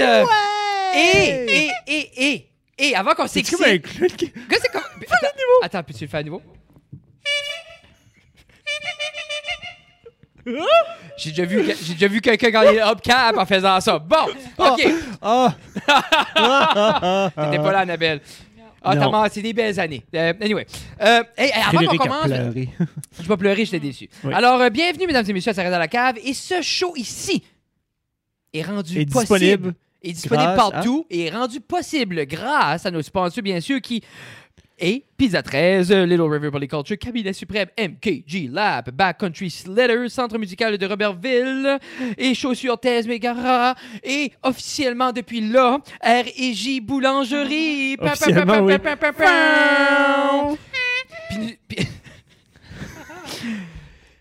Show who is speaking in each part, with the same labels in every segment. Speaker 1: euh,
Speaker 2: Ouais!
Speaker 1: Et, et, et, et, et, avant qu'on
Speaker 3: C'est
Speaker 1: s'excite...
Speaker 3: comme un clown qui.
Speaker 1: Gars, c'est comme... Attends, attends, peux-tu le faire à nouveau? J'ai déjà vu, que- j'ai déjà vu quelqu'un gagner le hubcap en faisant ça. Bon, OK.
Speaker 3: Ah!
Speaker 1: T'étais pas là, Annabelle. Ah, t'as
Speaker 3: Non.
Speaker 1: manqué des belles années. Euh, anyway. Euh, hey, hey, avant qu'on
Speaker 3: Frédéric a
Speaker 1: commence...
Speaker 3: pleuré.
Speaker 1: Je vais pleurer, j'étais déçu.
Speaker 3: Oui.
Speaker 1: Alors, euh, bienvenue, mesdames et messieurs, à Sarah dans la cave. Et ce show ici est rendu
Speaker 3: Est
Speaker 1: possible.
Speaker 3: disponible.
Speaker 1: Est disponible
Speaker 3: grâce à-
Speaker 1: partout et est rendu possible grâce à nos sponsors, bien sûr, qui est Pizza 13, Little River Polyculture, Cabinet Suprême, MKG Lab, Backcountry Slater, Centre musical de Robertville et Chaussures Thèse Mégara et officiellement depuis là, R&J Boulangerie. Pa, pa, pa,
Speaker 3: Officiellement,
Speaker 1: pa,
Speaker 3: oui.
Speaker 1: pa, pa, pa, pa. Puis- puis-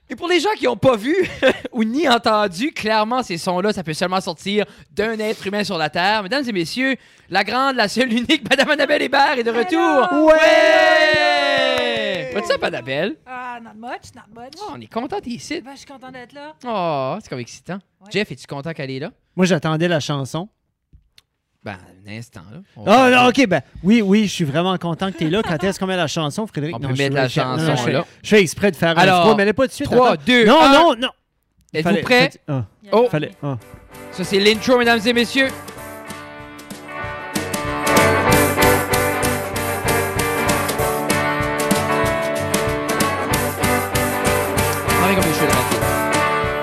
Speaker 1: Et pour les gens qui n'ont pas vu ou ni entendu, clairement, ces sons-là, ça peut seulement sortir d'un être humain sur la Terre. Mesdames et messieurs, la grande, la seule, l'unique, Madame Annabelle Hébert est de retour. Ouais! What's up, Annabelle?
Speaker 2: Ah, not much, not much.
Speaker 1: Oh, on est content, t'es ici.
Speaker 2: Ben, je suis content d'être là.
Speaker 1: Oh, c'est comme excitant.
Speaker 2: Ouais.
Speaker 1: Jeff, es-tu content qu'elle est là?
Speaker 3: Moi, j'attendais la chanson.
Speaker 1: Ben, un instant, là. On-
Speaker 3: Ah, non, ok, ben oui, oui, je suis vraiment content que t'es là. Quand est-ce qu'on met la chanson, Frédéric?
Speaker 1: On
Speaker 3: Non,
Speaker 1: peut
Speaker 3: je
Speaker 1: mettre
Speaker 3: fais-
Speaker 1: la
Speaker 3: je fais- non,
Speaker 1: chanson,
Speaker 3: non, je fais-
Speaker 1: là.
Speaker 3: Je fais exprès de faire
Speaker 1: Alors,
Speaker 3: un froid, mais elle est pas tout de suite.
Speaker 1: 3,
Speaker 3: attends.
Speaker 1: 2,
Speaker 3: Non,
Speaker 1: 1.
Speaker 3: non, non.
Speaker 1: Êtes-vous
Speaker 3: Fallait-
Speaker 1: prêts?
Speaker 3: fallait- ah,
Speaker 2: Il y a
Speaker 1: Oh!
Speaker 2: rien.
Speaker 3: fallait- ah.
Speaker 1: Ça, c'est l'intro, mesdames et messieurs. Pareil comme les cheveux de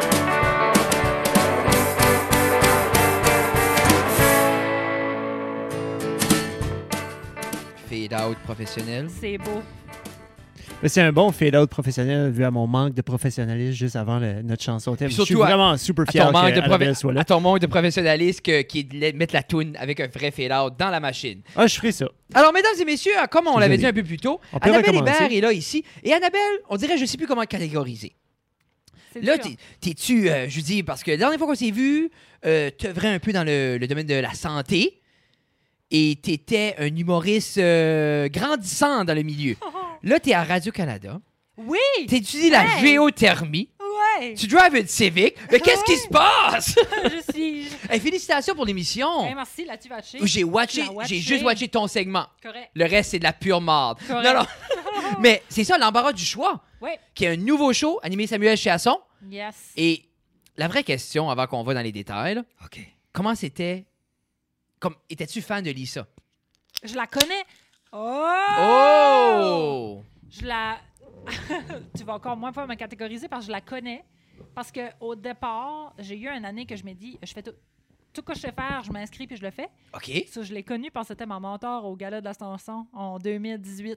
Speaker 1: Rocky. Fade out professionnel.
Speaker 2: C'est beau.
Speaker 3: Mais c'est un bon fade-out professionnel vu à mon manque de professionnalisme juste avant le- notre chanson thème.
Speaker 1: Puis
Speaker 3: Je suis
Speaker 1: surtout à-
Speaker 3: vraiment super
Speaker 1: À
Speaker 3: fier
Speaker 1: ton, manque de
Speaker 3: que
Speaker 1: profe-
Speaker 3: Annabelle soit là.
Speaker 1: à ton manque de professionnalisme que- qui est de mettre la toune avec un vrai fade-out dans la machine.
Speaker 3: Ah, je ferai ça.
Speaker 1: Alors, mesdames et messieurs, hein, comme on l'avait
Speaker 3: Désolé.
Speaker 1: dit un peu plus tôt,
Speaker 3: On peut
Speaker 1: Annabelle
Speaker 3: recommencer.
Speaker 1: Hébert est là ici. Et Annabelle, on dirait, je sais plus comment catégoriser.
Speaker 2: C'est
Speaker 1: Là,
Speaker 2: dur.
Speaker 1: t'es- t'es-tu, euh, je dis, parce que la dernière fois qu'on s'est vu, euh, t'œuvrais un peu dans le, le domaine de la santé et t'étais un humoriste euh, grandissant dans le milieu.
Speaker 2: Oh, oh.
Speaker 1: Là, t'es à Radio-Canada.
Speaker 2: Oui!
Speaker 1: T'étudies la
Speaker 2: Hey!
Speaker 1: géothermie.
Speaker 2: Ouais!
Speaker 1: Tu drives une Civic. Mais qu'est-ce qui se passe?
Speaker 2: je suis. je-
Speaker 1: Hey, félicitations pour l'émission.
Speaker 2: Hey, merci, là, tu vas chier.
Speaker 1: J'ai watché,
Speaker 2: l'as watché.
Speaker 1: j'ai juste watché ton segment.
Speaker 2: Correct.
Speaker 1: Le reste, c'est de la pure marde. Non,
Speaker 2: Correct.
Speaker 1: non.
Speaker 2: Oh,
Speaker 1: Mais c'est ça, l'embarras du choix,
Speaker 2: Ouais.
Speaker 1: qui est un nouveau show animé Samuel Chasson.
Speaker 2: Yes.
Speaker 1: Et la vraie question, avant qu'on va dans les détails, là,
Speaker 2: OK.
Speaker 1: comment c'était. Comme, étais-tu fan de Lisa?
Speaker 2: Je la connais. Oh!
Speaker 1: Oh!
Speaker 2: Je la. tu vas encore moins pas me catégoriser parce que je la connais. Parce que au départ, j'ai eu une année que je m'ai dit, je fais tout. Tout ce que je sais faire, je m'inscris puis je le fais.
Speaker 1: OK.
Speaker 2: Ça, je l'ai connue parce que c'était ma mentor au Gala de la chanson en 2018.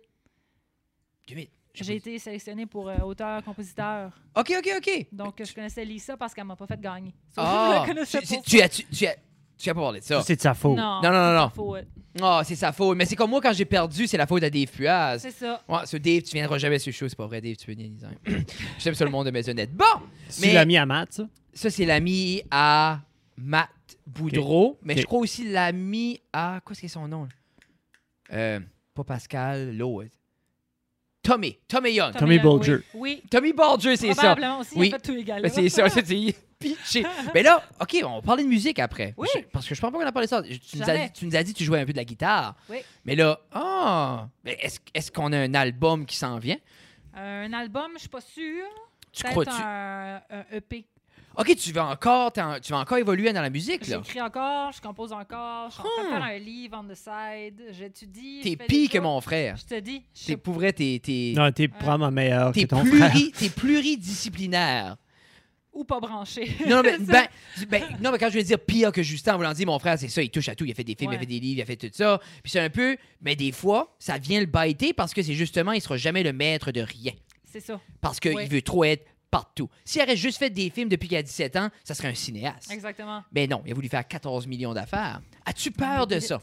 Speaker 1: Deux minutes. J'ai
Speaker 2: J'ai
Speaker 1: pas
Speaker 2: été sélectionnée pour euh, auteur-compositeur.
Speaker 1: dit- OK, OK, OK.
Speaker 2: Donc, je connaissais Lisa parce qu'elle m'a pas fait gagner. So, je
Speaker 1: Ah!
Speaker 2: la connaissais
Speaker 1: Tu,
Speaker 2: pas.
Speaker 1: tu as, tu, tu as, tu as pas parlé de ça.
Speaker 3: C'est de sa faute.
Speaker 2: Non,
Speaker 1: Non, non, non, non.
Speaker 2: c'est faux, euh,
Speaker 1: Oh, c'est sa faute. Mais c'est comme moi, quand j'ai perdu, c'est la faute à Dave Puaz.
Speaker 2: C'est ça.
Speaker 1: Ouais, ce Dave, tu viendras jamais sur le show. C'est pas vrai, Dave, tu veux niaiser. J'aime ça le monde de maisonnette. Bon!
Speaker 3: Tu
Speaker 1: Mais-
Speaker 3: l'as mis à maths, ça?
Speaker 1: Ça, c'est l'ami à Matt Boudreau, mais
Speaker 3: Ok.
Speaker 1: je crois aussi l'ami à. Qu'est-ce que c'est son nom? là? Euh, pas Pascal, l'autre. Tommy. Tommy Young.
Speaker 3: Tommy
Speaker 2: Young,
Speaker 3: Bolger.
Speaker 2: Oui, oui,
Speaker 1: Tommy Bolger, c'est ça.
Speaker 2: probablement aussi.
Speaker 1: Oui.
Speaker 2: Il a fait tous les galas.
Speaker 1: Ben, c'est ça, c'est pitché. Mais là, OK, on parlait de musique après.
Speaker 2: Oui.
Speaker 1: Je- parce que je pense pas qu'on a parlé de ça. Je- Tu nous, as
Speaker 2: Jamais.
Speaker 1: dit, tu nous as dit que tu jouais un peu de la guitare.
Speaker 2: Oui.
Speaker 1: Mais là, ah! Ben, est-ce, est-ce qu'on a un album qui s'en vient?
Speaker 2: Un album, je suis pas sûre.
Speaker 1: Tu
Speaker 2: Peut-être
Speaker 1: crois-tu?
Speaker 2: un, un E EP.
Speaker 1: OK, tu vas encore, t'es en- tu vas encore évoluer dans la musique, là.
Speaker 2: J'écris encore, je compose encore, je suis en train de
Speaker 1: Hmm.
Speaker 2: faire un livre on the side, j'étudie. je
Speaker 1: T'es
Speaker 2: fais des
Speaker 1: pire que
Speaker 2: choses.
Speaker 1: mon frère.
Speaker 2: Je te dis, je
Speaker 1: T'es,
Speaker 2: sais
Speaker 1: pour vrai, t'es- t'es...
Speaker 3: Non, t'es probablement meilleur que
Speaker 1: T'es
Speaker 3: ton frère.
Speaker 1: pluri, t'es pluridisciplinaire.
Speaker 2: ou pas branché.
Speaker 1: Non, mais,
Speaker 2: C'est-
Speaker 1: ben, ben, non, mais quand je veux dire pire que Justin, en voulant dire mon frère, c'est ça, il touche à tout. Il a fait des films, il a
Speaker 2: Ouais.
Speaker 1: fait des livres, il a fait tout ça. Puis c'est un peu, mais des fois, ça vient le bêter parce que c'est justement, il sera jamais le maître de rien.
Speaker 2: C'est ça,
Speaker 1: Parce qu'il
Speaker 2: Ouais.
Speaker 1: veut trop être partout. S'il aurait juste fait des films depuis qu'il a 17 ans, ça serait un cinéaste.
Speaker 2: exactement.
Speaker 1: Mais non, il a voulu faire 14 millions d'affaires. As-tu peur de
Speaker 2: Ah, Mais
Speaker 1: ça?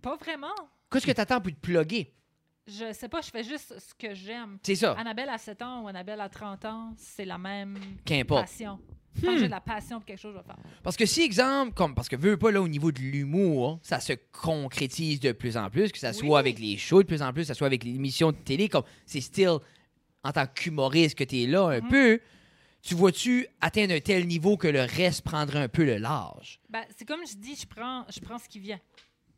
Speaker 2: Pas vraiment.
Speaker 1: Qu'est-ce que t'attends pour te plugger?
Speaker 2: Je sais pas, je fais juste ce que j'aime.
Speaker 1: C'est ça.
Speaker 2: Annabelle à 7 ans ou Annabelle à 30 ans, c'est la même
Speaker 1: Qu'importe.
Speaker 2: passion. Quand
Speaker 1: Hmm.
Speaker 2: j'ai de la passion pour quelque chose, je vais faire.
Speaker 1: Parce que si, exemple, comme parce que veut pas là au niveau de l'humour, ça se concrétise de plus en plus, que ça soit
Speaker 2: Oui.
Speaker 1: avec les shows de plus en plus, que ça
Speaker 2: Mhm.
Speaker 1: soit avec l'émission de télé, comme c'est still en tant qu'humoriste que t'es là un peu. tu vois-tu atteindre un tel niveau que le reste prendrait un peu le large?
Speaker 2: Ben, c'est comme je dis, je prends, je prends ce qui vient.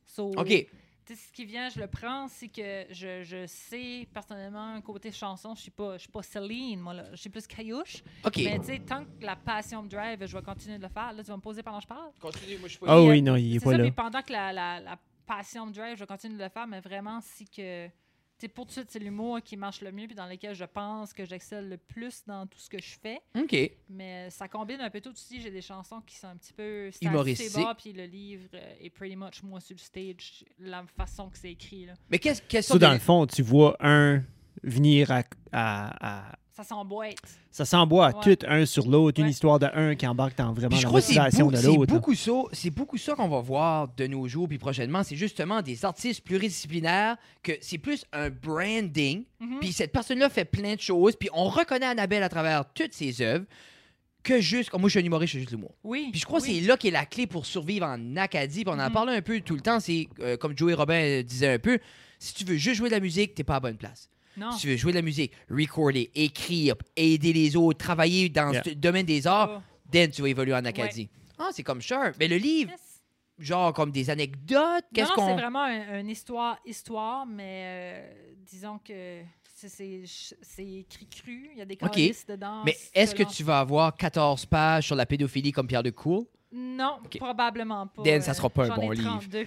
Speaker 2: So,
Speaker 1: OK.
Speaker 2: tu sais, ce qui vient, je le prends, c'est que je, je sais personnellement, côté chanson, je suis pas, je suis pas Céline, moi, là. Je suis plus Caillouche.
Speaker 1: OK.
Speaker 2: Mais tu sais, tant que la passion me drive, je vais continuer de le faire. Là, tu vas me poser pendant que je parle.
Speaker 1: Continue, moi, je suis
Speaker 3: Ah
Speaker 2: euh,
Speaker 3: oui, non, il est
Speaker 2: C'est
Speaker 3: pas
Speaker 2: ça,
Speaker 3: là.
Speaker 2: puis pendant que la, la, la passion me drive, je continue de le faire, mais vraiment, si que. tu sais, pour tout de suite, c'est l'humour qui marche le mieux, puis dans lequel je pense que j'excelle le plus dans tout ce que je fais.
Speaker 1: OK.
Speaker 2: Mais ça combine un peu tout aussi. J'ai des chansons qui sont un petit peu
Speaker 1: Humoristiques.
Speaker 2: humoristiques. Puis le livre euh, est pretty much moi sur le stage, la façon que c'est écrit. Là.
Speaker 1: Mais qu'est-ce qu'elles
Speaker 3: Ça, dans le fond, tu vois un venir à. à- à-
Speaker 2: Ça s'emboîte.
Speaker 3: ça s'emboît à
Speaker 2: Ouais.
Speaker 3: tout un sur l'autre, une
Speaker 2: Ouais.
Speaker 3: histoire de un qui embarque dans vraiment
Speaker 1: Puis je
Speaker 3: la
Speaker 1: crois que c'est
Speaker 3: motivation
Speaker 1: beaucoup,
Speaker 3: de
Speaker 1: c'est
Speaker 3: l'autre. là.
Speaker 1: beaucoup ça, c'est beaucoup ça qu'on va voir de nos jours puis prochainement, c'est justement des artistes pluridisciplinaires que c'est plus un branding.
Speaker 2: Mhm.
Speaker 1: Puis cette personne-là fait plein de choses, puis on reconnaît Annabelle à travers toutes ses œuvres que juste comme moi je suis un humoriste, je fais juste de l'humour.
Speaker 2: Oui.
Speaker 1: Puis je crois que c'est là qu'est la clé pour survivre en Acadie. Puis on en
Speaker 2: Mhm.
Speaker 1: parlait un peu tout le temps. C'est euh, comme Joey Robin euh, disait un peu si tu veux juste jouer de la musique, t'es pas à bonne place.
Speaker 2: c'est. Non.
Speaker 1: Si tu veux jouer de la musique, recorder, écrire, aider les autres, travailler dans
Speaker 3: Yeah.
Speaker 1: ce domaine des arts, then tu vas évoluer en Acadie. Ah, c'est comme Sharp. Mais le livre,
Speaker 2: Yes.
Speaker 1: genre comme des anecdotes, qu'est-ce
Speaker 2: non,
Speaker 1: qu'on.
Speaker 2: c'est vraiment un- une histoire, histoire, mais euh, disons que c'est- c'est c'est écrit cru. Il y a des
Speaker 1: Ok.
Speaker 2: choristes dedans.
Speaker 1: Mais est-ce que
Speaker 2: selon-
Speaker 1: tu vas avoir 14 pages sur la pédophilie comme Pierre de Cool?
Speaker 2: Non,
Speaker 1: Ok.
Speaker 2: probablement pas.
Speaker 1: Dan, ça
Speaker 2: euh,
Speaker 1: sera pas un
Speaker 2: j'en
Speaker 1: bon
Speaker 2: ai
Speaker 1: livre.
Speaker 2: 32.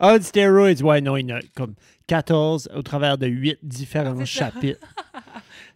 Speaker 3: On steroids, Ah, ouais, non, il y en a comme 14 au travers de 8 différents
Speaker 2: Ah, C'est ça.
Speaker 3: chapitres.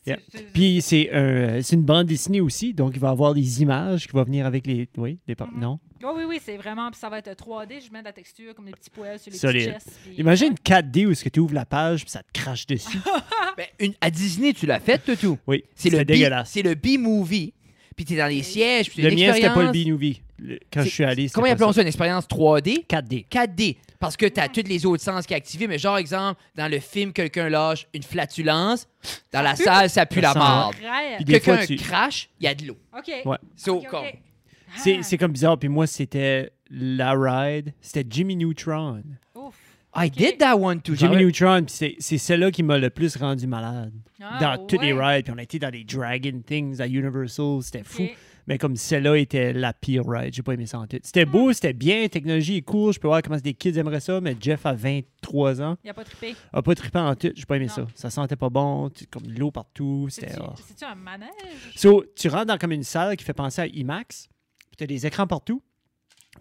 Speaker 3: Yeah.
Speaker 2: C'est- c'est-
Speaker 3: Puis c'est un, euh, c'est une bande dessinée aussi, donc il va avoir des images qui vont venir avec les. Oui, les par-
Speaker 2: Mhm.
Speaker 3: non.
Speaker 2: Oh oui, oui, c'est vraiment. Puis ça va être 3D. Je mets de la texture comme des petits poils sur les
Speaker 3: Solide.
Speaker 2: petites chaises. puis- euh,
Speaker 3: Imagine 4D où est-ce que tu ouvres la page puis ça te crache dessus.
Speaker 2: Ah.
Speaker 1: Ben, une, à Disney, tu l'as fait, tout.
Speaker 3: Oui,
Speaker 1: C'est le
Speaker 3: c'était
Speaker 1: B-
Speaker 3: dégueulasse.
Speaker 1: C'est le B-movie. Puis t'es dans les sièges. Puis c'est
Speaker 3: Le
Speaker 1: une
Speaker 3: mien, c'était pas le
Speaker 1: expérience.
Speaker 3: B-Movie. Le- Quand je
Speaker 1: C'est-
Speaker 3: suis allé, c'était
Speaker 1: Comment
Speaker 3: pas
Speaker 1: appelons ça une expérience 3D
Speaker 3: ça. 4D.
Speaker 1: 4D. Parce que t'as tous les autres sens qui sont activés. Mais genre, exemple, dans le film, quelqu'un lâche une flatulence. Dans la
Speaker 2: pue.
Speaker 1: salle, ça pue
Speaker 3: Ça
Speaker 1: la
Speaker 3: sent-
Speaker 1: merde.
Speaker 2: Rêve.
Speaker 3: Ah. Puis des fois,
Speaker 1: Quelqu'un
Speaker 3: tu-
Speaker 1: crache, il y a de l'eau.
Speaker 2: OK.
Speaker 3: Ouais.
Speaker 1: So,
Speaker 2: OK, OK.
Speaker 1: comme-
Speaker 2: Ah,
Speaker 3: C'est c'est comme bizarre. Puis moi, c'était La Ride. C'était Jimmy Neutron.
Speaker 2: Ah Ouf.
Speaker 1: I Ah, did that one too.
Speaker 3: Jimmy
Speaker 1: J'en-
Speaker 3: Neutron, puis c'est- c'est celle-là qui m'a le plus rendu malade.
Speaker 2: Ah,
Speaker 3: dans tous les
Speaker 2: ouais.
Speaker 3: rides. Puis on a été dans des Dragon Things à Universal. C'était
Speaker 2: OK.
Speaker 3: fou. Mais comme celle-là était la pire ride, j'ai pas aimé ça en tout. C'était beau, c'était bien, technologie est cool. Je peux voir comment des kids aimeraient ça, mais Jeff a 23 ans.
Speaker 2: Il a pas trippé.
Speaker 3: A pas trippé en tout. J'ai pas aimé
Speaker 2: Non.
Speaker 3: ça. Ça sentait pas bon. tu- Comme de l'eau partout. C'était.
Speaker 2: C'est-tu
Speaker 3: ah.
Speaker 2: c'est-tu un manège?
Speaker 3: So, tu rentres dans comme une salle qui fait penser à IMAX. Puis t'as des écrans partout.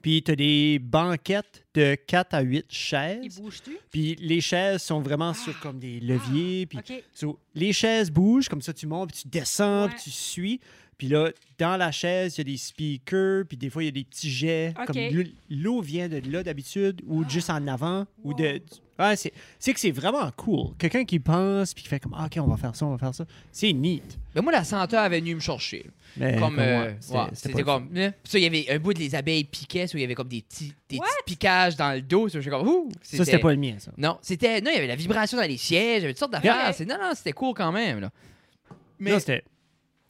Speaker 3: Puis t'as des banquettes de 4 à 8
Speaker 2: Il
Speaker 3: chaises.
Speaker 2: bouge-tu?
Speaker 3: Puis les chaises sont vraiment sur comme des leviers. Puis
Speaker 2: Ah, OK.
Speaker 3: So, les chaises bougent, comme ça tu montes, puis tu descends, puis
Speaker 2: Ouais.
Speaker 3: tu suis. Puis là, dans la chaise, il y a des speakers, puis des fois, il y a des petits jets.
Speaker 2: Ok.
Speaker 3: Comme l'eau- l'eau vient de là d'habitude, ou
Speaker 2: Ah.
Speaker 3: juste en avant, ou
Speaker 2: Wow.
Speaker 3: de... Ouais, c'est c'est que c'est vraiment cool. Quelqu'un qui pense, puis qui fait comme, Ah, OK, on va faire ça, on va faire ça. C'est neat.
Speaker 1: Mais moi, la senteur avait venu me chercher.
Speaker 3: Mais
Speaker 1: comme
Speaker 3: ouais,
Speaker 1: euh,
Speaker 3: Eh, c'était-
Speaker 1: ouais,
Speaker 3: c'était
Speaker 1: c'était
Speaker 3: pas le
Speaker 1: comme hein. Puis ça il y avait un bout de les abeilles piquaient où il y avait comme des petits des
Speaker 2: What?
Speaker 1: petits piquages dans le dos ça j'étais comme ouh
Speaker 3: fun. Ça, c'était pas le mien, ça.
Speaker 1: non c'était non il y avait la vibration dans les sièges il y avait toutes sortes d'affaires
Speaker 2: Yeah.
Speaker 1: c'est non non c'était cool quand même là mais
Speaker 3: Non, c'était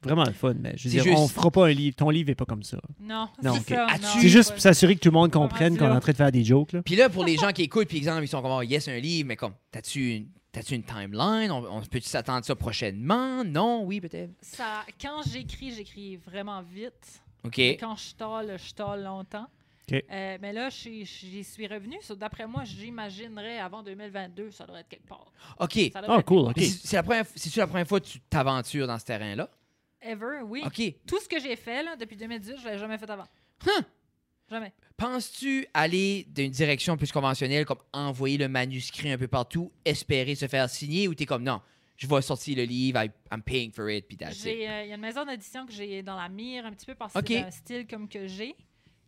Speaker 3: vraiment le fun, mais je veux
Speaker 1: C'est
Speaker 3: dire,
Speaker 1: juste- Ah,
Speaker 3: on fera pas un livre. Ton livre est pas comme ça.
Speaker 2: Non,
Speaker 3: Non,
Speaker 2: Ah, c'est
Speaker 3: OK.
Speaker 2: ça.
Speaker 1: As-tu-
Speaker 2: non, Ah,
Speaker 1: Tu-
Speaker 3: C'est juste
Speaker 2: pas-
Speaker 3: pour s'assurer que tout le monde
Speaker 2: Comment
Speaker 3: comprenne
Speaker 2: tu
Speaker 3: qu'on est
Speaker 2: l'as?
Speaker 3: en train de faire des jokes, là.
Speaker 1: puis là pour les gens qui écoutent puis exemple ils sont comme oh, yes un livre mais comme t'as-tu une t'as-tu une timeline on, on peut-tu s'attendre à ça prochainement non oui peut-être
Speaker 2: ça- Quand j'écris, j'écris vraiment vite.
Speaker 1: ok
Speaker 2: Mais Quand je tolle, je tolle longtemps.
Speaker 3: OK.
Speaker 2: Euh, mais là, j'y j'y suis revenu. D'après moi, j'imaginerais avant 2022, ça doit être quelque part.
Speaker 1: ok
Speaker 2: Ça doit
Speaker 3: Oh,
Speaker 2: être
Speaker 3: cool, OK.
Speaker 1: Mais c'est c'est la première c'est la première fois que tu t'aventures dans ce terrain là
Speaker 2: Ever, oui.
Speaker 1: ok
Speaker 2: Tout ce que j'ai fait là, depuis 2018, je l'avais jamais fait avant.
Speaker 1: Huh!
Speaker 2: Jamais.
Speaker 1: Penses-tu aller d'une direction plus conventionnelle, comme envoyer le manuscrit un peu partout, espérer se faire signer, ou t'es comme non, je vais sortir le livre, I- I'm paying for it, puis that's it.
Speaker 2: J'ai, euh, Il y a une maison d'édition que j'ai dans la mire un petit peu parce que
Speaker 1: Ok.
Speaker 2: c'est un style comme que j'ai.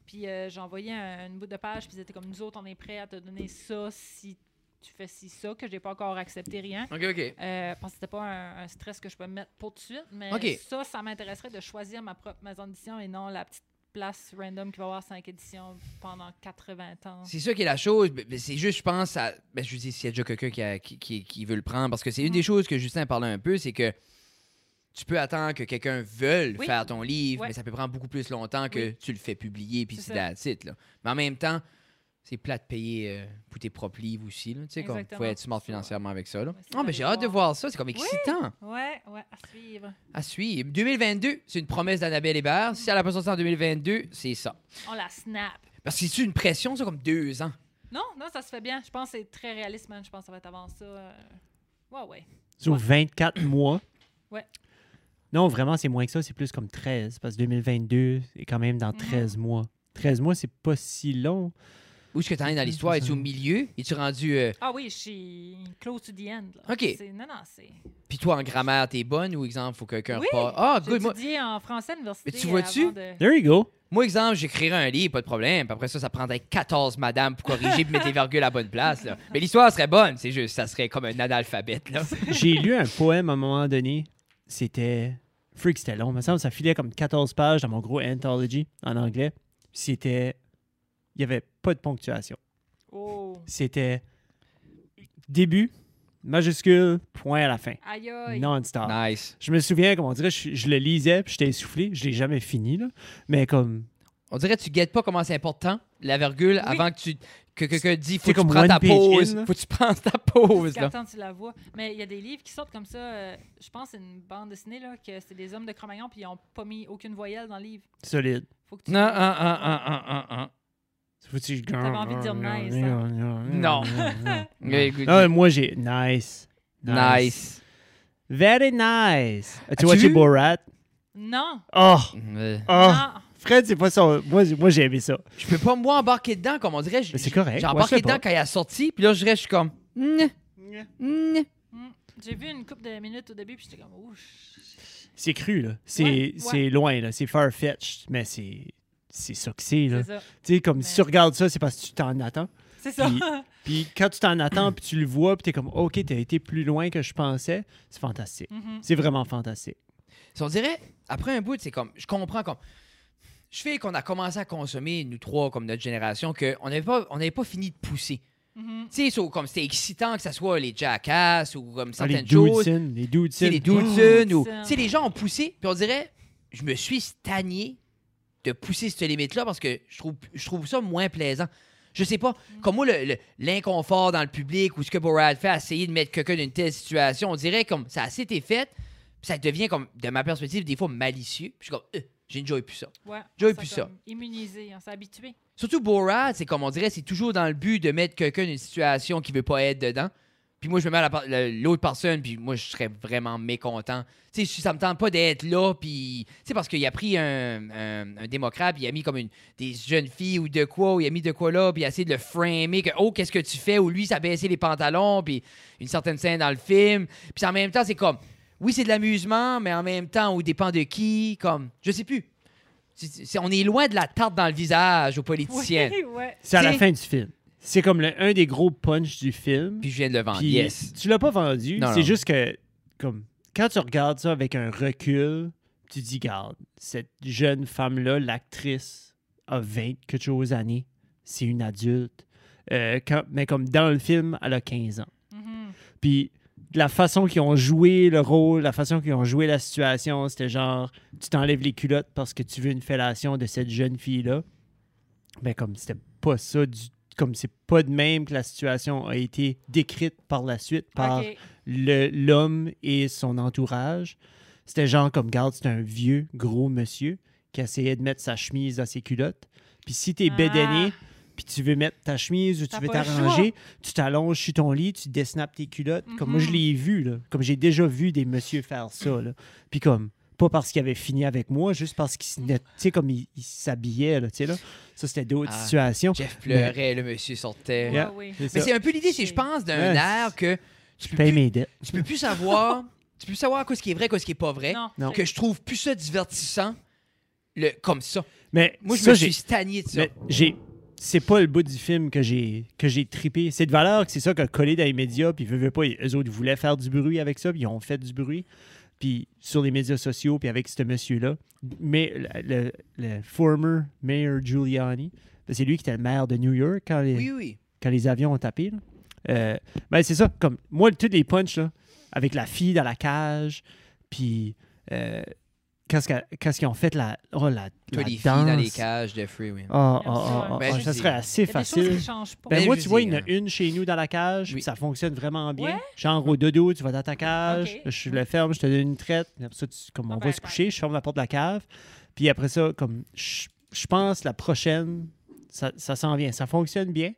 Speaker 2: Puis euh, j'ai envoyé un- une bout de page, puis c'était comme nous autres, on est prêts à te donner ça si tu fais ci, ça, que j'ai pas encore accepté rien.
Speaker 1: Ok, ok.
Speaker 2: Euh, parce que c'était pas un, un stress que je peux me mettre pour tout de suite, mais
Speaker 1: Ok.
Speaker 2: ça, ça m'intéresserait de choisir ma propre maison d'édition et non la petite place random qui va avoir cinq éditions pendant 80 ans.
Speaker 1: C'est ça qui est la chose, mais- mais c'est juste, je pense, à, ben, je dis s'il y a déjà quelqu'un qui, a- qui, qui- qui veut le prendre, parce que c'est une
Speaker 2: Mhm.
Speaker 1: des choses que Justin parlait un peu, c'est que tu peux attendre que quelqu'un veuille
Speaker 2: Oui.
Speaker 1: faire ton livre,
Speaker 2: Ouais.
Speaker 1: mais ça peut prendre beaucoup plus longtemps que
Speaker 2: Oui.
Speaker 1: tu le fais publier, puis c'est
Speaker 2: C'est ça.
Speaker 1: that's it, là. Mais en même temps, c'est plat de payer euh, pour tes propres livres aussi. Là, tu sais, comme, faut
Speaker 2: Exactement.
Speaker 1: être smart financièrement avec ça. Là.
Speaker 2: Ouais, c'est
Speaker 1: Ah, ben,
Speaker 2: d'aller
Speaker 1: j'ai hâte de voir ça. C'est comme excitant.
Speaker 2: Ouais, ouais, à suivre.
Speaker 1: À suivre. 2022, c'est une promesse d'Annabelle Hébert. Si elle a pas sorti en 2022, c'est ça.
Speaker 2: On la snap.
Speaker 1: Parce que c'est une pression, ça, comme deux ans.
Speaker 2: Non, non, ça se fait bien. Je pense que c'est très réaliste, man. Je pense que ça va être avant ça. euh, Ouais, ouais.
Speaker 3: Sur 24 mois.
Speaker 2: Ouais.
Speaker 3: Non, vraiment, c'est moins que ça. C'est plus comme 13. Parce que 2022, c'est quand même dans
Speaker 2: Mhm.
Speaker 3: 13 mois. 13 mois, c'est pas si long.
Speaker 1: Où est-ce que t'en es dans l'histoire? Es-tu au milieu? Es-tu rendu. euh,
Speaker 2: Ah oui, je suis close to the end. Là.
Speaker 1: OK.
Speaker 2: C'est- Non, non, c'est.
Speaker 1: Puis toi, en grammaire, t'es bonne ou, exemple, faut que quelqu'un
Speaker 2: Oui,
Speaker 1: repart? Ah,
Speaker 2: J'ai
Speaker 1: good. Moi,
Speaker 2: étudié en français à l'université.
Speaker 1: Mais tu vois-tu?
Speaker 2: avant de-
Speaker 3: There you go.
Speaker 1: moi, exemple, j'écrirais un livre, pas de problème. Puis après ça, ça prendrait 14 madames pour corriger puis mettre les virgules à la bonne place. là. Mais l'histoire serait bonne. C'est juste, ça serait comme un analphabète. Là.
Speaker 3: J'ai lu un poème à un moment donné. C'était. Freak, c'était long. Il me semble ça filait comme 14 pages dans mon gros anthology en anglais. C'était. Il y avait pas de ponctuation.
Speaker 2: Oh.
Speaker 3: C'était. Début, majuscule, point à la fin.
Speaker 2: Aïe, aïe.
Speaker 3: Non-stop.
Speaker 1: Nice.
Speaker 3: Je me souviens, comme on dirait, je, je le lisais, puis j'étais essoufflé. Je l'ai jamais fini, là. Mais comme.
Speaker 1: On dirait que tu guettes pas comment c'est important, la virgule,
Speaker 2: Oui.
Speaker 1: avant que tu. Que quelqu'un dit, faut
Speaker 3: C'est
Speaker 1: que tu
Speaker 3: comme
Speaker 1: prends
Speaker 3: one
Speaker 1: ta
Speaker 3: page
Speaker 1: pause.
Speaker 3: in, là.
Speaker 1: faut que tu prends ta pause.
Speaker 2: Jusqu'à
Speaker 1: Là.
Speaker 2: temps que tu la vois. Mais il y a des livres qui sortent comme ça. euh, je pense que c'est une bande dessinée, là, que c'est des hommes de Cro-Magnon, puis ils n'ont pas mis aucune voyelle dans le livre.
Speaker 3: Solide.
Speaker 2: Faut que tu.
Speaker 1: Non, hein. un, un, un, un, un, un.
Speaker 3: Faut-tu que je-
Speaker 2: T'avais envie de dire nice, hein?
Speaker 1: Non.
Speaker 3: Non, Ah
Speaker 1: Very good.
Speaker 3: mais moi, j'ai. Nice.
Speaker 1: Nice.
Speaker 3: Very nice. As-tu
Speaker 1: As-tu
Speaker 3: watché
Speaker 1: vu?
Speaker 3: Borat?
Speaker 2: Non.
Speaker 3: Oh,
Speaker 1: Euh,
Speaker 3: oh.
Speaker 2: Non.
Speaker 3: Fred, c'est pas son. Moi, j'ai- moi, j'ai aimé ça.
Speaker 1: je peux pas, moi, embarquer dedans, comme on dirait. j-
Speaker 3: Mais c'est correct.
Speaker 1: J'ai
Speaker 3: Moi,
Speaker 1: embarqué
Speaker 3: je sais
Speaker 1: dedans
Speaker 3: pas.
Speaker 1: quand il a sorti, puis là, je reste, je suis comme. Nya, nya.
Speaker 2: Mm. J'ai vu une couple de minutes au début, puis j'étais comme, ouch.
Speaker 3: C'est cru, là. C'est
Speaker 2: Ouais, ouais.
Speaker 3: c'est loin, là. C'est far-fetched, mais c'est. C'est ça que c'est, là. Tu
Speaker 2: C'est ça.
Speaker 3: sais, comme si tu
Speaker 2: Ouais.
Speaker 3: regardes ça, c'est parce que tu t'en attends.
Speaker 2: C'est ça.
Speaker 3: Puis- Puis quand tu t'en attends, puis tu le vois, puis t'es comme, OK, t'as été plus loin que je pensais, c'est fantastique.
Speaker 2: Mhm.
Speaker 3: C'est vraiment fantastique.
Speaker 1: Si on dirait, après un bout, c'est comme. Je comprends comme. Je fais qu'on a commencé à consommer, nous trois, comme notre génération, qu'on n'avait pas, on n'avait pas fini de pousser.
Speaker 2: Mhm.
Speaker 1: Tu sais, so- comme c'était excitant que ça soit les jackass ou comme
Speaker 3: Ah, les
Speaker 1: certaines choses.
Speaker 3: Dudson,
Speaker 1: Tu
Speaker 3: les
Speaker 1: sais,
Speaker 3: Dudson.
Speaker 1: les Dudson ou.
Speaker 2: Dudson.
Speaker 1: Tu sais, les gens ont poussé, puis on dirait, je me suis stagné de pousser cette limite-là parce que je trouve, je trouve ça moins plaisant. Je sais pas, comme moi, le- le- l'inconfort dans le public ou ce que Borat fait, essayer de mettre quelqu'un dans une telle situation, on dirait comme ça a assez été fait, puis ça devient comme, de ma perspective, des fois malicieux. Puis je suis comme, euh, j'ai déjà plus ça.
Speaker 2: Ouais.
Speaker 1: Joey,
Speaker 2: On
Speaker 1: puis
Speaker 2: s'est
Speaker 1: ça.
Speaker 2: comme Immunisé, on s'est habitué.
Speaker 1: Surtout Borat, c'est comme on dirait, c'est toujours dans le but de mettre quelqu'un dans une situation qui veut pas être dedans. Puis moi, je me mets à la par- le- l'autre personne, puis moi, je serais vraiment mécontent. Tu sais, si ça me tente pas d'être là, puis... Tu sais, parce qu'il a pris un, un- un démocrate, puis il a mis comme une, des jeunes filles ou de quoi, ou il a mis de quoi là, puis il a essayé de le framer, que « Oh, qu'est-ce que tu fais? » Ou lui, ça a baissé les pantalons, puis une certaine scène dans le film. Puis en même temps, c'est comme... Oui, c'est de l'amusement, mais en même temps, on dépend de qui, comme... Je sais plus. C'est- c'est- on est loin de la tarte dans le visage aux politiciens.
Speaker 2: Ouais, ouais.
Speaker 3: C'est à la
Speaker 1: T'sais-
Speaker 3: fin du film. C'est comme le- un des gros punchs du film.
Speaker 1: Puis je viens de le vendre.
Speaker 3: Puis
Speaker 1: yes.
Speaker 3: tu l'as pas vendu.
Speaker 1: Non,
Speaker 3: C'est
Speaker 1: non.
Speaker 3: juste que, comme, quand tu regardes ça avec un recul, tu dis, garde, cette jeune femme-là, l'actrice, a 20 quelque chose d'années. C'est une adulte. Euh, quand- mais comme dans le film, elle a 15 ans.
Speaker 2: Mhm.
Speaker 3: Puis de la façon qu'ils ont joué le rôle, la façon qu'ils ont joué la situation, c'était genre tu t'enlèves les culottes parce que tu veux une fellation de cette jeune fille là. Mais comme c'était pas ça du comme c'est pas de même que la situation a été décrite par la suite par
Speaker 2: OK.
Speaker 3: le- l'homme et son entourage. C'était genre comme garde, c'est un vieux gros monsieur qui essayait de mettre sa chemise dans ses culottes. Puis si t'es
Speaker 2: Ah.
Speaker 3: bédainé, puis tu veux mettre ta chemise ou tu
Speaker 2: T'as
Speaker 3: veux
Speaker 2: pas le
Speaker 3: t'arranger, tu t'allonges sur ton lit, tu désnappes tes culottes. Comme moi,
Speaker 2: Mhm.
Speaker 1: Mm-hmm.
Speaker 3: je l'ai vu, là. Comme j'ai déjà vu des messieurs faire ça, là. Puis comme, pas parce qu'ils avaient fini avec moi, juste parce qu'ils
Speaker 1: Mm.
Speaker 3: s'na- tu sais, comme ils ils s'habillaient, là, tu sais, là. Ça, c'était d'autres
Speaker 1: Ah.
Speaker 3: situations.
Speaker 1: Jeff pleurait, le monsieur sortait.
Speaker 3: Yeah.
Speaker 2: Ouais, ouais.
Speaker 3: C'est
Speaker 1: Mais
Speaker 3: ça.
Speaker 1: c'est un peu l'idée, c'est je pense, d'un
Speaker 3: Ouais.
Speaker 1: air que tu
Speaker 3: Je
Speaker 1: peux,
Speaker 3: paye
Speaker 1: plus,
Speaker 3: mes dettes.
Speaker 1: tu peux plus savoir. tu peux plus savoir quoi ce qui est vrai, quoi ce qui est pas vrai.
Speaker 2: Non.
Speaker 3: Non.
Speaker 1: Que je trouve plus ça divertissant le, comme ça.
Speaker 3: Mais
Speaker 1: Moi, je
Speaker 3: ça,
Speaker 1: me
Speaker 3: j'ai-
Speaker 1: suis stagné de ça.
Speaker 3: Mais j'ai c'est pas le bout du film que j'ai que j'ai tripé. C'est de valeur que c'est ça que collé dans les médias puis veut, veut pas les autres voulaient faire du bruit avec ça, puis ils ont fait du bruit puis sur les médias sociaux puis avec ce monsieur là. Mais le, le- le former mayor Giuliani, ben, c'est lui qui était le maire de New York quand les
Speaker 1: Oui, oui.
Speaker 3: quand les avions ont tapé. Là. Euh, ben, c'est ça. Comme moi, tous les punchs, là, avec la fille dans la cage, puis euh, quand, ce qu'a- quand ce qu'ils ont fait la, oh,
Speaker 1: Toi,
Speaker 3: la, la
Speaker 1: les filles
Speaker 3: danse.
Speaker 1: dans les cages de Free Will.
Speaker 3: Ah, ah, ah, ah,
Speaker 2: Ben,
Speaker 3: ah,
Speaker 1: je
Speaker 3: ça
Speaker 1: dis-
Speaker 3: serait assez
Speaker 2: Il y a des choses qui
Speaker 3: facile.
Speaker 2: ne changent pas.
Speaker 3: Ben,
Speaker 1: Ben,
Speaker 3: moi,
Speaker 1: je
Speaker 3: tu vois,
Speaker 1: dis,
Speaker 3: il y en a
Speaker 1: hein.
Speaker 3: une chez nous dans la cage,
Speaker 1: Oui.
Speaker 3: puis ça fonctionne vraiment bien.
Speaker 2: Ouais?
Speaker 3: Genre au dodo, tu vas dans ta cage,
Speaker 2: Ok.
Speaker 3: je le ferme, je te donne une traite, puis après ça, tu- comme
Speaker 2: Ah,
Speaker 3: on
Speaker 2: ben,
Speaker 3: va se coucher, je ferme la porte de la cave. Puis après ça, comme je je pense la prochaine, ça, ça s'en vient, ça fonctionne bien.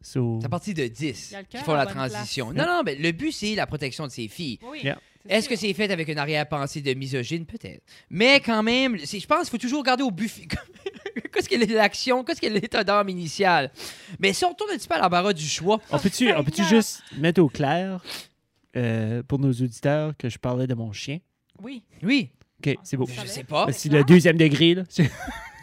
Speaker 3: So-
Speaker 1: C'est à partir de 10
Speaker 2: Il y a le
Speaker 1: qui
Speaker 2: cœur
Speaker 1: font
Speaker 2: à
Speaker 1: la
Speaker 2: la bonne
Speaker 1: transition. Non, non, mais le but, c'est la protection de ses filles.
Speaker 2: Oui,
Speaker 3: Yeah.
Speaker 1: Est-ce que
Speaker 2: sûr.
Speaker 1: c'est fait avec une arrière-pensée de misogyne? Peut-être. Mais quand même, c'est- je pense qu'il faut toujours garder au buffet. Qu'est-ce qu'elle est l'action? Qu'est-ce qu'elle est l'état d'âme initial? Mais si on retourne un petit peu à l'embarras du choix,
Speaker 3: On peut-tu
Speaker 2: Oh,
Speaker 3: on peut-tu
Speaker 2: Seigneur!
Speaker 3: juste mettre au clair euh, pour nos auditeurs que je parlais de mon chien?
Speaker 2: Oui. Ben,
Speaker 1: oui,
Speaker 3: Ok, c'est beau.
Speaker 1: je
Speaker 2: savez?
Speaker 1: sais pas.
Speaker 3: Ah, C'est le deuxième degré, là.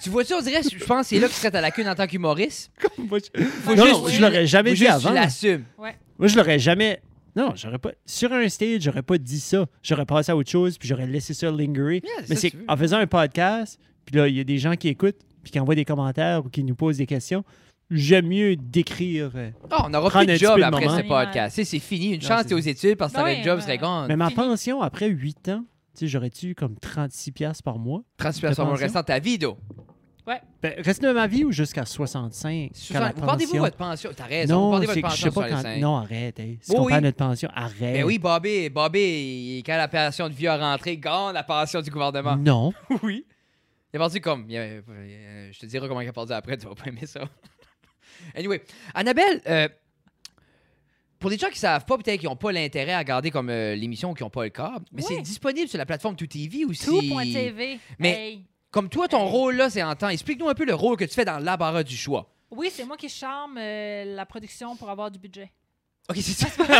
Speaker 1: Tu vois-tu, on dirait, je pense que c'est là que tu serais à la queue en tant qu'humoriste.
Speaker 3: Moi, je-
Speaker 1: Faut
Speaker 3: non,
Speaker 1: juste-
Speaker 3: non, je l'aurais
Speaker 1: Faut
Speaker 3: jamais dit
Speaker 1: juste
Speaker 3: Ah, avant.
Speaker 1: Tu l'assumes.
Speaker 3: Moi, je l'aurais jamais. Non, j'aurais pas. Sur un stage, j'aurais pas dit ça. J'aurais passé à autre chose, puis j'aurais laissé ça lingerer.
Speaker 1: Yeah, c'est
Speaker 3: Mais
Speaker 1: ça
Speaker 3: c'est
Speaker 1: que tu veux.
Speaker 3: en faisant un podcast, puis là, il y a des gens qui écoutent, puis qui envoient des commentaires ou qui nous posent des questions. J'aime mieux décrire. euh,
Speaker 1: Ah, on n'aura plus
Speaker 3: Prendre
Speaker 1: de
Speaker 3: un petit
Speaker 1: job
Speaker 3: peu de
Speaker 1: après
Speaker 3: moment.
Speaker 1: ce podcast. C'est- C'est fini. Une
Speaker 3: Non,
Speaker 1: chance,
Speaker 3: c'est-
Speaker 1: t'es aux études parce que
Speaker 2: Ben
Speaker 1: t'aurais
Speaker 2: oui,
Speaker 1: un job,
Speaker 2: ben-
Speaker 1: serait gone.
Speaker 3: Mais ma
Speaker 2: fini.
Speaker 3: pension, après 8 ans, tu sais, j'aurais-tu comme 36$ piastres par mois?
Speaker 1: 30 personnes vont
Speaker 3: pension.
Speaker 1: rester dans ta vie, d'eau.
Speaker 3: Ben, reste de ma vie ou jusqu'à 65? quand la
Speaker 1: Vous perdez-vous
Speaker 3: pension-
Speaker 1: votre pension? T'as raison. vous
Speaker 3: Non,
Speaker 1: perdez
Speaker 3: c'est
Speaker 1: votre
Speaker 3: que je
Speaker 1: pension
Speaker 3: sais
Speaker 1: sur
Speaker 3: pas
Speaker 1: les
Speaker 3: quand.
Speaker 1: cinq.
Speaker 3: Non, arrête. hey. Si
Speaker 1: Oui,
Speaker 3: on
Speaker 1: oui.
Speaker 3: parle de notre pension, arrête.
Speaker 1: Mais oui, Bobby, Bobby, il- quand la pension de vie a rentré, gagne la pension du gouvernement.
Speaker 3: Non.
Speaker 1: Oui. Il est parti comme. il a- euh, je te dirai comment il est parti après, tu vas pas aimer ça. anyway, Annabelle, euh, pour les gens qui savent pas, peut-être qu'ils n'ont pas l'intérêt à regarder comme euh, l'émission, qui n'ont pas le câble, mais
Speaker 2: Ouais.
Speaker 1: c'est disponible sur la plateforme Tout TV aussi.
Speaker 2: Tout.tv.
Speaker 1: Mais-
Speaker 2: Hey.
Speaker 1: Comme toi, ton rôle là, c'est en temps. Explique-nous un peu le rôle que tu fais dans l'embarras du choix.
Speaker 2: Oui, c'est moi qui charme euh, la production pour avoir du budget.
Speaker 1: Ok, c'est ça.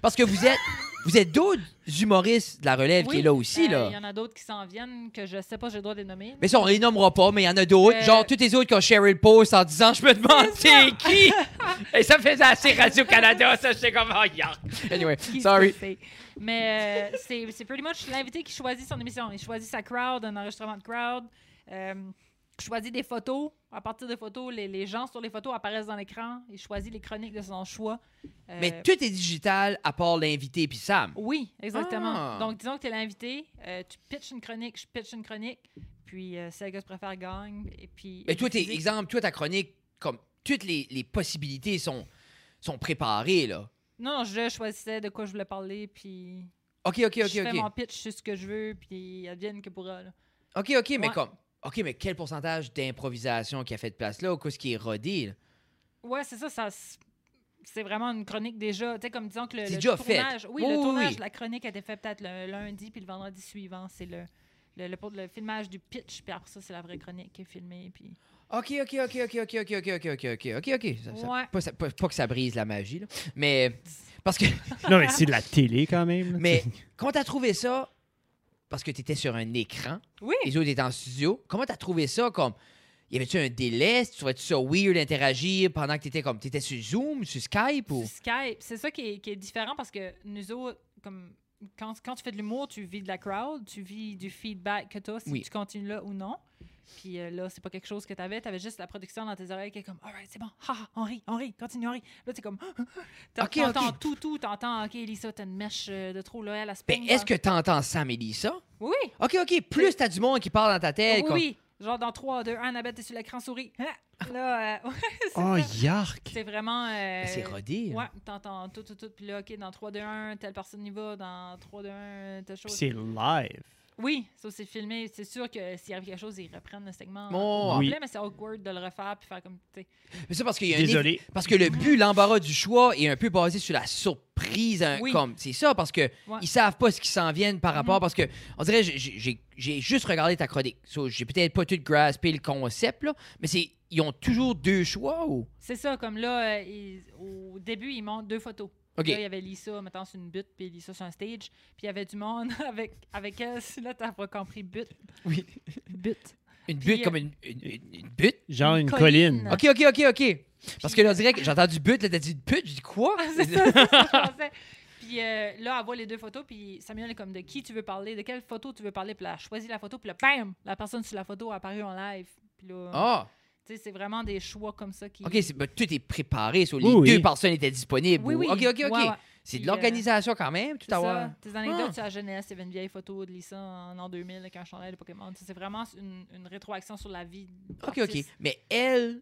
Speaker 1: Parce que vous êtes, vous êtes d'autres humoristes de la relève qui est là aussi,
Speaker 2: Euh,
Speaker 1: là.
Speaker 2: Il y en a d'autres qui s'en viennent que je sais pas, j'ai le droit de les nommer.
Speaker 1: Mais ça, on les nommera pas, mais il y en a d'autres.
Speaker 2: Euh,
Speaker 1: Genre, tous les autres qui ont share le post en disant Je me demande c'est qui. Et ça faisait assez Radio-Canada, ça, j'étais comme Oh, yuck. Anyway,
Speaker 2: Qui
Speaker 1: sorry.
Speaker 2: sait, c'est. Mais euh, c'est c'est pretty much l'invité qui choisit son émission. Il choisit sa crowd, un enregistrement de crowd. Euh, il choisit des photos. À partir des photos, les, les gens sur les photos apparaissent dans l'écran. Il choisit les chroniques de son choix. Euh,
Speaker 1: Mais tout est digital à part l'invité puis Sam.
Speaker 2: Oui, exactement.
Speaker 1: Ah.
Speaker 2: Donc, disons que tu es l'invité, euh, tu pitches une chronique, je pitch une chronique, puis euh, celle que je préfère gagne. Et puis,
Speaker 1: Mais toi, t'es,
Speaker 2: diffusée.
Speaker 1: exemple, toi, ta chronique, comme toutes les, les possibilités sont, sont préparées, là.
Speaker 2: Non, non, je choisissais de quoi je voulais parler, puis
Speaker 1: Ok, ok, ok,
Speaker 2: je fais
Speaker 1: ok.
Speaker 2: mon pitch sur ce que je veux, puis advienne que pourra. là.
Speaker 1: Ok, ok, mais
Speaker 2: Ouais.
Speaker 1: comme. Ok, mais quel pourcentage d'improvisation qui a fait de place là ou qu'est-ce qui est rodé, là?
Speaker 2: Ouais, c'est ça, ça s- c'est vraiment une chronique déjà. Tu sais, comme disons que le,
Speaker 1: C'est
Speaker 2: le
Speaker 1: déjà fait.
Speaker 2: tournage, oui,
Speaker 1: Oui,
Speaker 2: le
Speaker 1: oui,
Speaker 2: tournage,
Speaker 1: oui.
Speaker 2: la chronique a été faite peut-être le lundi, puis le vendredi suivant, c'est le, le, le, pour- le filmage du pitch, puis après ça, c'est la vraie chronique qui est filmée, puis...
Speaker 1: Ok, ok, ok, ok, ok, ok, ok, ok, ok, ok, ok, ok. Ça- ça-
Speaker 2: Ouais.
Speaker 1: pas, ça- pas- pas que ça brise la magie, là. Mais. Parce que.
Speaker 3: Non, mais c'est de la télé quand même. là.
Speaker 1: Mais quand t'as trouvé ça, parce que t'étais sur un écran,
Speaker 2: Oui!
Speaker 1: les autres étaient en studio, comment t'as trouvé ça comme. Y avait-tu un délai? Tu trouvais-tu ça weird d'interagir pendant que t'étais comme. T'étais sur Zoom, sur Skype ou.
Speaker 2: Sur Skype, c'est ça qui est, qui est différent parce que nous autres, comme quand, quand tu fais de l'humour, tu vis de la crowd, tu vis du feedback que tu as, si
Speaker 1: Oui.
Speaker 2: tu continues là ou non. Puis euh, là, c'est pas quelque chose que tu avais. Tu avais juste la production dans tes oreilles qui est comme, alright, c'est bon, ha, ha, on rit, on rit, continue, on rit. Là, t'es comme, t'en-
Speaker 1: Ok,
Speaker 2: t'entends
Speaker 1: ok.
Speaker 2: tout, tout, t'entends, ok, Lisa, t'as une mèche euh, de trop là, elle, elle se
Speaker 1: Ben,
Speaker 2: pogne
Speaker 1: est-ce
Speaker 2: dans-
Speaker 1: que t'entends Sam et Lisa?
Speaker 2: Oui, oui,
Speaker 1: Ok, ok, plus t'as du monde qui parle dans ta tête.
Speaker 2: oui,
Speaker 1: comme-
Speaker 2: oui. Genre dans 3, 2, 1, Annabelle, t'es sur l'écran, souris. Ah, Là, euh,
Speaker 3: Oh, yark!
Speaker 2: c'est vraiment. euh,
Speaker 1: Mais Ben, c'est rodé. hein.
Speaker 2: Ouais,
Speaker 1: là.
Speaker 2: t'entends tout, tout, tout. Puis là, OK, dans 3, 2, 1, telle personne y va. Dans 3, 2, 1, telle
Speaker 3: Puis
Speaker 2: chose.
Speaker 3: C'est live.
Speaker 2: Oui, ça, c'est filmé. C'est sûr que s'il arrive quelque chose, ils reprennent le segment.
Speaker 1: Bon,
Speaker 3: Oui.
Speaker 2: complet, mais c'est awkward de le refaire puis faire comme. tu sais.
Speaker 1: Mais c'est parce qu'il y a un évi-
Speaker 3: Désolé.
Speaker 1: Parce que le but, l'embarras du choix est un peu basé sur la surprise. hein,
Speaker 2: Oui. Mhm.
Speaker 1: comme C'est ça, parce que ils savent pas ce qui s'en viennent par rapport. Parce que, on dirait, j'ai- j'ai j'ai juste regardé ta chronique. So, j'ai peut-être pas tout graspé le concept, là, mais c'est ils ont toujours deux choix ou.
Speaker 2: C'est ça, comme là, euh, ils- au début, ils montrent deux photos.
Speaker 1: OK.
Speaker 2: Là, il y avait Lisa, mettons, sur une butte, puis Lisa sur un stage. Puis il y avait du monde avec, avec elle. Là, t'as pas compris, butte.
Speaker 1: Oui.
Speaker 2: Butte.
Speaker 1: Une
Speaker 2: Puis,
Speaker 1: butte
Speaker 2: euh,
Speaker 1: comme une, une, une- une butte.
Speaker 3: Genre
Speaker 2: Une
Speaker 3: une colline. Ah.
Speaker 2: colline.
Speaker 1: Ok, ok, ok, ok. Parce que là, on dirait que j'ai entendu but, là, t'as dit pute, j'ai dit quoi?
Speaker 2: Ah, C'est ça, c'est ce que je pensais. Puis euh, là, elle voit les deux photos, puis Samuel est comme de qui tu veux parler, de quelle photo tu veux parler, puis là, elle choisit la photo, puis là, bam, la personne sur la photo a apparu en live. Puis là,
Speaker 1: Ah!
Speaker 2: tu Tu sais, c'est vraiment des choix comme ça qui.
Speaker 1: OK, c'est- ben, tout est préparé. so les
Speaker 3: Oui, oui.
Speaker 1: deux personnes étaient disponibles.
Speaker 2: Oui,
Speaker 1: ou-
Speaker 2: oui.
Speaker 1: OK, OK, OK.
Speaker 2: Ouais, ouais.
Speaker 1: C'est de
Speaker 2: Puis, euh,
Speaker 1: l'organisation quand même, tout
Speaker 2: C'est
Speaker 1: à
Speaker 2: ça.
Speaker 1: voir.
Speaker 2: Tes anecdotes
Speaker 1: Ah.
Speaker 2: sur la jeunesse, il y avait une vieille photo de Lisa en en 2000 là, quand je chantais les Pokémon. Tu sais, C'est vraiment une, une rétroaction sur la vie. de
Speaker 1: OK, OK.
Speaker 2: l'artiste.
Speaker 1: Mais elle,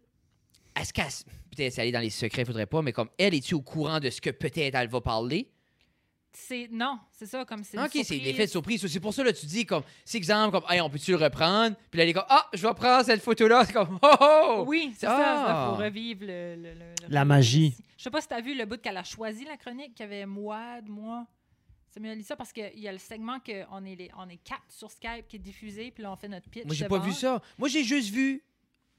Speaker 1: est-ce qu'elle. s- Peut-être c'est aller dans les secrets, faudrait pas, mais comme elle, est tu au courant de ce que peut-être elle va parler?
Speaker 2: C'est non, c'est ça comme c'est. une
Speaker 1: OK, c'est
Speaker 2: surprise.
Speaker 1: l'effet de surprise. So, C'est pour ça là, tu dis comme, c'est exemple, comme, hey, on peut-tu le reprendre? Puis là, elle est comme, ah, je vais prendre cette photo-là. C'est comme, oh, oh!
Speaker 2: Oui, c'est
Speaker 1: Ah!
Speaker 2: ça. Il faut revivre le, le- le- le-
Speaker 3: La magie.
Speaker 2: Je sais pas si tu as vu le bout qu'elle a choisi la chronique, qu'il y avait moi, de moi, Samuel Lisa, parce qu'il y a le segment qu'on est, les- on est quatre sur Skype qui est diffusé, puis là, on fait notre pitch.
Speaker 1: Moi, j'ai pas
Speaker 2: devant.
Speaker 1: vu ça. Moi, j'ai juste vu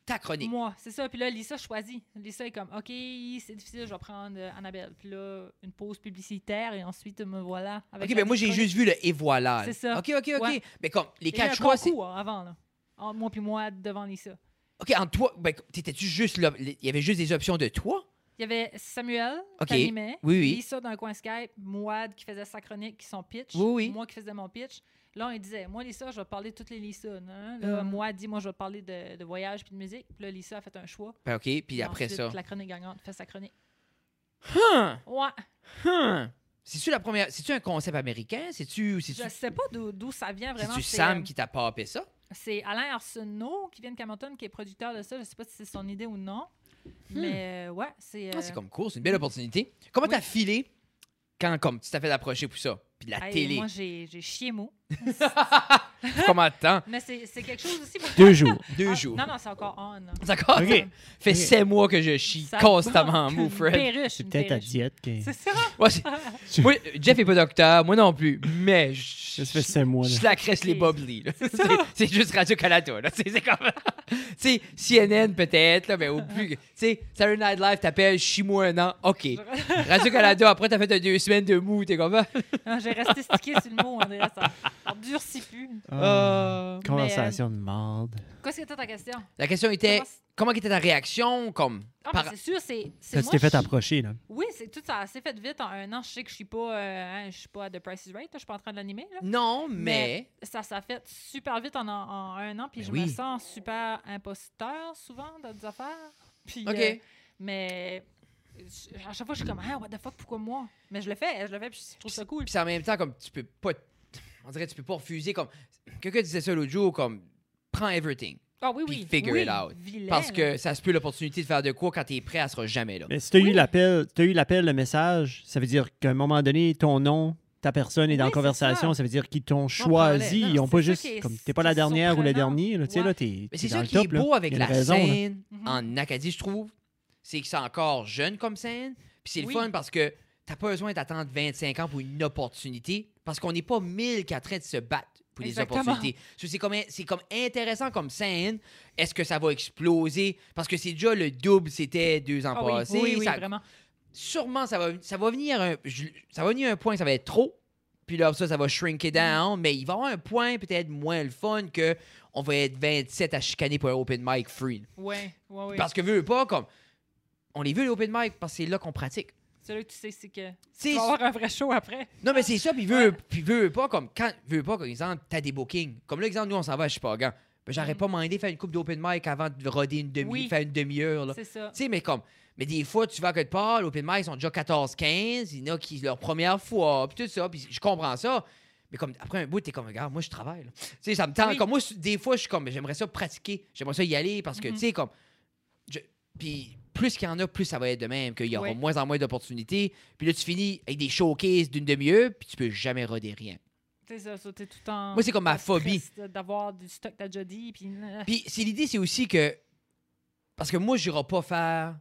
Speaker 1: ta chronique.
Speaker 2: Moi, c'est ça. Puis là, Lisa choisit. Lisa est comme, OK, c'est difficile, je vais prendre euh, Annabelle. Puis là, une pause publicitaire et ensuite, me voilà. avec
Speaker 1: OK,
Speaker 2: la
Speaker 1: ben moi, j'ai
Speaker 2: chronique.
Speaker 1: juste vu le et voilà.
Speaker 2: C'est ça.
Speaker 1: OK, OK, OK.
Speaker 2: Ouais.
Speaker 1: Mais comme, les
Speaker 2: Il y a eu
Speaker 1: quatre
Speaker 2: un
Speaker 1: choix, c'est.
Speaker 2: concours, hein, avant, là. Entre moi puis moi, devant Lisa.
Speaker 1: OK, en toi, ben, t'étais-tu juste là? Il y avait juste des options de toi?
Speaker 2: Il y avait Samuel
Speaker 1: Ok.
Speaker 2: qui animait,
Speaker 1: Oui, oui.
Speaker 2: Lisa dans le coin Skype, Mouad qui faisait sa chronique, son pitch,
Speaker 1: Oui, oui.
Speaker 2: moi qui faisais mon pitch. Là, on disait, moi, Lisa, je vais parler de toutes les Lisa. non, non? Là,
Speaker 1: Ah.
Speaker 2: Mouad dit, moi, je vais parler de, de voyage puis de musique. Puis là, Lisa a fait un choix.
Speaker 1: Ben, OK, puis
Speaker 2: Et
Speaker 1: après
Speaker 2: ensuite,
Speaker 1: ça.
Speaker 2: la chronique gagnante fait sa chronique.
Speaker 1: Hein,
Speaker 2: Ouais,
Speaker 1: hein. C'est-tu la première. C'est-tu un concept américain? C'est-tu. C'est-tu
Speaker 2: je sais pas d'où d'où ça vient vraiment.
Speaker 1: c'est-tu
Speaker 2: c'est,
Speaker 1: Sam
Speaker 2: euh,
Speaker 1: qui t'a papé ça?
Speaker 2: C'est Alain Arsenault qui vient de Camerton, qui est producteur de ça. Je sais pas si c'est son idée ou non. Mais euh, ouais, c'est.
Speaker 1: Hmm. Ah, c'est
Speaker 2: euh,
Speaker 1: comme cool, c'est une belle opportunité. Comment
Speaker 2: oui.
Speaker 1: t'as filé quand comme, tu t'as fait approcher pour ça? Puis de la
Speaker 2: hey,
Speaker 1: télé.
Speaker 2: Moi, j'ai j'ai chié mou.
Speaker 1: Comment de temps?
Speaker 2: Mais c'est c'est quelque chose aussi.
Speaker 3: Deux jours.
Speaker 1: Deux
Speaker 2: Ah,
Speaker 1: jours.
Speaker 2: Non, non, c'est encore on. là.
Speaker 1: D'accord?
Speaker 3: OK.
Speaker 1: Fait
Speaker 3: Ok.
Speaker 1: sept mois que je chie
Speaker 2: Ça
Speaker 1: constamment,
Speaker 2: manque
Speaker 1: mon
Speaker 2: une
Speaker 1: Fred.
Speaker 2: perruche,
Speaker 3: C'est
Speaker 2: une
Speaker 3: peut-être ta
Speaker 2: perruche.
Speaker 3: diète qui.
Speaker 2: C'est ça.
Speaker 1: Moi, c'est- moi, Jeff est pas docteur, moi non plus, mais je,
Speaker 3: Ça fait cinq mois. là.
Speaker 1: je la crèche les
Speaker 2: Ok.
Speaker 1: boblis. là. C'est c'est juste Radio-Canada. là. C'est c'est comme... tu sais, CNN peut-être, là, mais au plus... Tu sais, Saturday Night Live t'appelle « Chie-moi un an ». OK. Radio-Canada, après t'as fait un deux semaines de mou, t'es comme... Ah,
Speaker 2: Ah, J'ai resté stické sur le mot, on dirait ça. On durcit plus. euh,
Speaker 3: Ah,
Speaker 1: euh.
Speaker 3: Conversation de marde.
Speaker 2: Qu'est-ce que t'as ta question?
Speaker 1: La question était,
Speaker 2: Comment c-
Speaker 1: comment était ta réaction comme
Speaker 2: Ah,
Speaker 1: par-
Speaker 2: mais c'est sûr, c'est. c'est
Speaker 3: Ça, tu
Speaker 2: moi,
Speaker 3: t'es fait
Speaker 2: je-
Speaker 3: approcher, là.
Speaker 2: Oui, c'est tout ça s'est fait vite en un an. Je sais que je suis pas, euh, hein, je suis pas à The Price is Right, là, je suis pas en train de l'animer. là.
Speaker 1: Non, mais,
Speaker 2: Ça s'est fait super vite en, en- en un an, puis
Speaker 1: Ben
Speaker 2: je
Speaker 1: oui.
Speaker 2: me sens super imposteur souvent dans des affaires. Puis,
Speaker 1: OK.
Speaker 2: euh, mais je- à chaque fois, je suis comme, ah, what the fuck, pourquoi moi? Mais je le fais, je le fais, puis je trouve ça cool.
Speaker 1: puis c'est en même temps comme tu peux pas on dirait que tu peux pas refuser comme quelqu'un disait ça l'autre jour comme prends everything
Speaker 2: Ah oui,
Speaker 1: puis
Speaker 2: oui.
Speaker 1: figure
Speaker 2: oui,
Speaker 1: it out.
Speaker 2: vilain,
Speaker 1: parce
Speaker 2: là.
Speaker 1: que ça se peut l'opportunité de faire de quoi quand t'es prêt à sera jamais là.
Speaker 3: Mais si t'as
Speaker 2: Oui.
Speaker 3: eu l'appel, t'as eu l'appel, le message, ça veut dire qu'à un moment donné, ton nom, ta personne est dans
Speaker 2: Oui,
Speaker 3: la
Speaker 2: c'est
Speaker 3: conversation.
Speaker 2: ça.
Speaker 3: Ça. veut dire qu'ils t'ont
Speaker 1: parlait.
Speaker 3: choisi.
Speaker 2: Non,
Speaker 3: ils ont
Speaker 2: c'est
Speaker 3: pas
Speaker 2: ça
Speaker 3: juste.
Speaker 2: qui est-
Speaker 3: Comme t'es pas la
Speaker 2: qui est
Speaker 3: dernière ou le
Speaker 2: surprenant.
Speaker 3: dernier, là. Tu sais,
Speaker 2: Ouais.
Speaker 3: là, t'es.
Speaker 1: Mais
Speaker 3: t'es
Speaker 1: c'est
Speaker 3: dans
Speaker 1: ça
Speaker 3: le
Speaker 1: qui est
Speaker 3: top, là.
Speaker 1: beau avec
Speaker 3: Il y a
Speaker 1: la
Speaker 3: une raison, là.
Speaker 1: scène
Speaker 2: Mhm.
Speaker 1: en Acadie, je trouve, c'est que c'est encore jeune comme scène, puis c'est le
Speaker 2: Oui.
Speaker 1: fun parce que t'as pas besoin d'attendre 25 ans pour une opportunité, parce qu'on n'est pas mille qui en train de se battre pour les
Speaker 2: Exactement.
Speaker 1: opportunités. So, C'est comme, c'est comme intéressant comme scène. Est-ce que ça va exploser? Parce que c'est déjà le double, c'était deux ans
Speaker 2: Ah oui,
Speaker 1: passés.
Speaker 2: oui, oui,
Speaker 1: ça-
Speaker 2: vraiment.
Speaker 1: sûrement, ça va, ça va venir un, je- ça va venir un point que ça va être trop. Puis là, ça, ça va shrinker down. Mais il va y avoir un point peut-être moins le fun que on va être 27 à chicaner pour un open mic free.
Speaker 2: Ouais, ouais, ouais.
Speaker 1: Parce que veux veux pas, comme. On les veut les open mic parce que c'est là qu'on pratique.
Speaker 2: C'est là que tu sais, c'est que
Speaker 1: Tu
Speaker 2: tu
Speaker 1: sais,
Speaker 2: vas avoir un vrai show après.
Speaker 1: non, mais c'est ça, puis veut, puis veut pas, comme quand, veut pas, comme exemple, t'as des bookings. Comme là, exemple, nous, on s'en va à Chipagan. Ben, j'aurais
Speaker 2: Mm.
Speaker 1: pas mindé faire une coupe d'open mic avant de roder une demi,
Speaker 2: Oui.
Speaker 1: faire une demi-heure, là.
Speaker 2: C'est ça.
Speaker 1: Tu sais, mais comme. Mais des fois, tu vas à quelque part, l'open mic, ils sont déjà 14-15, il y en a qui leur première fois, puis tout ça, puis je comprends ça. Mais comme après un bout, t'es comme, regarde, moi, je travaille. là. Tu sais, ça me tente.
Speaker 2: Oui.
Speaker 1: Comme moi, je- des fois, je suis comme, j'aimerais ça pratiquer, j'aimerais ça y aller parce que,
Speaker 2: Mhm.
Speaker 1: tu sais, comme. je- Puis plus qu'il y en a, plus ça va être de même, qu'il y aura
Speaker 2: Ouais.
Speaker 1: moins en moins d'opportunités. Puis là, tu finis avec des showcases d'une demi-heure, puis tu peux jamais roder rien.
Speaker 2: C'est ça, ça, t'es tout en.
Speaker 1: Moi, c'est comme ma
Speaker 2: en stress
Speaker 1: phobie.
Speaker 2: de- D'avoir du stock que t'as déjà dit, puis. euh,
Speaker 1: Puis c'est l'idée, c'est aussi que. Parce que moi, j'irai pas faire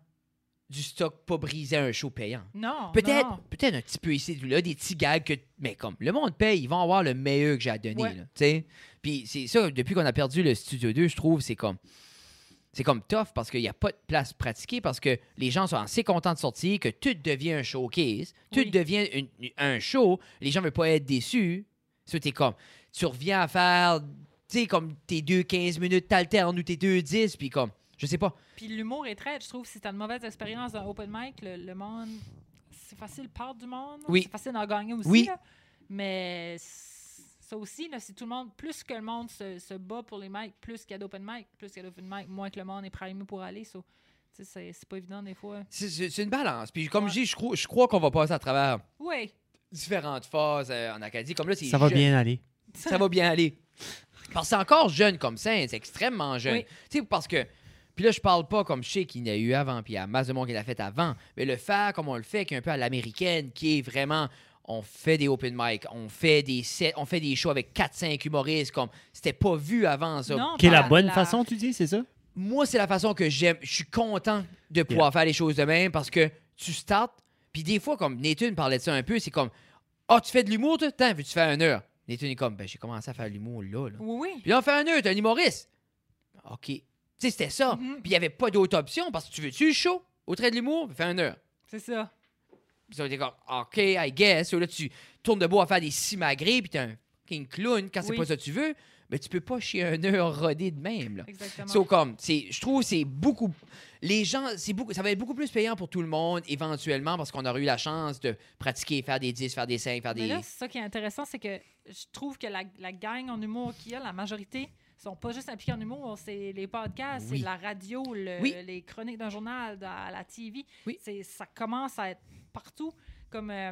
Speaker 1: du stock, pas briser un show payant.
Speaker 2: Non.
Speaker 1: Peut-être
Speaker 2: Oh, non.
Speaker 1: peut-être un petit peu ici, là, des petits gags que. Mais comme le monde paye, ils vont avoir le meilleur que j'ai à donner.
Speaker 2: Ouais.
Speaker 1: là, tu sais. Puis c'est ça, depuis qu'on a perdu le Studio 2, je trouve, c'est comme. C'est comme tough parce qu'il n'y a pas de place pratiquée parce que les gens sont assez contents de sortir, que tout devient un showcase, tout
Speaker 2: Oui.
Speaker 1: devient une- un show, les gens ne veulent pas être déçus. Ça, t'es comme, tu reviens à faire, tu sais, comme tes deux 15 minutes, t'alternes ou tes deux 10, puis comme, je sais pas.
Speaker 2: Puis l'humour est très, je trouve, si t'as une mauvaise expérience d'un open mic, le, le monde. C'est facile, part du monde.
Speaker 1: Oui.
Speaker 2: C'est facile d'en gagner aussi.
Speaker 1: Oui.
Speaker 2: là. Mais. c'est- Ça aussi, là, si tout le monde, plus que le monde se, se bat pour les mics, plus qu'il y a d'open mic, plus qu'il y a d'open mic, moins que le monde est primé pour aller. So, tu sais, c'est c'est pas évident des fois.
Speaker 1: C'est- C'est c'est une balance. Puis comme
Speaker 2: Ouais.
Speaker 1: je dis, je crois, je crois qu'on va passer à travers
Speaker 2: Oui.
Speaker 1: différentes phases euh, en Acadie. Comme là, c'est
Speaker 3: Ça va
Speaker 1: jeune.
Speaker 3: bien aller.
Speaker 1: ça va bien aller. Parce que c'est encore jeune comme ça, hein, c'est extrêmement jeune.
Speaker 2: Oui.
Speaker 1: Tu sais, parce que. Puis là, je parle pas comme je sais qu'il y en a eu avant, puis il y a masse de monde qui l'a fait avant, mais le faire comme on le fait, qui est un peu à l'américaine, qui est vraiment. On fait des open mic, on fait des sets, on fait des shows avec 4-5 humoristes, comme c'était pas vu avant ça.
Speaker 2: Non,
Speaker 3: Qui est la
Speaker 2: par
Speaker 3: bonne façon, tu dis, c'est ça?
Speaker 1: Moi, c'est la façon que j'aime. Je suis content de pouvoir faire les choses de même parce que tu startes, puis des fois, comme Nathan parlait de ça un peu, c'est comme Ah, tu fais de l'humour, toi? Tant, veux-tu faire une heure? Nathan est comme Ben, j'ai commencé à faire de l'humour là, là.
Speaker 2: Oui, oui.
Speaker 1: Puis là, on fait un nœud, t'es un humoriste. OK. Tu sais, c'était ça.
Speaker 2: Mhm.
Speaker 1: Puis il n'y avait pas d'autre option parce que tu veux-tu le show au trait de l'humour? Fais un nœud.
Speaker 2: C'est ça.
Speaker 1: Puis ça, on était comme, OK, I guess. Ou là, tu tournes debout à faire des simagrées, puis t'es un fucking clown quand c'est
Speaker 2: Oui.
Speaker 1: pas ça que tu veux. Mais tu peux pas chier un nœud rodé de même, là.
Speaker 2: Exactement.
Speaker 1: So, comme, c'est- je trouve que c'est beaucoup. Les gens, c'est beaucoup, ça va être beaucoup plus payant pour tout le monde éventuellement parce qu'on aura eu la chance de pratiquer, faire des 10, faire des 5, faire
Speaker 2: Ah, Mais
Speaker 1: des.
Speaker 2: là, c'est ça qui est intéressant, c'est que je trouve que la, la gang en humour qu'il y a, la majorité, sont pas juste impliqués en humour, c'est les podcasts,
Speaker 1: Oui.
Speaker 2: c'est la radio, le-
Speaker 1: Oui.
Speaker 2: les chroniques d'un journal, de- à la TV.
Speaker 1: Oui.
Speaker 2: C'est- Ça commence à être partout. Comme, euh,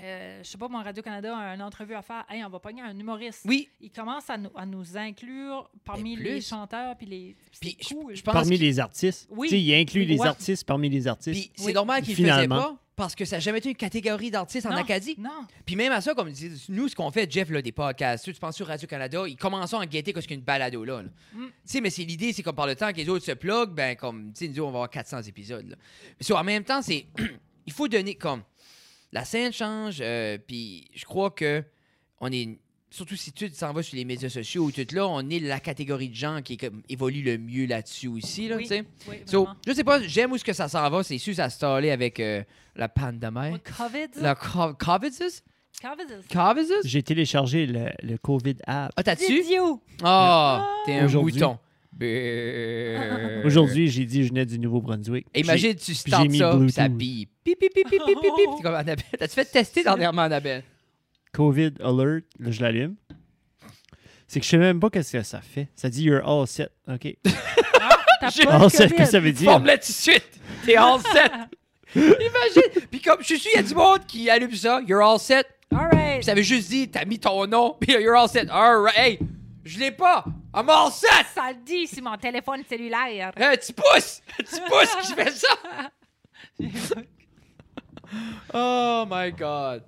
Speaker 2: euh, je sais pas, mon Radio-Canada a une entrevue à faire. Hey, on va pogner un humoriste.
Speaker 1: Oui,
Speaker 2: Ils commencent à nous, à nous inclure parmi
Speaker 1: Mais
Speaker 2: les
Speaker 1: plus.
Speaker 2: chanteurs, puis les.
Speaker 1: puis
Speaker 2: c'est cool.
Speaker 1: je, je pense
Speaker 3: Parmi
Speaker 1: qu'il-
Speaker 3: les artistes.
Speaker 2: Oui.
Speaker 3: Tu sais, il inclut les
Speaker 2: Ouais.
Speaker 3: artistes parmi les artistes.
Speaker 1: Puis c'est
Speaker 2: Oui.
Speaker 1: normal qu'ils ne faisaient
Speaker 3: Finalement.
Speaker 1: pas parce que ça n'a jamais été une catégorie d'artistes en
Speaker 2: Non.
Speaker 1: Acadie.
Speaker 2: Non,
Speaker 1: Puis même à ça, comme dis- nous, ce qu'on fait, Jeff, là, des podcasts, tu penses sur Radio-Canada, ils commencent à guetter qu'est-ce qu'une balado là. là.
Speaker 2: Mm.
Speaker 1: Tu sais, mais c'est l'idée, c'est comme par le temps que les autres se pluguent, ben comme, tu sais, nous, on va avoir 400 épisodes. là. Mais ça, en même temps, c'est. il faut donner comme. La scène change, euh, puis je crois que on est. Surtout si tu t'en vas sur les médias sociaux ou tout là, on est la catégorie de gens qui comme, évolue le mieux là-dessus aussi, là,
Speaker 2: Oui.
Speaker 1: tu sais.
Speaker 2: oui,
Speaker 1: So,
Speaker 2: vraiment.
Speaker 1: je sais pas, j'aime où ce que ça s'en va. C'est sûr, ça se allé avec euh, la pandémie.
Speaker 2: Moi, COVID,
Speaker 1: hein? La co- Covizus?
Speaker 2: COVID,
Speaker 1: Covizus?
Speaker 3: J'ai téléchargé le, le COVID app.
Speaker 1: Ah, t'as dessus?
Speaker 2: Idiot.
Speaker 1: Ah, t'es un
Speaker 3: Aujourd'hui.
Speaker 1: mouton.
Speaker 3: Euh,
Speaker 1: Brrr.
Speaker 3: Aujourd'hui, j'ai dit je venais du Nouveau-Brunswick.
Speaker 1: Et Imagine, tu
Speaker 3: j'ai
Speaker 1: startes
Speaker 3: mis
Speaker 1: ça, puis ça
Speaker 3: Bluetooth.
Speaker 1: bip. Pip, pip, pip, pip, pip, pip, pip. T'es comme Annabelle. T'as-tu fait tester dernièrement, Annabelle?
Speaker 3: J'ai COVID alert, là, je l'allume. C'est que je sais même pas qu'est-ce que ça fait. Ça dit you're all set. OK.
Speaker 2: T'as
Speaker 1: J'ai-
Speaker 2: pas
Speaker 3: all
Speaker 2: de
Speaker 3: set, qu'est-ce que ça
Speaker 2: COVID.
Speaker 3: veut dire?
Speaker 1: Forme-la tout de suite. T'es all set. Imagine. Puis comme, je suis sûr, il y a du monde qui allume ça. You're all set.
Speaker 2: All right.
Speaker 1: Puis ça veut juste dire, t'as mis ton nom, puis you're all set. All right. Hey, je l'ai pas. I'm all set.
Speaker 2: Ça le dit sur mon téléphone cellulaire.
Speaker 1: Hey, tu pousses! tu pousses que je fais ça! oh my god!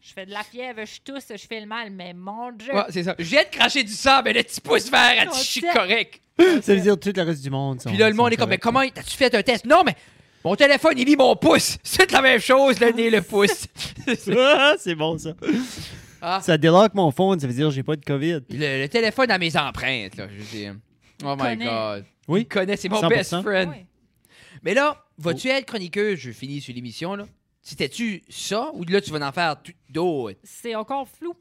Speaker 2: Je fais de la fièvre, je tousse, je fais le mal, mais mon Dieu.
Speaker 1: Ouais, c'est ça. J'ai de cracher du sang, mais le petit pouce vert, elle dit, je suis correct.
Speaker 3: Ça veut dire tout le reste du monde.
Speaker 1: Puis là, le monde est comme, mais comment t'as-tu fait un test? Non, mais mon téléphone, il lit mon pouce. C'est la même chose, le nez, le pouce.
Speaker 3: Ah, c'est bon ça.
Speaker 1: Ah.
Speaker 3: Ça déloque mon phone, ça veut dire j'ai pas de COVID.
Speaker 1: le, le téléphone a mes empreintes, là, je veux dire. Oh my
Speaker 2: Connais.
Speaker 1: god.
Speaker 3: Oui.
Speaker 1: Il connaît, c'est mon
Speaker 3: 100%.
Speaker 1: best friend.
Speaker 2: Ouais.
Speaker 1: Mais là, vas-tu
Speaker 3: Oh.
Speaker 1: être chroniqueuse? Je finis sur l'émission, là. C'était-tu ça ou là, tu vas en faire tout- d'autres?
Speaker 2: C'est encore flou.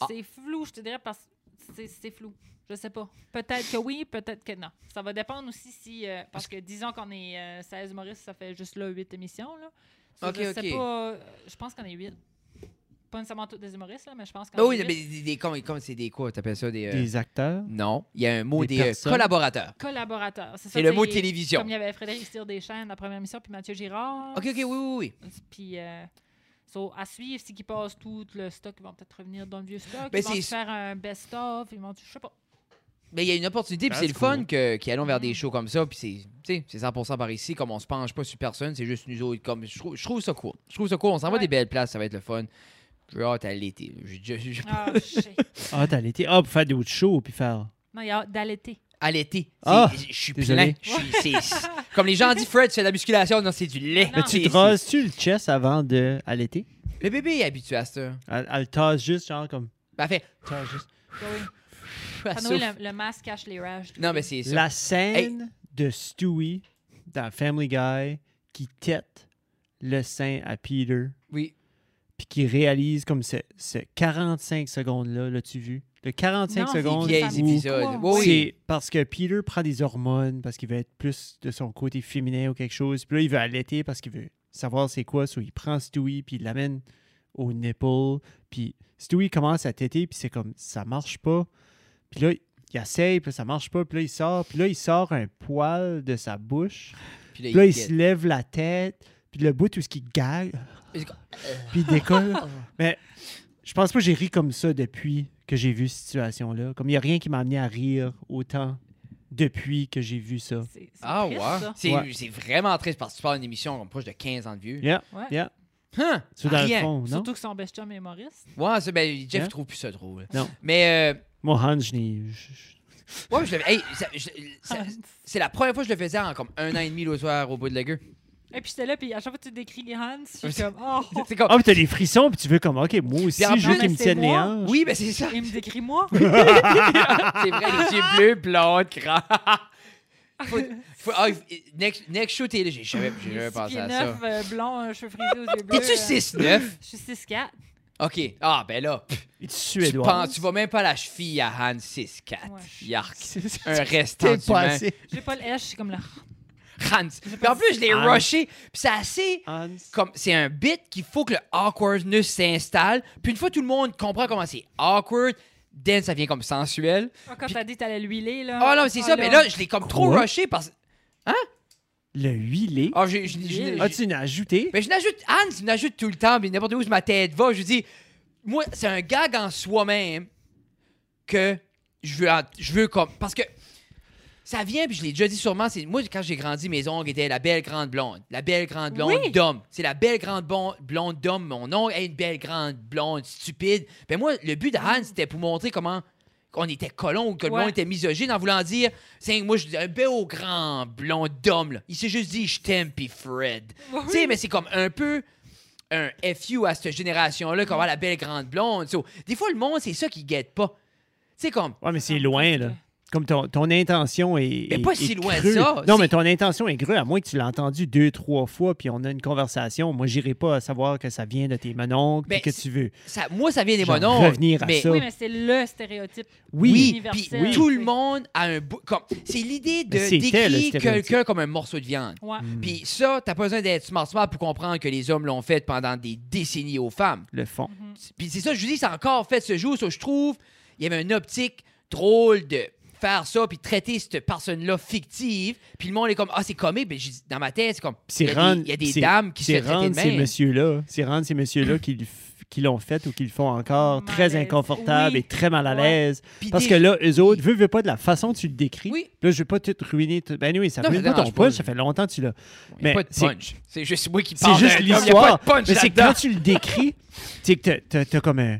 Speaker 1: Ah.
Speaker 2: C'est flou, je te dirais, parce que c'est- c'est flou. Je sais pas. Peut-être que oui, peut-être que non. Ça va dépendre aussi si. euh, parce que disons qu'on est euh, 16 humoristes, ça fait juste là 8 émissions. Là. So,
Speaker 1: Ok,
Speaker 2: je sais
Speaker 1: ok.
Speaker 2: pas. euh, Je pense qu'on est 8. Pas nécessairement tous des humoristes, là, mais je pense qu'on
Speaker 1: Ah oui,
Speaker 2: est
Speaker 1: mais
Speaker 2: huit.
Speaker 1: des, des- comme, comme c'est des quoi? T'appelles ça des. euh,
Speaker 3: Des acteurs.
Speaker 1: Non, il y a un mot
Speaker 3: Des
Speaker 1: des, euh,
Speaker 3: personnes.
Speaker 1: collaborateurs.
Speaker 2: collaborateurs. ça,
Speaker 1: C'est le
Speaker 2: tu
Speaker 1: mot
Speaker 2: sais,
Speaker 1: télévision.
Speaker 2: Comme il y avait Frédéric Stire Deschênes, la première émission, puis Mathieu Girard.
Speaker 1: Ok, ok, oui, oui, oui.
Speaker 2: Puis, euh, so, à suivre, c'est qu'ils passent tout le stock, ils vont peut-être revenir dans le vieux stock.
Speaker 1: Ben,
Speaker 2: ils vont
Speaker 1: c'est-
Speaker 2: faire un best-of, ils vont, je sais pas.
Speaker 1: Mais il y a une opportunité, puis
Speaker 3: That's
Speaker 1: c'est le fun
Speaker 3: Ah, cool.
Speaker 1: que, qu'ils allons vers des
Speaker 2: Mhm.
Speaker 1: shows comme ça, puis c'est, tu sais, c'est 100% par ici, comme on se penche pas sur personne, c'est juste nous autres. Comme, je, trouve, je trouve ça cool. Je trouve ça cool, on s'en va
Speaker 2: Ouais.
Speaker 1: des belles places, ça va être le fun. J'ai hâte à l'été. J'ai déjà- j'ai-
Speaker 2: Ah, shit.
Speaker 3: Ah, t'as l'été. Ah, pour faire d'autres shows, puis faire.
Speaker 2: Non, il y a d'allaiter.
Speaker 1: À l'été. C'est-
Speaker 3: Ah,
Speaker 1: je suis plein.
Speaker 3: désolé.
Speaker 1: Je suis- c'est- comme les gens disent, Fred, tu fais de la musculation, non, c'est du lait.
Speaker 2: Mais
Speaker 3: Tu
Speaker 1: C'est-
Speaker 3: traces-tu le chest avant de. à l'été?
Speaker 1: Le bébé est habitué à ça.
Speaker 3: Elle, elle tasse juste, genre comme.
Speaker 1: Ben, fait,
Speaker 3: tasse juste.
Speaker 2: Ah oui.
Speaker 1: elle
Speaker 2: Ah, non,
Speaker 1: souffle.
Speaker 2: le, le masque cache les rages.
Speaker 1: Non, mais c'est ça.
Speaker 3: La scène de Stewie dans Family Guy qui tête le sein à Peter,
Speaker 1: Oui.
Speaker 3: puis qui réalise comme ce, ce 45 secondes-là, l'as-tu vu? Le 45
Speaker 2: Non,
Speaker 3: secondes.
Speaker 1: vieilles
Speaker 3: où
Speaker 1: épisodes. Oui, oui.
Speaker 3: C'est parce que Peter prend des hormones, parce qu'il veut être plus de son côté féminin ou quelque chose. Puis là, il veut allaiter parce qu'il veut savoir c'est quoi. So, il prend Stewie, puis il l'amène au nipple. Puis Stewie commence à téter, puis c'est comme ça marche pas. Puis là, il essaye, puis ça marche pas, puis là, il sort. Puis là, il sort un poil de sa bouche.
Speaker 1: Puis là,
Speaker 3: Puis là, il
Speaker 1: guette.
Speaker 3: se lève la tête, puis le bout, tout ce qu'il gague,
Speaker 1: Il
Speaker 3: puis
Speaker 1: se-
Speaker 3: il décolle. Mais je pense pas que j'ai ri comme ça depuis que j'ai vu cette situation-là. Comme il n'y a rien qui m'a amené à rire autant depuis que j'ai vu ça.
Speaker 2: C'est c'est
Speaker 1: Ah
Speaker 2: triste,
Speaker 1: ouais.
Speaker 2: ça.
Speaker 1: C'est,
Speaker 3: Ouais.
Speaker 1: c'est vraiment triste parce que tu parles d'une émission comme proche de 15 ans de vieux.
Speaker 3: Yeah,
Speaker 2: Ouais.
Speaker 3: yeah.
Speaker 1: Hein?
Speaker 3: C'est dans
Speaker 1: Rien.
Speaker 3: le fond, Oh, non?
Speaker 2: Surtout que son best chum est Maurice.
Speaker 1: Ouais, c'est, ben, Jeff
Speaker 3: Yeah.
Speaker 1: trouve plus ça drôle.
Speaker 3: Hein? Non.
Speaker 1: Mais,
Speaker 3: Moi, Hans, je n'ai... je- je-
Speaker 1: euh, ouais, je l'avais- hey, ça- je-
Speaker 2: Ah.
Speaker 1: ça- c'est la première fois que je le faisais en comme un an et demi le soir au bout de la gueule.
Speaker 2: Et puis j'étais là, puis à chaque fois que tu décris Hans, je suis comme, oh,
Speaker 1: C'est comme,
Speaker 3: Ah, mais t'as des frissons, puis tu veux comme, OK, moi aussi,
Speaker 1: Puis en
Speaker 3: je veux
Speaker 1: plus,
Speaker 3: qu'ils me
Speaker 2: c'est
Speaker 3: tiennent les
Speaker 2: moi.
Speaker 3: hanches.
Speaker 1: oui, ben c'est ça.
Speaker 2: il me décrit moi.
Speaker 1: C'est vrai, les yeux bleus, blondes, grands. Faut- faut- ah, il- next, next show, t'es là. J'ai jamais, j'ai jamais pensé à ça.
Speaker 2: 9, euh, blond, un cheveu frisé aux yeux bleus.
Speaker 1: T'es-tu
Speaker 2: euh,
Speaker 1: 6-9?
Speaker 2: Je suis 6'4.
Speaker 1: OK. Ah, ben là, pff,
Speaker 3: Et tu
Speaker 1: tu,
Speaker 3: sues, Edouard.
Speaker 1: penses, tu vas même pas à la cheville à Han 6-4.
Speaker 2: Ouais.
Speaker 1: Yark.
Speaker 3: C'est- c'est-
Speaker 1: Un restant
Speaker 3: T'es
Speaker 1: d'humain.
Speaker 3: pas assez.
Speaker 2: J'ai pas le H, je suis comme là.
Speaker 1: Hans. Puis en plus, je l'ai
Speaker 3: Hans.
Speaker 1: rushé. Puis c'est assez...
Speaker 3: Hans.
Speaker 1: Comme, c'est un bit qu'il faut que le awkwardness s'installe. Puis une fois tout le monde comprend comment c'est awkward, then ça vient comme sensuel.
Speaker 2: Ah, Quand t'as dit que t'allais l'huiler, là.
Speaker 1: Ah non, c'est ça. Mais là, je l'ai comme trop
Speaker 3: Quoi?
Speaker 1: rushé parce que...
Speaker 3: Le huilé.
Speaker 1: Ah, j'ai- j'ai- j'ai-
Speaker 3: Ah, tu l'as ajouté?
Speaker 1: Mais je n'ajoute, Hans, je n'ajoute tout le temps, mais n'importe où je ma tête va, je dis, moi, c'est un gag en soi-même que je veux, en- je veux comme, parce que ça vient, puis je l'ai déjà dit sûrement, c'est moi, quand j'ai grandi, mes ongles étaient la belle grande blonde, la belle grande blonde
Speaker 2: Oui.
Speaker 1: d'homme. C'est la belle grande bon- blonde d'homme, mon ongle est une belle grande blonde stupide. Mais moi, le but de Hans, c'était pour montrer comment on était colons ou que le
Speaker 2: Ouais.
Speaker 1: monde était misogyne en voulant dire, c'est moi, je dis un beau grand blond d'homme, là. Il s'est juste dit, je t'aime, puis Fred. Tu sais, mais c'est comme un peu un FU à cette génération-là, qu'on va la belle grande blonde. So, des fois, le monde, c'est ça qui guette pas. Tu sais, comme.
Speaker 3: Ouais, mais c'est loin, là. Comme ton, ton intention est.
Speaker 1: Mais
Speaker 3: est-
Speaker 1: pas
Speaker 3: est
Speaker 1: si loin de
Speaker 3: creux.
Speaker 1: ça,
Speaker 3: Non,
Speaker 1: c'est-
Speaker 3: mais ton intention est grue, à moins que tu l'aies entendu deux, trois fois, puis on a une conversation. Moi, j'irai pas savoir que ça vient de tes mononcles,
Speaker 1: Ben,
Speaker 3: puis que
Speaker 1: c'est-
Speaker 3: tu veux.
Speaker 1: Ça, moi, ça vient des
Speaker 3: Genre,
Speaker 1: mononcles.
Speaker 3: revenir à
Speaker 1: mais-
Speaker 3: ça.
Speaker 2: Oui, mais c'est le stéréotype.
Speaker 1: Oui, puis
Speaker 2: Universel,
Speaker 1: tout
Speaker 2: tu
Speaker 1: le
Speaker 2: sais.
Speaker 1: monde a un bout. Comme, c'est l'idée de
Speaker 3: Mais c'était le
Speaker 1: décrire
Speaker 3: stéréotype. Mm.
Speaker 1: quelqu'un comme un morceau de viande.
Speaker 2: Ouais.
Speaker 1: Puis ça, t'as pas besoin d'être smart smart pour comprendre que les hommes l'ont fait pendant des décennies aux femmes.
Speaker 3: Le fond.
Speaker 1: Puis c'est ça, je vous dis, c'est encore fait ce jour. Ça, je trouve, il y avait une optique drôle de faire ça, puis traiter cette personne-là fictive. Puis le monde est comme, ah, c'est comique. Mais j'ai dit, dans ma tête, c'est comme, il
Speaker 3: Puis
Speaker 1: y
Speaker 3: c'est
Speaker 1: a
Speaker 3: rendre-
Speaker 1: des, il y a des
Speaker 3: c'est-
Speaker 1: dames qui se
Speaker 3: c'est
Speaker 1: fait traiter
Speaker 3: rendre
Speaker 1: de
Speaker 3: ces
Speaker 1: même.
Speaker 3: messieurs-là, c'est rendre ces messieurs-là qui, le f- qui l'ont fait ou qui le font encore
Speaker 2: Malaise.
Speaker 3: très inconfortable
Speaker 2: Oui.
Speaker 3: et très mal à
Speaker 2: Ouais.
Speaker 3: l'aise.
Speaker 1: Puis
Speaker 3: Parce
Speaker 1: des-
Speaker 3: que là, eux autres, veux, veux pas de la façon que tu le décris.
Speaker 1: Oui.
Speaker 3: Là, je veux pas tout ruiner. tout- Ben oui, ça
Speaker 1: Non,
Speaker 3: ruine
Speaker 1: ça
Speaker 3: pas ton
Speaker 1: dérange pas.
Speaker 3: punch, ça fait longtemps que tu l'as.
Speaker 1: Il y a
Speaker 3: Mais
Speaker 1: pas de
Speaker 3: c'est-
Speaker 1: punch. C'est juste moi qui
Speaker 3: C'est
Speaker 1: parle. d'un
Speaker 3: juste
Speaker 1: homme, Il y a pas
Speaker 3: l'histoire.
Speaker 1: de punch
Speaker 3: Mais c'est que
Speaker 1: là-dedans.
Speaker 3: quand tu le décris, c'est que t'as- t'as t'as comme un-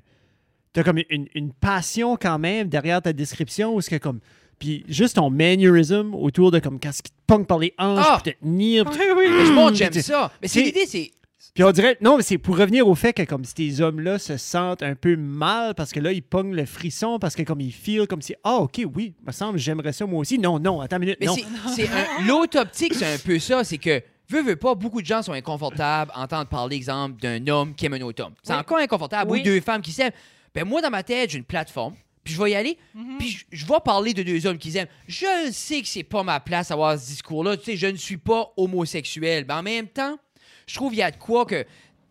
Speaker 3: T'as comme une, une passion quand même derrière ta description où ce que comme. Puis juste ton mannerism autour de comme quand ce qui te pong par les hanches,
Speaker 1: Ah!
Speaker 3: puis te tenir. puis-
Speaker 1: Mais je montre, j'aime
Speaker 3: Tu-
Speaker 1: ça. Mais c'est
Speaker 3: tu-
Speaker 1: l'idée, c'est.
Speaker 3: Puis on dirait. Non, mais c'est pour revenir au fait que comme ces hommes-là se sentent un peu mal parce que là, ils pognent le frisson parce que comme ils feel comme si. Ah, ok, oui, me semble, j'aimerais ça moi aussi. Non, non, attends une minute.
Speaker 1: Mais
Speaker 3: non.
Speaker 1: c'est- c'est un- l'autre optique, c'est un peu ça, c'est que veux veux pas, beaucoup de gens sont inconfortables à entendre parler, exemple, d'un homme qui aime un autre homme. C'est
Speaker 2: Oui.
Speaker 1: encore inconfortable
Speaker 2: Oui.
Speaker 1: ou deux femmes qui s'aiment. Ben moi dans ma tête, j'ai une plateforme, puis je vais y aller,
Speaker 2: Mhm.
Speaker 1: puis je, je vais parler de deux hommes qui s'aiment. Je le sais que c'est pas ma place à avoir ce discours-là. Tu sais, je ne suis pas homosexuel, mais en même temps, je trouve il y a de quoi que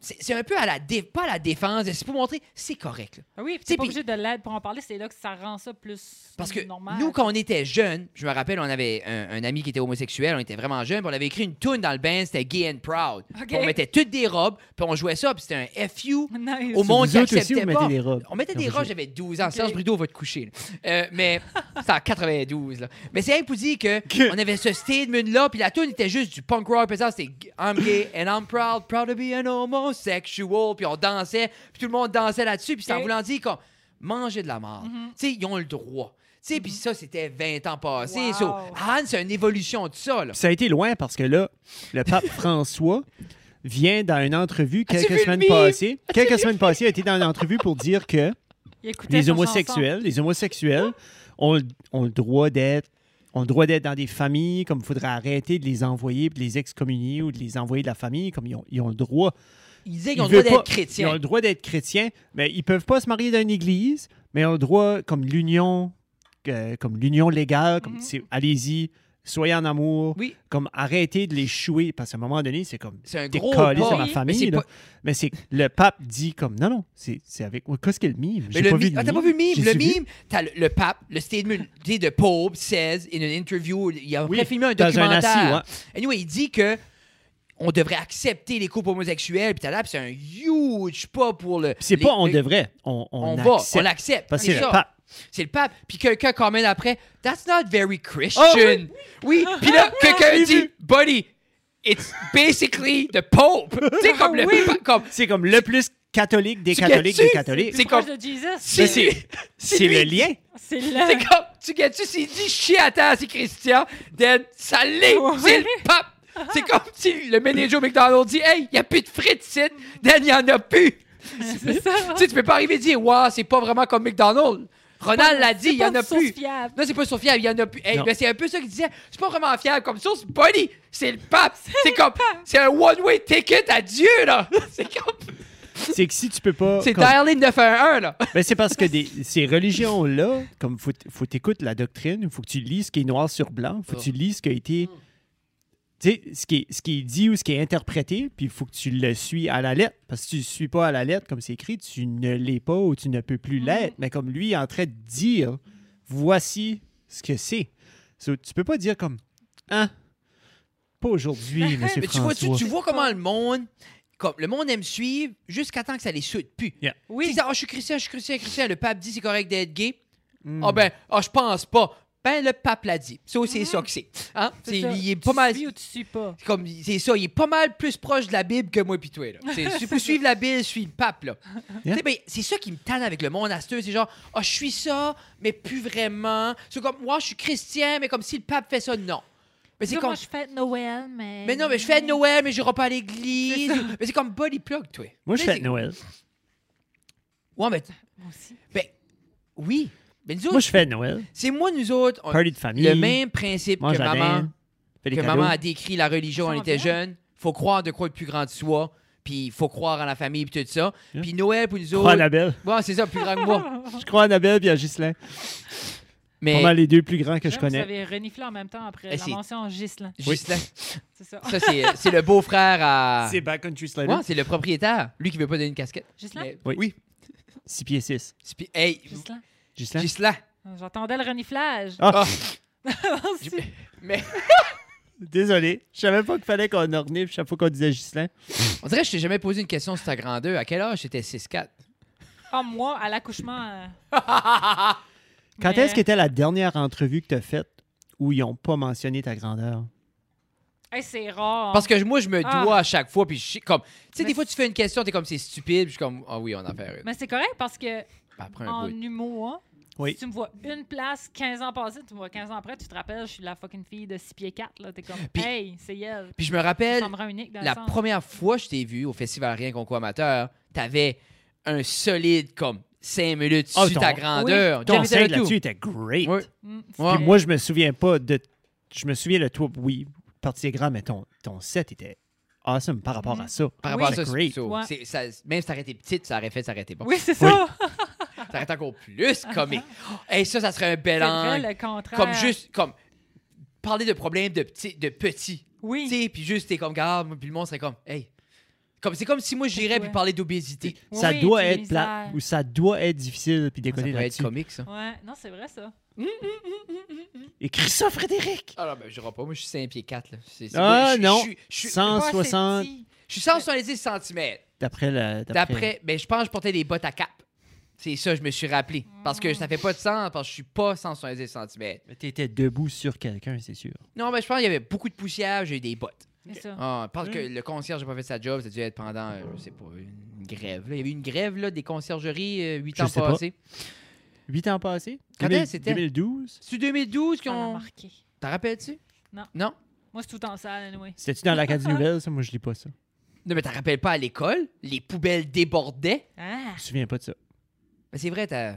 Speaker 1: c'est c'est un peu à la dé- pas à la défense, c'est pour montrer c'est correct. là.
Speaker 2: Ah oui,
Speaker 1: Tu
Speaker 2: puis
Speaker 1: sais,
Speaker 2: t'es pas
Speaker 1: puis-
Speaker 2: obligé de l'aide pour en parler, c'est là que ça rend ça plus
Speaker 1: Parce que
Speaker 2: normal.
Speaker 1: nous, quand on était jeunes, je me rappelle, on avait un, un ami qui était homosexuel, on était vraiment jeunes, puis on avait écrit une tune dans le band, c'était Gay and Proud.
Speaker 2: Ok.
Speaker 1: Puis On mettait toutes des robes, puis on jouait ça, puis c'était un FU
Speaker 2: Nice.
Speaker 1: au monde
Speaker 3: vous
Speaker 1: qui
Speaker 3: autres aussi,
Speaker 1: acceptait
Speaker 3: vous
Speaker 1: pas.
Speaker 3: mettez des robes.
Speaker 1: On mettait
Speaker 3: Quand
Speaker 1: des
Speaker 3: vous
Speaker 1: robes,
Speaker 3: jouez.
Speaker 1: j'avais 12 ans. Serge Brideau va te coucher. là. Euh, mais c'était en 92. Là. Mais c'est rien que pour dire que on avait ce statement-là, puis la tune était juste du punk rock. Puis ça, c'était « I'm gay and I'm proud, proud to be an homosexual », puis on dansait, puis tout le monde dansait là-dessus, puis c'est en
Speaker 2: Ok.
Speaker 1: voulant dire comme « manger de la merde
Speaker 3: Mm-hmm.
Speaker 1: Tu sais, ils ont le droit. Tu sais, puis ça, c'était 20 ans passés.
Speaker 2: Wow.
Speaker 1: So, Han, c'est une évolution de ça, là.
Speaker 3: Puis ça a été loin parce que là, le pape François vient dans une entrevue
Speaker 1: As-tu vu
Speaker 3: quelques
Speaker 1: le
Speaker 3: semaines
Speaker 1: mime?
Speaker 3: passées. Quelques semaines passées, a été dans une entrevue pour dire que
Speaker 2: Il écoutait
Speaker 3: les
Speaker 2: sa
Speaker 3: homosexuels, les homosexuels ont, le- ont le droit d'être ont le droit d'être dans des familles, comme il faudrait arrêter de les envoyer, puis de les excommunier ou de les envoyer de la famille, comme ils ont, ils ont le droit.
Speaker 1: Ils disaient qu'ils ont
Speaker 3: Ils
Speaker 1: le droit
Speaker 3: veulent
Speaker 1: d'être
Speaker 3: pas- Ils ont
Speaker 1: chrétiens.
Speaker 3: le droit d'être chrétiens, mais ils peuvent pas se marier dans une église, mais ils ont le droit, comme l'union, euh, comme l'union légale, comme
Speaker 2: Mhm.
Speaker 3: c'est- allez-y, soyez en amour.
Speaker 1: Oui.
Speaker 3: Comme arrêtez de les chouer. Parce qu'à un moment donné, c'est comme
Speaker 1: C'est un
Speaker 3: t'es
Speaker 1: gros
Speaker 3: collé
Speaker 1: pas.
Speaker 3: sur ma
Speaker 2: Oui,
Speaker 1: Mais
Speaker 3: famille.
Speaker 1: c'est
Speaker 3: là.
Speaker 1: pas-
Speaker 3: Mais c'est le pape dit comme non, non, c'est c'est avec. Ouais, Qu'est-ce qu'est le mime?
Speaker 1: Mais
Speaker 3: J'ai
Speaker 1: le
Speaker 3: pas
Speaker 1: mime-
Speaker 3: vu le
Speaker 1: Ah, t'as
Speaker 3: mime.
Speaker 1: pas vu le mime? Le
Speaker 3: J'ai-tu vu?
Speaker 1: mime, t'as le, le pape, le statement dit de Pope says in an interview, il a
Speaker 3: Oui,
Speaker 1: après filmé un
Speaker 3: dans un
Speaker 1: documentaire.
Speaker 3: assis,
Speaker 1: Anyway, il dit que on devrait accepter les couples homosexuels, puis t'as là, puis c'est un huge pas pour le.
Speaker 3: Puis c'est
Speaker 1: les-
Speaker 3: pas on
Speaker 1: le-
Speaker 3: devrait, on, on,
Speaker 1: On, va, on
Speaker 3: accepte.
Speaker 1: l'accepte.
Speaker 3: parce que c'est
Speaker 1: ça.
Speaker 3: le pape.
Speaker 1: C'est le pape. Puis quelqu'un commente après, That's not very Christian.
Speaker 3: Ah
Speaker 1: oui.
Speaker 3: oui.
Speaker 1: Puis là, quelqu'un
Speaker 3: l'ai
Speaker 1: dit,
Speaker 3: vu.
Speaker 1: Buddy, it's basically the Pope. tu sais, comme le
Speaker 2: Oui.
Speaker 1: pape. Comme,
Speaker 3: C'est comme le plus catholique des
Speaker 1: Tu
Speaker 3: catholiques
Speaker 1: catches-
Speaker 3: des
Speaker 1: c'est-
Speaker 3: catholiques.
Speaker 2: C'est proche
Speaker 1: comme-
Speaker 2: de Jesus.
Speaker 1: si-
Speaker 3: Mais c'est- C'est le
Speaker 1: lui.
Speaker 3: lien.
Speaker 2: C'est là.
Speaker 1: C'est comme, tu gagnes-tu, s'il dit chier à terre, c'est Christian, then ça l'est,
Speaker 2: Ouais.
Speaker 1: c'est le pape. C'est comme si le manager au McDonald's dit, hey, il n'y a plus de frites ici, then il n'y en a plus.
Speaker 2: C'est ça.
Speaker 1: tu sais, tu peux pas arriver et dire, waouh, c'est pas vraiment comme McDonald's. Ronald l'a dit, il n'y en a
Speaker 2: Pas de source
Speaker 1: plus.
Speaker 2: fiable.
Speaker 1: Non, c'est pas sur fiable, il y en a plus. Hey,
Speaker 3: Non.
Speaker 1: mais c'est un peu ça qu'il disait. C'est pas vraiment fiable comme source. Bonnie, c'est le pape. C'est comme. C'est un one-way ticket à Dieu, là. C'est comme.
Speaker 3: C'est que si tu peux pas.
Speaker 1: C'est
Speaker 3: comme-
Speaker 1: dial in 911, là.
Speaker 3: Ben, c'est parce que des- ces religions-là, comme faut, faut t'écouter la doctrine, faut que tu lises ce qui est noir sur blanc, faut que tu lises ce qui a été. Tu sais, ce qui, est, ce qui est dit ou ce qui est interprété, puis il faut que tu le suis à la lettre. Parce que si tu ne suis pas à la lettre, comme c'est écrit, tu ne l'es pas ou tu ne peux plus
Speaker 2: Mhm.
Speaker 3: l'être. Mais comme lui est en train de dire, voici ce que c'est. So, tu peux pas dire comme, hein, pas aujourd'hui,
Speaker 1: Ben,
Speaker 3: monsieur
Speaker 1: Mais tu vois, tu,
Speaker 3: François.
Speaker 1: tu vois comment le monde. Comme, le monde aime suivre jusqu'à temps que ça les saute plus.
Speaker 2: Oui.
Speaker 1: Ils disent, oh, je suis chrétien, je suis chrétien, chrétien. Le pape dit c'est correct d'être gay.
Speaker 3: Mm.
Speaker 1: Ah ben, ah, je pense pas. Ben, le pape l'a dit. Ça, c'est
Speaker 2: Mhm.
Speaker 1: ça que c'est. Hein? C'est,
Speaker 2: ça.
Speaker 1: il est
Speaker 2: Tu
Speaker 1: pas mal.
Speaker 2: suis ou tu suis pas.
Speaker 1: C'est comme c'est ça, il est pas mal plus proche de la Bible que moi pis toi là. C'est- Si vous suivez la Bible, je suis le pape là. Tu
Speaker 3: Yeah.
Speaker 1: sais, ben, c'est ça qui me tanne avec le monde asteux, c'est genre ah je suis ça mais plus vraiment. C'est comme moi je suis chrétien mais comme si le pape fait ça non. Mais c'est
Speaker 2: Là,
Speaker 1: comme
Speaker 2: Moi, je fête Noël, mais.
Speaker 1: mais non mais je fais Noël mais je pas à l'église.
Speaker 2: C'est
Speaker 1: Mais c'est comme body plug toi.
Speaker 3: Moi, je
Speaker 1: Mais
Speaker 3: fais
Speaker 1: c'est-
Speaker 3: Noël.
Speaker 1: Ouais mais
Speaker 2: Moi aussi.
Speaker 1: ben, oui. Mais nous autres,
Speaker 3: Moi, je fais Noël.
Speaker 1: c'est moi nous autres on-
Speaker 3: Party de famille.
Speaker 1: le même principe
Speaker 3: Mange
Speaker 1: que
Speaker 3: la
Speaker 1: maman
Speaker 3: dinde, fais des
Speaker 1: que
Speaker 3: cadeaux.
Speaker 1: maman a décrit la religion quand
Speaker 2: Ça
Speaker 1: elle
Speaker 2: va
Speaker 1: était
Speaker 2: bien.
Speaker 1: jeune. Faut croire de quoi le plus grand de soi. Puis il faut croire en la famille puis tout ça.
Speaker 3: Yeah.
Speaker 1: Puis Noël pour nous
Speaker 3: Je crois
Speaker 1: autres.
Speaker 3: en Annabelle.
Speaker 1: Bon, c'est ça, plus grand que moi.
Speaker 3: Je crois en Annabelle et à Ghislain.
Speaker 1: Mais
Speaker 3: Vraiment les deux plus grands que je
Speaker 2: J'aime, Vous
Speaker 3: connais.
Speaker 2: avez reniflé en même temps après
Speaker 1: Eh,
Speaker 2: la
Speaker 1: c'est-
Speaker 2: mention en Gislain.
Speaker 1: Ghislain,
Speaker 2: C'est ça.
Speaker 1: ça, c'est, c'est le beau-frère à.
Speaker 3: C'est Backcountry Slider.
Speaker 1: Ouais, c'est le propriétaire. Lui qui veut pas donner une casquette.
Speaker 2: Ghislain?
Speaker 1: Mais-
Speaker 3: Oui. 6 pieds 6.
Speaker 1: C'est pi- Hey,
Speaker 2: Gislain?
Speaker 3: Ghislain?
Speaker 1: Gislain.
Speaker 2: J'entendais le reniflage.
Speaker 3: Ah,
Speaker 2: Ensuite,
Speaker 1: Mais
Speaker 3: désolé. Je savais pas qu'il fallait qu'on orniffe chaque fois qu'on disait Ghislain.
Speaker 1: on dirait que je t'ai jamais posé une question sur ta grandeur. À quel âge j'étais 6-4?
Speaker 2: Ah, moi, à l'accouchement. euh,
Speaker 3: Quand
Speaker 2: mais-
Speaker 3: est-ce qu'était la dernière entrevue que t'as faite où ils ont pas mentionné ta grandeur?
Speaker 2: Hey, c'est rare.
Speaker 1: Parce que moi, je me
Speaker 2: Ah.
Speaker 1: dois à chaque fois. Puis je sais- comme. Tu sais, des
Speaker 2: Mais
Speaker 1: fois, tu fais une question, t'es comme c'est stupide. Puis je suis comme, ah oui, on en fait une.
Speaker 2: Mais c'est correct parce que
Speaker 1: Après un
Speaker 2: en
Speaker 1: bout.
Speaker 2: humour,
Speaker 3: Oui.
Speaker 2: si tu me vois une place 15 ans passée, tu me vois 15 ans après, tu te rappelles, je suis la fucking fille de 6 pieds 4. Là. T'es comme,
Speaker 1: Puis-
Speaker 2: hey, c'est elle.
Speaker 1: Puis je me rappelle
Speaker 2: Ça me rend unique dans
Speaker 1: la
Speaker 2: le sens.
Speaker 1: première fois que je t'ai vu au Festival Rien Concours Amateur, t'avais un solide comme 5 minutes
Speaker 3: Oh,
Speaker 1: sur
Speaker 3: ton-
Speaker 1: ta grandeur.
Speaker 3: Ton
Speaker 1: J'avais ça
Speaker 3: scène
Speaker 1: le tout.
Speaker 3: là-dessus était great.
Speaker 1: Oui.
Speaker 2: Mm, c'est
Speaker 1: Ouais.
Speaker 3: Puis
Speaker 2: vrai.
Speaker 3: moi, je me souviens pas de. Je me souviens de toi, oui, parti grand, mais ton, ton set était awesome par rapport à ça.
Speaker 1: Par
Speaker 2: Oui.
Speaker 1: rapport à ça,
Speaker 3: Great.
Speaker 1: c'est- c'est-
Speaker 2: Ouais.
Speaker 1: c'est- ça- même si t'aurais été petite, ça aurait fait, ça aurait été bon.
Speaker 2: Oui, c'est ça.
Speaker 1: T'aurais été encore plus comique. Et ça, ça serait un
Speaker 2: C'est
Speaker 1: bel
Speaker 2: vrai,
Speaker 1: angle.
Speaker 2: le contraire.
Speaker 1: Comme juste, comme parler de problèmes de petits, de petits. Tu
Speaker 2: Oui.
Speaker 1: sais, puis juste, t'es comme, garde, puis le monde serait comme, hey. Comme, c'est comme si moi j'irais puis
Speaker 2: Ouais.
Speaker 1: parler d'obésité.
Speaker 3: Ça
Speaker 2: Oui,
Speaker 3: doit
Speaker 2: tu
Speaker 3: être
Speaker 2: les
Speaker 3: plat
Speaker 2: as.
Speaker 3: ou ça doit être difficile puis
Speaker 1: Ça
Speaker 3: déconner
Speaker 1: pourrait être
Speaker 3: là-dessus.
Speaker 1: comique, ça.
Speaker 2: Ouais, non, c'est vrai, ça.
Speaker 3: Écris ça, Frédéric!
Speaker 1: Ah non, ben, je dirais pas. Moi, je suis 5 pieds 4. Là. C'est- c'est-
Speaker 3: Ah,
Speaker 1: je- je-
Speaker 3: non.
Speaker 1: je- je- je-
Speaker 2: Pas assez
Speaker 3: 160
Speaker 2: petit.
Speaker 1: Je suis 170 cm.
Speaker 3: d'après la.
Speaker 1: D'après, ben, je pense que je portais des bottes à cap. C'est ça, je me suis rappelé. Parce que ça fait pas de sens, parce que je suis pas 170 cm.
Speaker 3: Mais t'étais debout sur quelqu'un, c'est sûr.
Speaker 1: Non, mais je pense qu'il y avait beaucoup de poussière, j'ai eu des bottes.
Speaker 2: C'est ça.
Speaker 1: Ah, parce que
Speaker 3: Hmm.
Speaker 1: le concierge n'a pas fait sa job, ça a dû être pendant, euh, je sais pas, une grève. là. Il y avait eu une grève là, des conciergeries 8
Speaker 3: Je
Speaker 1: ans
Speaker 3: sais pas.
Speaker 1: passés.
Speaker 3: Huit ans passés?
Speaker 1: Quand
Speaker 3: 2000
Speaker 1: est-ce que c'était?
Speaker 3: 2012?
Speaker 1: C'est 2012
Speaker 2: Ça m'a
Speaker 1: qu'on.
Speaker 2: marqué.
Speaker 1: T'en rappelles-tu?
Speaker 2: Non.
Speaker 1: Non?
Speaker 2: Moi, c'est tout en salle, anyway.
Speaker 3: C'était-tu dans
Speaker 1: Ah,
Speaker 3: l'Acadie Nouvelle, ça? Moi, je lis pas ça.
Speaker 1: Non, mais t'en rappelles pas à l'école? Les poubelles débordaient.
Speaker 2: Ah,
Speaker 3: Je me souviens pas de ça.
Speaker 1: Mais Ben, c'est vrai, t'as.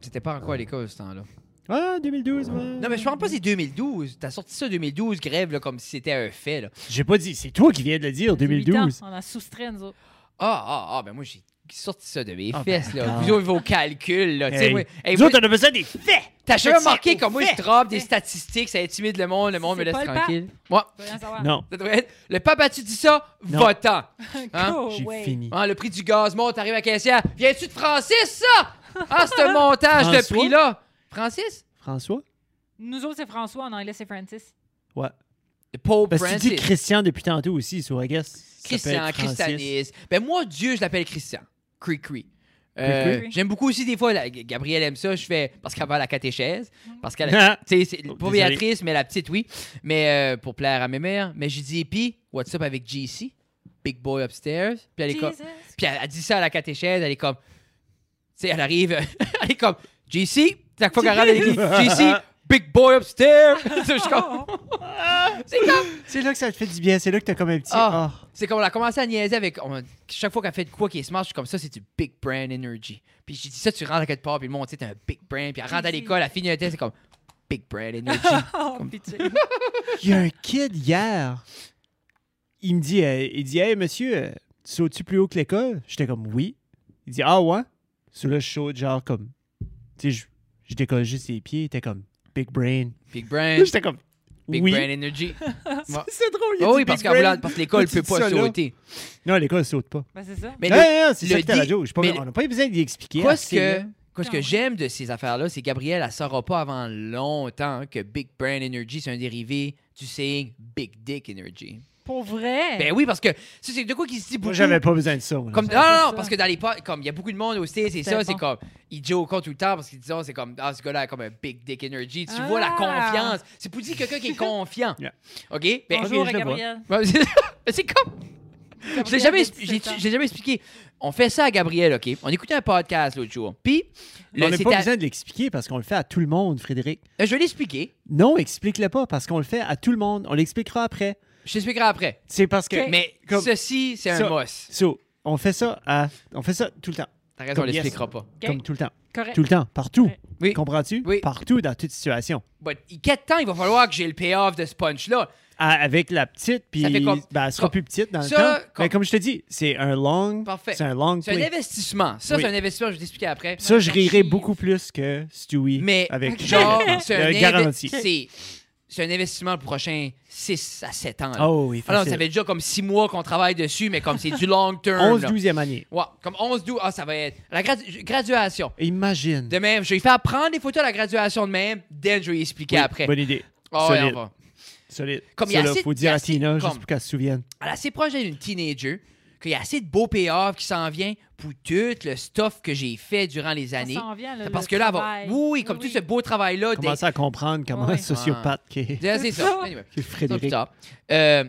Speaker 1: C'était pas encore à l'école ce temps-là.
Speaker 3: Ah, 2012, ouais.
Speaker 1: Non, mais je pense pas que c'est 2012. T'as sorti ça 2012, grève, là, comme si c'était un fait. Là.
Speaker 3: J'ai pas dit. C'est toi qui viens de le dire,
Speaker 2: ça fait huit ans.
Speaker 3: 2012.
Speaker 2: On a soustrait, nous autres.
Speaker 1: Ah, ah, ah, ben moi, j'ai sorti ça de mes
Speaker 3: Ah, ben,
Speaker 1: fesses, là.
Speaker 3: d'accord.
Speaker 1: Vous autres, vos calculs, là. tu sais,
Speaker 3: Hey.
Speaker 1: moi- hey,
Speaker 3: Nous
Speaker 1: moi-
Speaker 3: autres, on a besoin des faits!
Speaker 1: T'as jamais
Speaker 2: Je tiens
Speaker 1: remarqué
Speaker 2: au
Speaker 1: comme moi,
Speaker 2: fait.
Speaker 1: je drop des statistiques, ça intimide le monde, le monde me
Speaker 2: C'est
Speaker 1: laisse
Speaker 2: pas le
Speaker 1: tranquille. Moi,
Speaker 2: Je veux rien savoir.
Speaker 3: Non,
Speaker 1: ça devrait être le papa, tu dis ça,
Speaker 3: Non.
Speaker 1: votant. Hein?
Speaker 2: Go
Speaker 3: j'ai
Speaker 2: away.
Speaker 3: fini.
Speaker 1: le prix du gaz monte, arrive à caissière. Viens-tu de Francis, ça? Ah, ce montage de
Speaker 3: François?
Speaker 1: prix-là. Francis?
Speaker 3: François?
Speaker 2: Nous autres, c'est François. En anglais, c'est Francis.
Speaker 3: Ouais.
Speaker 1: Le pauvre
Speaker 3: Parce que tu dis
Speaker 1: Francis.
Speaker 3: Christian depuis tantôt aussi, so I guess ça peut
Speaker 1: Christian,
Speaker 3: être Francis.
Speaker 1: Christianis. Ben moi, Dieu, je l'appelle Christian. Cri cri. Euh,
Speaker 2: Cri-cri.
Speaker 1: J'aime beaucoup aussi des fois, la- Gabrielle aime ça, je fais parce qu'elle va à la catéchèse, parce qu'elle
Speaker 3: Ah,
Speaker 1: Tu sais, c'est
Speaker 3: Oh,
Speaker 1: pas
Speaker 3: désolé.
Speaker 1: Béatrice, mais la petite, oui. Mais euh, pour plaire à mes mères. Mais j'ai dit, puis, what's up avec JC? Big boy upstairs. Puis elle est comme.
Speaker 2: Jesus.
Speaker 1: Puis elle, elle dit ça à la catéchèse, elle est comme. Tu sais, elle arrive, elle est comme. JC, chaque fois qu'elle rentre à l'église, JC, big boy upstairs. Tu sais, je suis comme-
Speaker 2: Oh,
Speaker 1: c'est comme.
Speaker 3: c'est là que ça te fait du bien, c'est là que t'as comme un petit.
Speaker 1: Ah.
Speaker 3: ah.
Speaker 1: C'est comme on a commencé à niaiser avec. on- chaque fois qu'elle fait de quoi qui est smart, je suis comme ça, c'est du big brand energy. Puis j'ai dit ça, tu rentres à quelque part, puis le monde, tu sais, t'es un big brand. Puis elle rentre à l'école, elle finit un test, c'est comme big brand energy.
Speaker 2: Oh, pitié.
Speaker 3: Il y a un kid hier. Il me dit, euh, il dit, hey monsieur, euh, tu sautes-tu plus haut que l'école? J'étais comme, oui. Il dit, ah ouais? Celui-là, je saute genre comme, tu sais, je, je décolle juste les pieds. Il était comme, big brain.
Speaker 1: big brand,
Speaker 3: Là, J'étais comme,
Speaker 1: big
Speaker 3: oui.
Speaker 1: brain energy.
Speaker 3: C'est- C'est drôle. il a
Speaker 1: Ah
Speaker 3: dit
Speaker 1: oui,
Speaker 3: big
Speaker 1: parce qu'en
Speaker 3: brain.
Speaker 1: voulant- parce que l'école
Speaker 3: Tu
Speaker 1: peut
Speaker 3: dis
Speaker 1: pas
Speaker 3: ça, là.
Speaker 1: sauter.
Speaker 3: Non, l'école saute pas.
Speaker 2: ben, c'est ça.
Speaker 1: Mais
Speaker 3: non,
Speaker 1: le-
Speaker 3: non, non, c'est
Speaker 1: le
Speaker 3: ça que t'as
Speaker 1: dit-
Speaker 3: la Je suis pas-
Speaker 1: mais le-
Speaker 3: On n'a pas besoin d'y expliquer.
Speaker 1: Quoi ce
Speaker 3: assez,
Speaker 1: que,
Speaker 3: là.
Speaker 1: quoi ce que j'aime de ces affaires-là, c'est que Gabrielle, elle saura pas avant longtemps que Big Brand Energy, c'est un dérivé du saying Big Dick Energy.
Speaker 2: Pour vrai.
Speaker 1: Ben oui, parce que ça, c'est de quoi qui se dit beaucoup.
Speaker 3: Moi, j'avais pas besoin de ça. moi.
Speaker 1: Comme,
Speaker 2: C'est
Speaker 1: non, non,
Speaker 2: ça.
Speaker 1: parce que dans les pas, comme il y a beaucoup de monde aussi, c'est ça,
Speaker 2: C'était
Speaker 1: c'est
Speaker 2: bon.
Speaker 1: comme, ils jokent tout le temps parce qu'ils disent, c'est comme, ah, ce gars-là a comme un big dick energy. Tu vois la
Speaker 2: Ah.
Speaker 1: confiance. C'est pour dire quelqu'un qui est confiant.
Speaker 3: Yeah.
Speaker 1: OK? Ben,
Speaker 2: Bonjour
Speaker 3: ok,
Speaker 2: à
Speaker 3: je le vois.
Speaker 2: Gabriel.
Speaker 1: ben, c'est- ben, c'est comme, je l'ai jamais, expli- j'ai- j'ai jamais expliqué. On fait ça à Gabriel, OK? On écoutait un podcast l'autre jour. Puis, le-
Speaker 3: On n'a
Speaker 1: c'était
Speaker 3: pas
Speaker 1: à- Euh,
Speaker 3: besoin de l'expliquer parce qu'on le fait à tout le monde, Frédéric.
Speaker 1: je vais l'expliquer.
Speaker 3: Non, explique-le pas parce qu'on le fait à tout le monde. On l'expliquera après.
Speaker 1: Je t'expliquerai après.
Speaker 3: C'est parce que.
Speaker 1: Mais
Speaker 3: Eh, Comme-
Speaker 1: ceci, c'est un
Speaker 3: Ça-
Speaker 1: boss.
Speaker 3: So, on fait ça à, on fait ça tout le temps,
Speaker 1: T'as raison, on
Speaker 3: Comme
Speaker 1: l'expliquera pas.
Speaker 2: Ok.
Speaker 3: comme tout le temps,
Speaker 2: Correct.
Speaker 3: tout le temps, partout.
Speaker 2: Ouais.
Speaker 1: Oui.
Speaker 3: Comprends-tu
Speaker 1: Oui.
Speaker 3: Partout dans toute situation.
Speaker 1: But, il- quel temps il va falloir que j'ai le payoff de ce punch-là?
Speaker 3: À- avec la petite, puis
Speaker 1: Ça fait comme-
Speaker 3: ben, elle sera
Speaker 1: comme-
Speaker 3: plus petite dans
Speaker 1: ça,
Speaker 3: le temps.
Speaker 1: comme-
Speaker 3: Mais comme je te dis, c'est un long,
Speaker 1: Parfait.
Speaker 3: c'est un long
Speaker 1: C'est un
Speaker 3: play.
Speaker 1: investissement. Ça,
Speaker 3: Oui.
Speaker 1: c'est un investissement, je vais t'expliquer après.
Speaker 3: Ça, je rirais
Speaker 2: Archive.
Speaker 3: beaucoup plus que Stewie
Speaker 1: Mais
Speaker 3: avec
Speaker 1: genre,
Speaker 3: Jean.
Speaker 1: c'est
Speaker 3: Euh,
Speaker 1: un,
Speaker 3: garanti.
Speaker 1: inve- c'est- c'est un investissement pour prochain 6 à 7 ans. là.
Speaker 3: Oh oui,
Speaker 1: Alors,
Speaker 3: facile.
Speaker 1: ça fait déjà comme 6 mois qu'on travaille dessus, mais comme c'est du long term.
Speaker 3: 11
Speaker 1: là.
Speaker 3: 12e année.
Speaker 1: Ouais, comme 11, 12. Ah, ça va être. La gradu- graduation.
Speaker 3: Imagine.
Speaker 1: De même, je vais lui faire prendre des photos à la graduation de même. Dan, je vais lui expliquer
Speaker 3: Oui,
Speaker 1: après.
Speaker 3: Bonne idée.
Speaker 1: Ah ouais,
Speaker 3: Solide.
Speaker 1: on va.
Speaker 3: Solide.
Speaker 1: Comme il y
Speaker 3: ça,
Speaker 1: a
Speaker 3: là,
Speaker 1: assez-
Speaker 3: faut
Speaker 1: il y
Speaker 3: dire
Speaker 1: a
Speaker 3: à
Speaker 1: assez-
Speaker 3: Tina, juste
Speaker 1: comme-
Speaker 3: pour qu'elle se souvienne.
Speaker 1: elle est assez proche d'une teenager, qu'il y a assez de beaux payoffs qui s'en vient pour tout le stuff que j'ai fait durant les
Speaker 2: Ça
Speaker 1: années.
Speaker 2: s'en vient, là,
Speaker 1: Parce
Speaker 2: le
Speaker 1: que là, elle va-
Speaker 2: travail.
Speaker 1: oui, oui, comme tout ce beau travail-là. des-
Speaker 3: Commencer à comprendre comment
Speaker 2: Ouais.
Speaker 3: un sociopathe qu'est
Speaker 1: Yeah, C'est ça. Anyway,
Speaker 3: qu'est
Speaker 1: ça plus
Speaker 3: Frédéric.
Speaker 1: tard. Euh,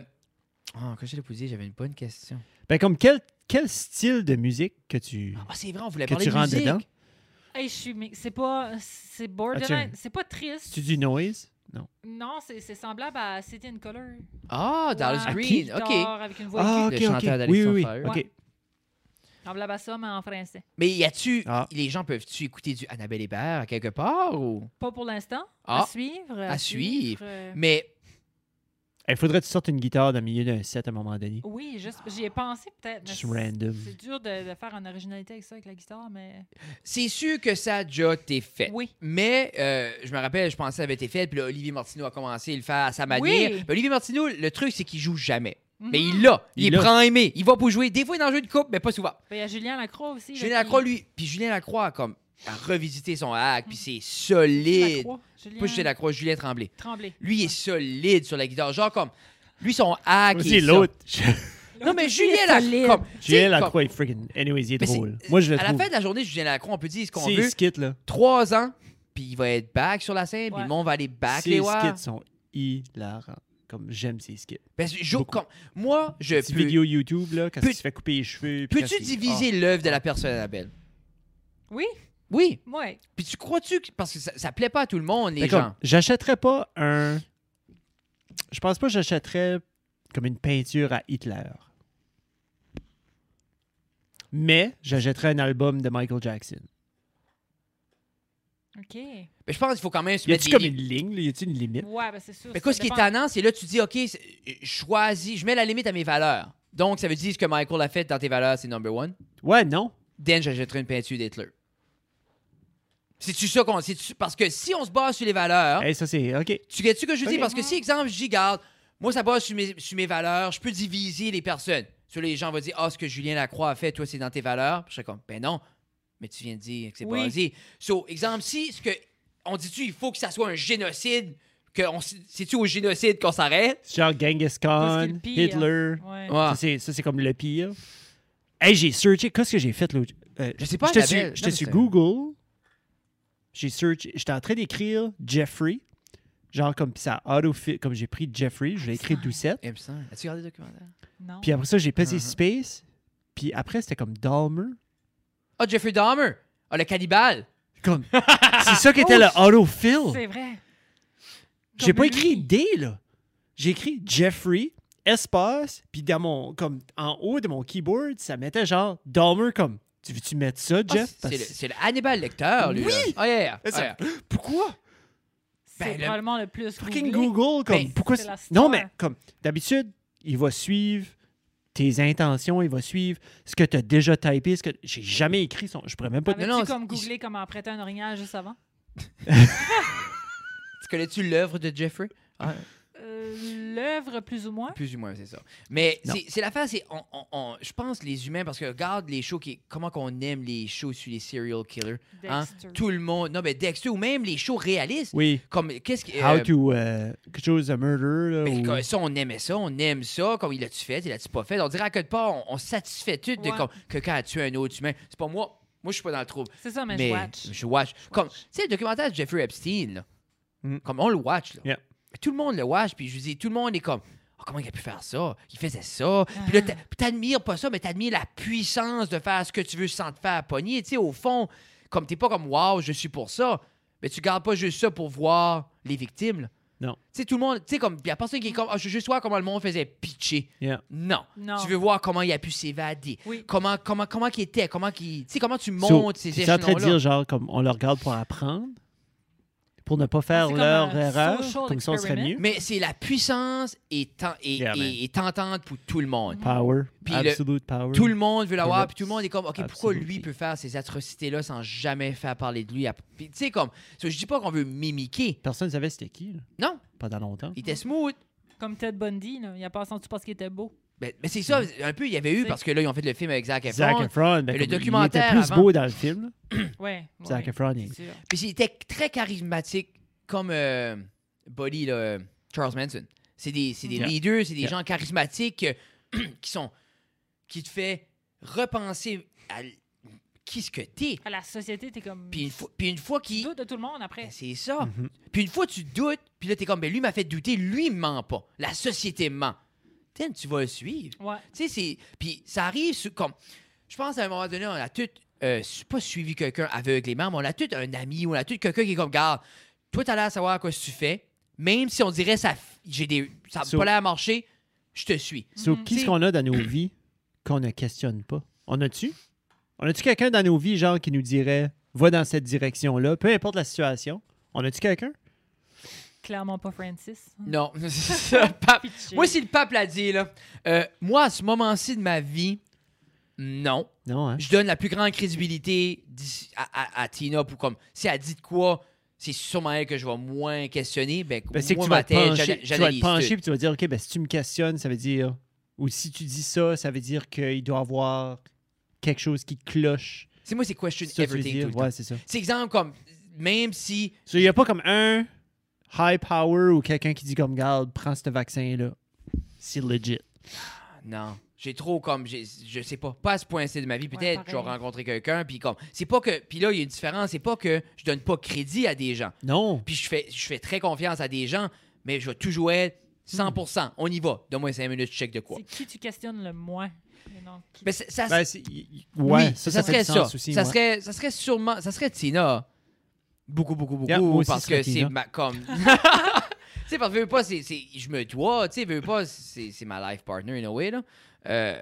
Speaker 1: oh, que j'allais vous dire, j'avais une bonne question.
Speaker 3: Ben, comme quel, quel style de musique que tu,
Speaker 1: Ah, c'est vrai, on voulait
Speaker 3: que
Speaker 1: parler
Speaker 3: tu
Speaker 1: de
Speaker 3: rentres
Speaker 1: musique.
Speaker 3: dedans?
Speaker 2: Hey, je suis. mais C'est pas. C'est borderline.
Speaker 3: Ah, tu-
Speaker 2: C'est pas triste.
Speaker 3: Tu dis noise? Non.
Speaker 2: Non, c'est c'est semblable à City in Color.
Speaker 1: Ah, Dallas
Speaker 2: Ouais.
Speaker 1: Green,
Speaker 2: Qui
Speaker 1: OK.
Speaker 2: dort Avec une voix
Speaker 3: Ah,
Speaker 2: aiguë.
Speaker 3: ok,
Speaker 1: Le
Speaker 3: ok.
Speaker 1: chanteur d'Alex
Speaker 3: oui, oui, oui.
Speaker 1: Sunfire.
Speaker 3: ok.
Speaker 2: Ouais. Semblable à ça, mais en français.
Speaker 1: Mais y a-tu...
Speaker 3: Ah.
Speaker 1: Les gens peuvent-tu écouter du Annabelle Hébert à quelque part ou...
Speaker 2: Pas pour l'instant.
Speaker 1: Ah.
Speaker 2: À suivre.
Speaker 1: À suivre.
Speaker 2: euh,
Speaker 1: Mais
Speaker 3: Il Eh, faudrait que tu sortes une guitare dans le milieu d'un set à un moment donné.
Speaker 2: Oui, juste. J'y ai pensé peut-être. mais
Speaker 3: Juste
Speaker 2: Oh, c'est-
Speaker 3: random.
Speaker 2: C'est dur de, de faire en originalité avec ça, avec la guitare, mais.
Speaker 1: c'est sûr que ça a déjà été fait.
Speaker 2: Oui.
Speaker 1: Mais euh, je me rappelle, je pensais que ça avait été fait, puis là, Olivier Martineau a commencé à le faire à sa manière.
Speaker 2: Oui.
Speaker 1: Mais Olivier Martineau, le truc, c'est qu'il joue jamais.
Speaker 2: Mhm.
Speaker 1: Mais il l'a. Il,
Speaker 3: Il
Speaker 1: est
Speaker 3: l'a.
Speaker 1: prend aimé. Il va pour jouer. Des fois, il est dans le jeu de coupe, mais pas souvent.
Speaker 2: Puis Il y a Julien Lacroix aussi. là,
Speaker 1: Julien
Speaker 2: qui-
Speaker 1: Lacroix, lui, puis Julien Lacroix a comme a revisité son hack, puis c'est
Speaker 2: Lacroix,
Speaker 1: solide.
Speaker 2: Julien
Speaker 1: Pas Julien Lacroix, Julien Tremblay.
Speaker 2: Tremblay.
Speaker 1: Lui, il est solide sur la guitare. Genre comme, lui, son hack. il est
Speaker 3: Vas-y, l'autre.
Speaker 1: ça. Non, mais
Speaker 2: Lui,
Speaker 1: Julien
Speaker 2: il est
Speaker 1: Lacroix.
Speaker 2: solide.
Speaker 1: Comme, tu sais,
Speaker 3: Julien
Speaker 1: comme-
Speaker 3: Lacroix est freaking. Anyways, il est
Speaker 1: Mais c'est-
Speaker 3: drôle. Moi, je le
Speaker 1: À la
Speaker 3: trouve.
Speaker 1: fin de la journée, Julien Lacroix, on peut dire ce qu'on
Speaker 3: Ses
Speaker 1: veut.
Speaker 3: skits, là.
Speaker 1: Trois ans, puis il va être back sur la scène, puis
Speaker 2: Ouais.
Speaker 1: le monde va aller back
Speaker 3: ses
Speaker 1: les voir.
Speaker 3: skits sont hilarants. Comme j'aime ses skits.
Speaker 1: Parce que je-
Speaker 3: Beaucoup.
Speaker 1: comme- moi, je
Speaker 3: Petite
Speaker 1: peux.
Speaker 3: vidéo YouTube, là, quand
Speaker 1: Peux-
Speaker 3: il se fait couper les cheveux. puis quand
Speaker 1: Peux-tu
Speaker 3: il-
Speaker 1: diviser l'œuvre de la personne, Annabelle?
Speaker 2: Oui,
Speaker 1: Oui.
Speaker 2: oui.
Speaker 1: Puis tu crois-tu que. Parce que ça, ça plaît pas à tout le monde,
Speaker 3: Ah.
Speaker 1: les
Speaker 3: D'accord.
Speaker 1: gens.
Speaker 3: J'achèterais pas un. Je pense pas que j'achèterais comme une peinture à Hitler. Mais j'achèterais un album de Michael Jackson.
Speaker 2: OK.
Speaker 1: Mais je pense qu'il faut quand même se
Speaker 3: Y
Speaker 1: mettre
Speaker 3: a-tu
Speaker 1: des
Speaker 3: comme
Speaker 1: li-
Speaker 3: une ligne? là? Y a-tu une limite?
Speaker 2: Ouais, ben c'est sûr.
Speaker 1: Mais
Speaker 2: ça
Speaker 1: quoi, ce qui est
Speaker 2: dépend.
Speaker 1: tannant, c'est là, tu dis, OK, c'est- je choisis, je mets la limite à mes valeurs. Donc, ça veut dire ce que Michael a fait dans tes valeurs, c'est number one.
Speaker 3: Ouais, non.
Speaker 1: Dan, j'achèterai une peinture d'Hitler. C'est-tu ça qu'on. c'est-tu- Parce que si on se base sur les valeurs,
Speaker 3: Hey, ça, c'est OK.
Speaker 1: tu sais-tu que je dis?
Speaker 3: Ok.
Speaker 1: Parce que si, exemple, j'y garde, moi, ça base sur mes, sur mes valeurs, je peux diviser les personnes. Sur les gens vont dire, ah, ce que Julien Lacroix a fait, toi, c'est dans tes valeurs. Puis je serais comme, ben non, mais tu viens de dire que c'est
Speaker 2: Oui.
Speaker 1: basé. So, exemple, si, ce que. On dit-tu, il faut que ça soit un génocide, que on s- c'est-tu au génocide qu'on s'arrête?
Speaker 3: C'est Genre Genghis
Speaker 2: Parce qu'il
Speaker 3: Khan,
Speaker 2: le pire.
Speaker 3: Hitler.
Speaker 1: Ouais.
Speaker 2: Ouais.
Speaker 3: Ça, c'est- Ça, c'est comme le pire. Hey, j'ai searché. Qu'est-ce que j'ai fait l'autre euh,
Speaker 1: Je sais pas,
Speaker 3: J'étais
Speaker 1: Annabelle.
Speaker 3: sur,
Speaker 1: Non,
Speaker 3: j'étais
Speaker 1: mais
Speaker 3: sur
Speaker 1: c'est-
Speaker 3: Google. J'ai searché. J'étais en train d'écrire Jeffrey. Genre comme pis ça auto Comme j'ai pris Jeffrey, je l'ai écrit Doucette.
Speaker 1: Epstein. As-tu regardé le documentaire?
Speaker 2: Non.
Speaker 3: Puis après ça, j'ai pesé
Speaker 1: Mhm.
Speaker 3: Space. Puis après, c'était comme Dahmer.
Speaker 1: Ah, Jeffrey Dahmer! Ah, le cannibale!
Speaker 3: Comme. c'est ça qui était le autofill.
Speaker 2: C'est vrai.
Speaker 3: J'ai
Speaker 2: Comme
Speaker 3: pas
Speaker 2: lui.
Speaker 3: écrit D, là. J'ai écrit Jeffrey, espace, puis dans mon. Comme en haut de mon keyboard, ça mettait genre Dahmer comme. Tu veux-tu mettre ça,
Speaker 1: Ah,
Speaker 3: Jeff?
Speaker 1: c'est-
Speaker 3: Parce-
Speaker 1: c'est le, c'est le Hannibal Lecter, lui.
Speaker 3: Oui!
Speaker 1: là. Ah, yeah, yeah,
Speaker 3: Et ça-
Speaker 1: yeah.
Speaker 3: Pourquoi?
Speaker 2: C'est
Speaker 1: Ben, le-
Speaker 2: probablement le plus.
Speaker 3: Fucking
Speaker 2: googlé.
Speaker 3: Google, comme.
Speaker 1: Ben,
Speaker 3: pourquoi
Speaker 2: c'est
Speaker 3: c'est-
Speaker 2: la star.
Speaker 3: Non, mais comme. D'habitude, il va suivre tes intentions, il va suivre ce que tu as déjà typé, ce que. J'ai jamais écrit son. Je pourrais même pas. te-
Speaker 1: Ah,
Speaker 2: Avais-tu
Speaker 1: non, non,
Speaker 2: comme
Speaker 1: c'est-
Speaker 2: googlé comment prêter un orignal juste avant?
Speaker 1: Tu connais-tu l'œuvre de Jeffrey?
Speaker 3: Ah.
Speaker 1: Ah,
Speaker 2: Euh, L'œuvre, plus ou moins.
Speaker 1: Plus ou moins, c'est ça. Mais
Speaker 3: Non.
Speaker 1: c'est c'est l'affaire, c'est. on- on- on- Je pense les humains, parce que regarde les shows, qui, comment qu'on aime les shows sur les serial killers. hein?
Speaker 3: Mm.
Speaker 2: Dexter.
Speaker 1: Tout le monde. Non, mais Dexter, ou même les shows réalistes.
Speaker 3: Oui.
Speaker 1: Comme, qu'est-ce qui.
Speaker 3: How
Speaker 1: euh,
Speaker 3: to. euh, quelque chose de murder, là.
Speaker 1: mais
Speaker 3: ou-
Speaker 1: que- ça, on aimait ça, on aime ça. Comme il l'a-tu fait, il l'a-tu pas fait. On dirait à quelque part, on, on se satisfait tout de
Speaker 2: Ouais.
Speaker 1: comme, que quand tu tué un autre humain. C'est pas moi. Moi, je suis pas dans le trouble.
Speaker 2: C'est ça, mais,
Speaker 1: mais
Speaker 2: je watch.
Speaker 1: je watch. Comme, tu sais, le documentaire de Jeffrey Epstein, là.
Speaker 3: Mm.
Speaker 1: comme on le watch. Là.
Speaker 3: Yeah.
Speaker 1: Tout le monde le watch, puis je dis, tout le monde est comme, Oh, comment il a pu faire ça? Il faisait ça.
Speaker 2: Ah.
Speaker 1: Puis là, t'a- puis t'admires pas ça, mais t'admires la puissance de faire ce que tu veux sans te faire pogner. Tu sais, au fond, comme t'es pas comme, wow, je suis pour ça. Mais tu gardes pas juste ça pour voir les victimes. là.
Speaker 3: Non.
Speaker 1: Tu sais, tout le monde, tu sais, comme, il y a personne qui est comme, Ah, je veux juste voir comment le monde faisait pitcher.
Speaker 3: Yeah.
Speaker 1: Non.
Speaker 2: Non.
Speaker 1: Tu veux voir comment il a pu s'évader.
Speaker 2: Oui.
Speaker 1: Comment, comment, comment qu'il était, comment qu'il. Tu sais, comment tu
Speaker 3: So,
Speaker 1: montes ces
Speaker 3: t'es-tu en train de
Speaker 1: échelons-là.
Speaker 3: dire, genre, comme on le regarde pour apprendre, pour ne
Speaker 1: Ah,
Speaker 3: pas faire
Speaker 2: C'est comme
Speaker 3: leur
Speaker 2: un
Speaker 3: erreur,
Speaker 2: social
Speaker 3: comme ça on serait
Speaker 2: experiment.
Speaker 3: mieux.
Speaker 1: Mais c'est la puissance est, ten- est-
Speaker 3: Yeah, man.
Speaker 1: est- est tentante pour tout le monde.
Speaker 3: Power.
Speaker 1: Mm. Puis le-
Speaker 3: absolute power.
Speaker 1: Tout le monde veut l'avoir,
Speaker 3: Correct.
Speaker 1: puis tout le monde est comme, OK, pourquoi
Speaker 3: Absolutely.
Speaker 1: lui peut faire ces atrocités-là sans jamais faire parler de lui? à- Puis, tu sais, comme, je dis pas qu'on veut mimiquer.
Speaker 3: Personne ne savait c'était qui, là,
Speaker 1: Non,
Speaker 3: pendant longtemps.
Speaker 1: il était smooth.
Speaker 2: Comme Ted Bundy, là. il a passé en dessous parce qu'il était beau.
Speaker 1: Ben, mais c'est ça, un peu, il y avait eu, parce que là, ils ont fait le film avec Zac Efron.
Speaker 3: Zac Efron, ben,
Speaker 1: mais le
Speaker 3: comme,
Speaker 1: documentaire
Speaker 3: il était plus
Speaker 1: avant-
Speaker 3: beau dans le film. là.
Speaker 2: Ouais.
Speaker 3: Zac
Speaker 2: ouais,
Speaker 3: Efron, il-
Speaker 2: c'est sûr.
Speaker 1: Puis il était très charismatique, comme euh, Buddy, là, euh, Charles Manson. C'est des, c'est des
Speaker 3: Yeah.
Speaker 1: leaders, c'est des
Speaker 3: Yeah.
Speaker 1: gens charismatiques euh, qui sont... qui te fait repenser à l- qui ce que t'es.
Speaker 2: À la société, t'es comme.
Speaker 1: Puis une fois, puis une fois
Speaker 2: Tu
Speaker 1: qu'il.
Speaker 2: doutes de tout le monde après.
Speaker 1: Ben, c'est ça.
Speaker 3: Mhm.
Speaker 1: Puis une fois tu doutes, puis là t'es comme, ben lui m'a fait douter, lui ment pas. La société ment. Tiens, tu vas le suivre.
Speaker 2: Ouais.
Speaker 1: Tu sais, c'est. Puis ça arrive sous- comme. Je pense à un moment donné, on a tous. euh, su- pas suivi quelqu'un aveuglément, mais on a tous un ami, on a tous quelqu'un qui est comme, garde, toi t'as l'air de savoir quoi tu fais, même si on dirait ça. f- J'ai des. Ça n'a
Speaker 3: So-
Speaker 1: pas l'air à marcher, je te suis.
Speaker 3: So,
Speaker 2: Mhm.
Speaker 3: qui
Speaker 1: C'est-
Speaker 3: ce qu'on a dans nos vies qu'on ne questionne pas? On a-tu? On a-tu quelqu'un dans nos vies, genre, qui nous dirait va dans cette direction-là, peu importe la situation? On a-tu quelqu'un?
Speaker 2: Clairement pas Francis.
Speaker 1: Non. Le pape-
Speaker 2: Pitché.
Speaker 1: moi, si le pape l'a dit, là, euh, moi, à ce moment-ci de ma vie, non.
Speaker 3: Non, hein?
Speaker 1: je donne la plus grande crédibilité d'ici- à, à- à Tina pour comme si elle dit de quoi, c'est sûrement elle que je vais moins questionner. Ben,
Speaker 3: Ben, c'est que
Speaker 1: moi,
Speaker 3: tu
Speaker 1: ma
Speaker 3: vas, te
Speaker 1: tête, j'ana-
Speaker 3: pencher, tu vas te
Speaker 1: j'analyse
Speaker 3: pencher
Speaker 1: tout.
Speaker 3: puis tu vas dire, OK, ben, si tu me questionnes, ça veut dire... Ou si tu dis ça, ça veut dire qu'il doit avoir quelque chose qui cloche.
Speaker 1: C'est moi, c'est question
Speaker 3: C'est ça que tu veux
Speaker 1: everything. tout
Speaker 3: dire?
Speaker 1: le
Speaker 3: Ouais,
Speaker 1: temps.
Speaker 3: c'est ça.
Speaker 1: C'est exemple comme, même si.
Speaker 3: So, Il n'y a pas comme un high power ou quelqu'un qui dit comme, garde, prends ce vaccin-là. C'est legit.
Speaker 1: Non. J'ai trop comme, j'ai- je sais pas, pas à ce point-ci de ma vie. Peut-être que je vais
Speaker 2: pareil.
Speaker 1: rencontrer quelqu'un, puis comme, c'est pas que, puis là, il y a une différence, c'est pas que je donne pas crédit à des gens.
Speaker 3: Non.
Speaker 1: Puis je fais, je fais très confiance à des gens, mais je vais toujours être
Speaker 3: Hmm.
Speaker 1: 100%. On y va. Donne-moi 5 minutes, je check de quoi.
Speaker 2: C'est qui tu questionnes le moins. Mais non, qui-
Speaker 1: Mais Ah, c'est- ça,
Speaker 3: Ben, c'est- y- y- ouais,
Speaker 1: oui, ça,
Speaker 3: ça, ça, fait
Speaker 1: serait
Speaker 3: du
Speaker 1: ça.
Speaker 3: sens aussi,
Speaker 1: ça,
Speaker 3: ouais.
Speaker 1: serait, ça serait sûrement. Ça serait Tina. Beaucoup, beaucoup, beaucoup.
Speaker 3: Yeah, moi aussi,
Speaker 1: parce
Speaker 3: ce serait
Speaker 1: que c'est
Speaker 3: Tina.
Speaker 1: ma. Comme. tu sais, parce que veux pas, c'est, c'est- je me dois. Tu sais, veux pas, c'est, c'est ma life partner, in a way, là. Euh,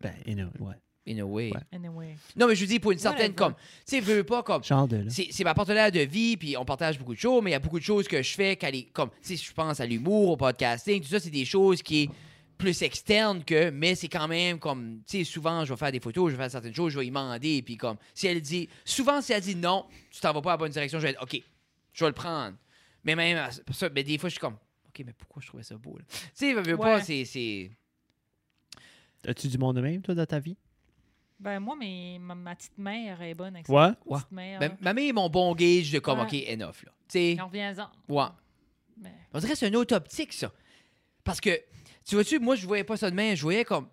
Speaker 3: Ben, you know, ouais.
Speaker 1: in a way.
Speaker 3: Ouais.
Speaker 2: Anyway.
Speaker 1: Non, mais je veux dire, pour une certaine.
Speaker 2: Whatever.
Speaker 1: comme Tu sais, veux pas, comme.
Speaker 3: Genre de là.
Speaker 1: C'est, c'est ma partenaire de vie, puis on partage beaucoup de choses, mais il y a beaucoup de choses que je fais qu'elle est comme, tu sais, je pense à l'humour, au podcasting, tout ça, c'est des choses qui est plus externe que, mais c'est quand même comme, tu sais, souvent, je vais faire des photos, je vais faire certaines choses, je vais y demander, puis comme, si elle dit, souvent, si elle dit non, tu t'en vas pas à la bonne direction, je vais être, OK, je vais le prendre. Mais même, à ce- ça, mais des fois, je suis comme, OK, mais pourquoi je trouvais ça beau, là? Tu sais, veux, veux pas,
Speaker 2: Ouais.
Speaker 1: c'est- c'est.
Speaker 3: As-tu du monde de même, toi, dans ta vie?
Speaker 2: Ben, moi, mes- ma, ma petite mère est bonne avec ça.
Speaker 3: Ouais.
Speaker 2: Ma petite mère.
Speaker 1: Ma- Ma mère est mon bon gauge de comme,
Speaker 2: Ouais.
Speaker 1: OK, enough, là. Tu sais,
Speaker 2: là. On revient-en.
Speaker 1: ouais.
Speaker 2: Mais-
Speaker 1: On dirait que c'est une autre optique, ça. Parce que, tu vois-tu, moi, je voyais pas ça de main, je voyais comme.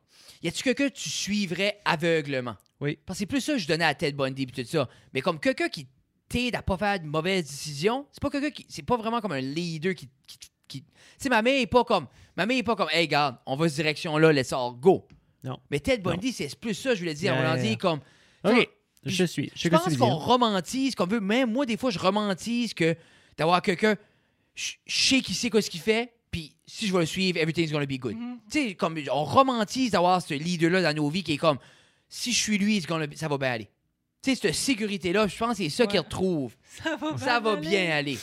Speaker 1: Y a-tu quelqu'un que tu suivrais aveuglement?
Speaker 3: Oui.
Speaker 1: Parce que c'est plus ça que je donnais à Ted Bundy pis tout ça. Mais comme quelqu'un qui t'aide à pas faire de mauvaises décisions, c'est pas quelqu'un qui. C'est pas vraiment comme un leader qui. qui, qui- Tu sais, ma mère est pas comme. Ma mère est pas comme, hey, garde, on va cette direction-là, let's all go.
Speaker 3: Non.
Speaker 1: Mais Ted Bundy, c'est plus ça, je voulais dire.
Speaker 3: Yeah,
Speaker 1: on en
Speaker 3: yeah,
Speaker 1: dit
Speaker 3: yeah.
Speaker 1: comme.
Speaker 3: OK. Ah, Je te suis. Je,
Speaker 1: Je
Speaker 3: sais que tu
Speaker 1: pense
Speaker 3: veux
Speaker 1: qu'on
Speaker 3: dire.
Speaker 1: romantise, qu'on veut. Même moi, des fois, je romantise que d'avoir quelqu'un, je je sais qui sait quoi ce qu'il fait, puis si je vais le suivre, everything's gonna be good.
Speaker 2: Mhm.
Speaker 1: Tu sais, comme on romantise d'avoir ce leader-là dans nos vies qui est comme, si je suis lui, it's gonna be- ça va bien aller. Tu sais, cette sécurité-là, je pense que c'est ça
Speaker 2: Ouais.
Speaker 1: qu'ils retrouvent.
Speaker 2: Ça va
Speaker 1: Ça va
Speaker 2: aller.
Speaker 1: bien aller.